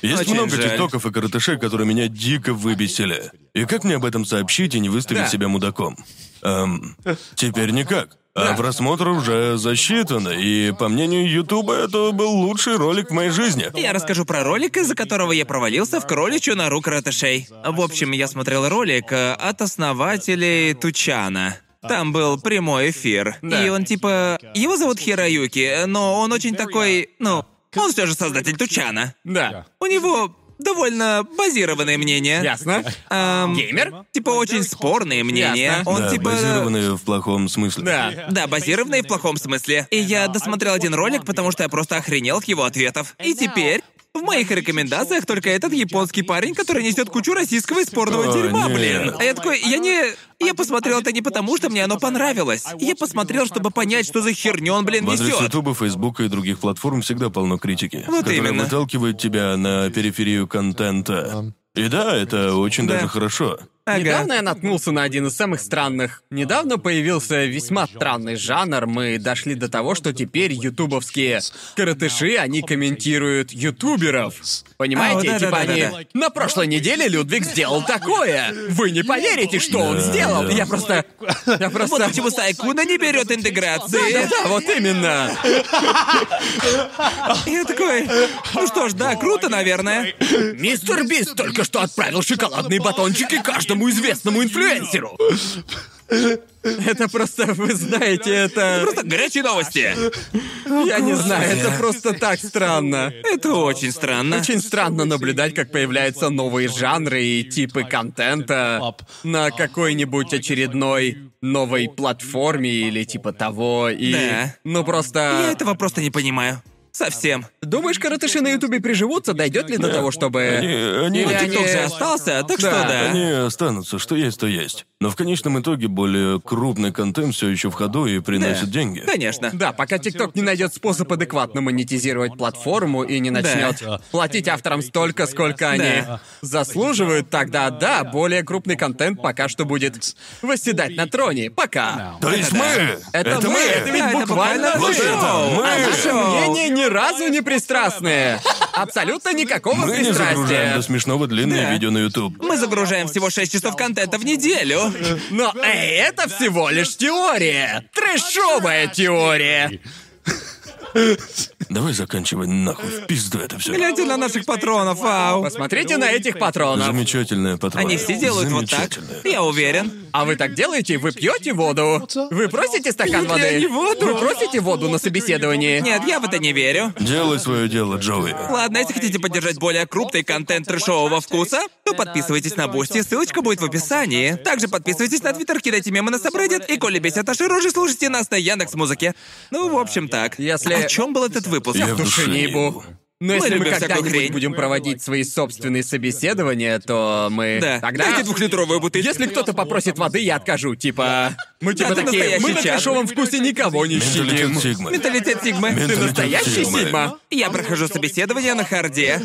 Speaker 2: Есть
Speaker 1: Очень
Speaker 2: много
Speaker 1: жаль.
Speaker 2: тиктоков и коротышей, которые меня дико выбесили. И как мне об этом сообщить и не выставить
Speaker 3: Да.
Speaker 2: себя мудаком? Эм, теперь никак. А просмотр уже засчитан, и, по мнению Ютуба, это был лучший ролик в моей жизни.
Speaker 1: Ну, Я расскажу про ролик, из-за которого я провалился в кроличью нору кратышей. В общем, я смотрел ролик э, от основателей Тучана. Там был прямой эфир. И он типа... Его зовут Хираюки, но он очень такой... Ну, он все же создатель Тучана.
Speaker 3: Да.
Speaker 1: У него довольно базированные мнения.
Speaker 3: Ясно?
Speaker 1: Эм,
Speaker 3: Геймер?
Speaker 1: Типа очень спорные мнения.
Speaker 3: Ясно.
Speaker 1: Он
Speaker 2: Да,
Speaker 1: типа...
Speaker 2: базированные в плохом смысле.
Speaker 3: Да.
Speaker 1: Да, базированные в плохом смысле. И я досмотрел один ролик, потому что я просто охренел от его ответов. И теперь В моих рекомендациях только этот японский парень, который несет кучу российского и спорного
Speaker 2: О,
Speaker 1: дерьма,
Speaker 2: нет.
Speaker 1: блин. А я такой, я не... Я посмотрел это не потому, что мне оно понравилось. Я посмотрел, чтобы понять, что за херню он, блин,
Speaker 2: В адрес
Speaker 1: несет.
Speaker 2: Ютуба, Фейсбука и других платформ всегда полно критики,
Speaker 1: Вот
Speaker 2: которая
Speaker 1: именно.
Speaker 2: выталкивает тебя на периферию контента. И да, это очень
Speaker 1: Да.
Speaker 2: даже хорошо.
Speaker 1: Ага.
Speaker 3: Недавно я наткнулся на один из самых странных. Недавно появился весьма странный жанр. Мы дошли до того, что теперь ютубовские коротыши, они комментируют ютуберов. Понимаете,
Speaker 1: А, вот да,
Speaker 3: типа
Speaker 1: да, да,
Speaker 3: они...
Speaker 1: да.
Speaker 3: На прошлой неделе Людвиг сделал такое. Вы не поверите, что он
Speaker 2: Да,
Speaker 3: сделал.
Speaker 2: да.
Speaker 3: Я просто... Я
Speaker 1: Вот
Speaker 3: просто...
Speaker 1: почему Сайкуна не берет интеграции.
Speaker 3: Да-да-да, вот именно.
Speaker 1: Я такой, ну что ж, да, круто, наверное.
Speaker 3: Мистер Бист только что отправил шоколадные батончики каждому известному инфлюенсеру. Это просто, вы знаете, это...
Speaker 1: Просто горячие новости.
Speaker 3: Я не знаю, это просто так странно.
Speaker 1: Это очень странно.
Speaker 3: Очень странно наблюдать, как появляются новые жанры и типы контента на какой-нибудь очередной новой платформе или типа того, и...
Speaker 1: Да.
Speaker 3: Ну просто...
Speaker 1: Я этого просто не понимаю. Совсем.
Speaker 3: Думаешь, коротыши на Ютубе приживутся? Дойдет ли до того, чтобы...
Speaker 2: Они, они,
Speaker 3: Или
Speaker 1: Ну,
Speaker 3: они-
Speaker 1: ТикТок же остался, так что
Speaker 3: Да.
Speaker 1: да.
Speaker 2: они останутся, что есть, то есть. Но в конечном итоге более крупный контент все еще в ходу и приносит деньги.
Speaker 1: Конечно.
Speaker 3: Да, пока ТикТок не найдет способ адекватно монетизировать платформу и не начнет платить авторам столько, сколько они
Speaker 1: Да.
Speaker 3: заслуживают, тогда да, более крупный контент пока что будет восседать на троне. Пока.
Speaker 2: То есть
Speaker 1: Э,
Speaker 2: мы!
Speaker 3: Это, мы, это ведь
Speaker 1: Да, это
Speaker 3: буквально
Speaker 1: буквально
Speaker 3: мы.
Speaker 2: Вот это мы.
Speaker 3: А наше
Speaker 1: Шоу.
Speaker 3: мнение ни разу не пристрастное. Абсолютно никакого
Speaker 2: Мы не загружаем
Speaker 3: пристрастия.
Speaker 2: до смешного длинные
Speaker 1: э. Да.
Speaker 2: видео на YouTube.
Speaker 1: Мы загружаем всего 6 часов контента в неделю.
Speaker 3: Но эй, это всего лишь теория. Трэшовая теория.
Speaker 2: Давай заканчивай нахуй, в пизду это все.
Speaker 1: Гляньте на наших патронов, ау.
Speaker 3: Посмотрите на этих патронов.
Speaker 2: Замечательная патрона.
Speaker 1: Они все делают вот так. Я уверен.
Speaker 3: А вы так делаете? Вы пьете воду? Вы просите стакан
Speaker 1: Пью ли
Speaker 3: воды?
Speaker 1: они воду?
Speaker 3: Вы просите воду на собеседовании?
Speaker 1: Нет, я в это не верю.
Speaker 2: Делай свое дело, Джоуи.
Speaker 1: Ладно, если хотите поддержать более крупный контент трешового вкуса, то подписывайтесь на Бусти, ссылочка будет в описании. Также подписывайтесь на Твиттер, кидайте мемы на Сабреддит, и коли бесят наши рожи, слушайте нас на Яндекс Музыке. Ну, в общем так.
Speaker 3: Если-
Speaker 1: О чем был этот выпуск?
Speaker 2: Я в душе
Speaker 3: Души не ебу. Но если мы
Speaker 1: любим всякую
Speaker 3: когда-нибудь
Speaker 1: хрень.
Speaker 3: будем проводить свои собственные собеседования, то мы...
Speaker 1: Да.
Speaker 3: Тогда...
Speaker 1: Дайте двухлитровую бутыль.
Speaker 3: Если кто-то попросит воды, я откажу. Типа... Мы типа
Speaker 1: ты
Speaker 3: такие,
Speaker 1: настоящий
Speaker 3: мы на
Speaker 1: чат».
Speaker 3: дешевом вкусе никого не щадим.
Speaker 2: Менталитет Сигмы.
Speaker 1: Менталитет Сигмы.
Speaker 3: Ты
Speaker 2: Менталитет
Speaker 3: настоящий
Speaker 2: Сигмы.
Speaker 3: Сигма?
Speaker 1: Я прохожу собеседование на харде.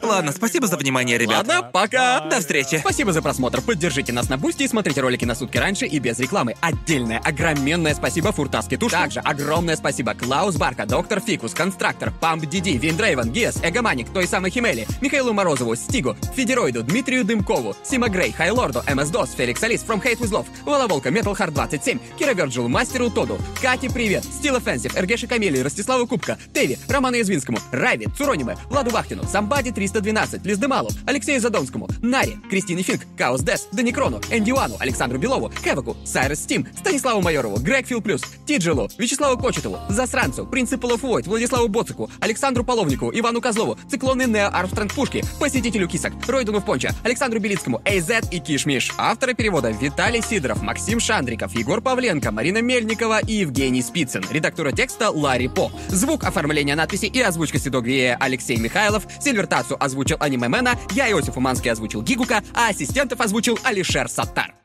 Speaker 1: Ладно, спасибо за внимание, ребят.
Speaker 3: Ладно, пока.
Speaker 1: До встречи.
Speaker 3: Спасибо за просмотр. Поддержите нас на Бусти и смотрите ролики на сутки раньше и без рекламы. Отдельное огроменное спасибо Фуртаске Туш. Также огромное спасибо Клаус Барка, Доктор Фикус, Констрактор, Памп Диди, Виндрейвен, Гиас, Эгоманик, той самой Химели, Михаилу Морозову, Стигу, Федероиду, Дмитрию Дымкову, Сима Грей, Хайлорду, МС Дос, Феликс Алис, From Hate With Love, Воловолка, Metal Hard 27, Кира Верджил, Мастеру Тоду, Кате Привет, Стил Offensive, Эргеша Камелии, Ростиславу Кубка, Теви, Роману Язвинскому, Рави, Цурониме, Владу Вахтину, Самбади 312, Лиздемалу, Алексею Задонскому, Наре, Кристине Финк, Каос Дес, Даникрону, Эндиуану, Александру Белову, Хеваку, Сайрес Стим, Станиславу Майорову, Грег Фил Плюс, Тиджилу, Вячеславу Кочетову, Засранцу, Принципу Лофуойт, Владиславу Боцику, Александру Половнику, Ивану Козлову, Циклоны Нео Армстронг Пушки, Посетителю Кисок, Ройдуну в Понча, Александру Белицкому, Эйзет и Кишмиш. Авторы перевода Виталий Сидоров, Максим Шандриков, Егор Павленко, Марина Мельникова и Евгений Спицын. Редактора текста Ларри По. Звук оформления надписи и озвучка Сидогвея Алексей Михайлов, Сильвер Тацу озвучил Анимемена, я Иосиф Уманский озвучил Гигука, а ассистентов озвучил Алишер Саттар.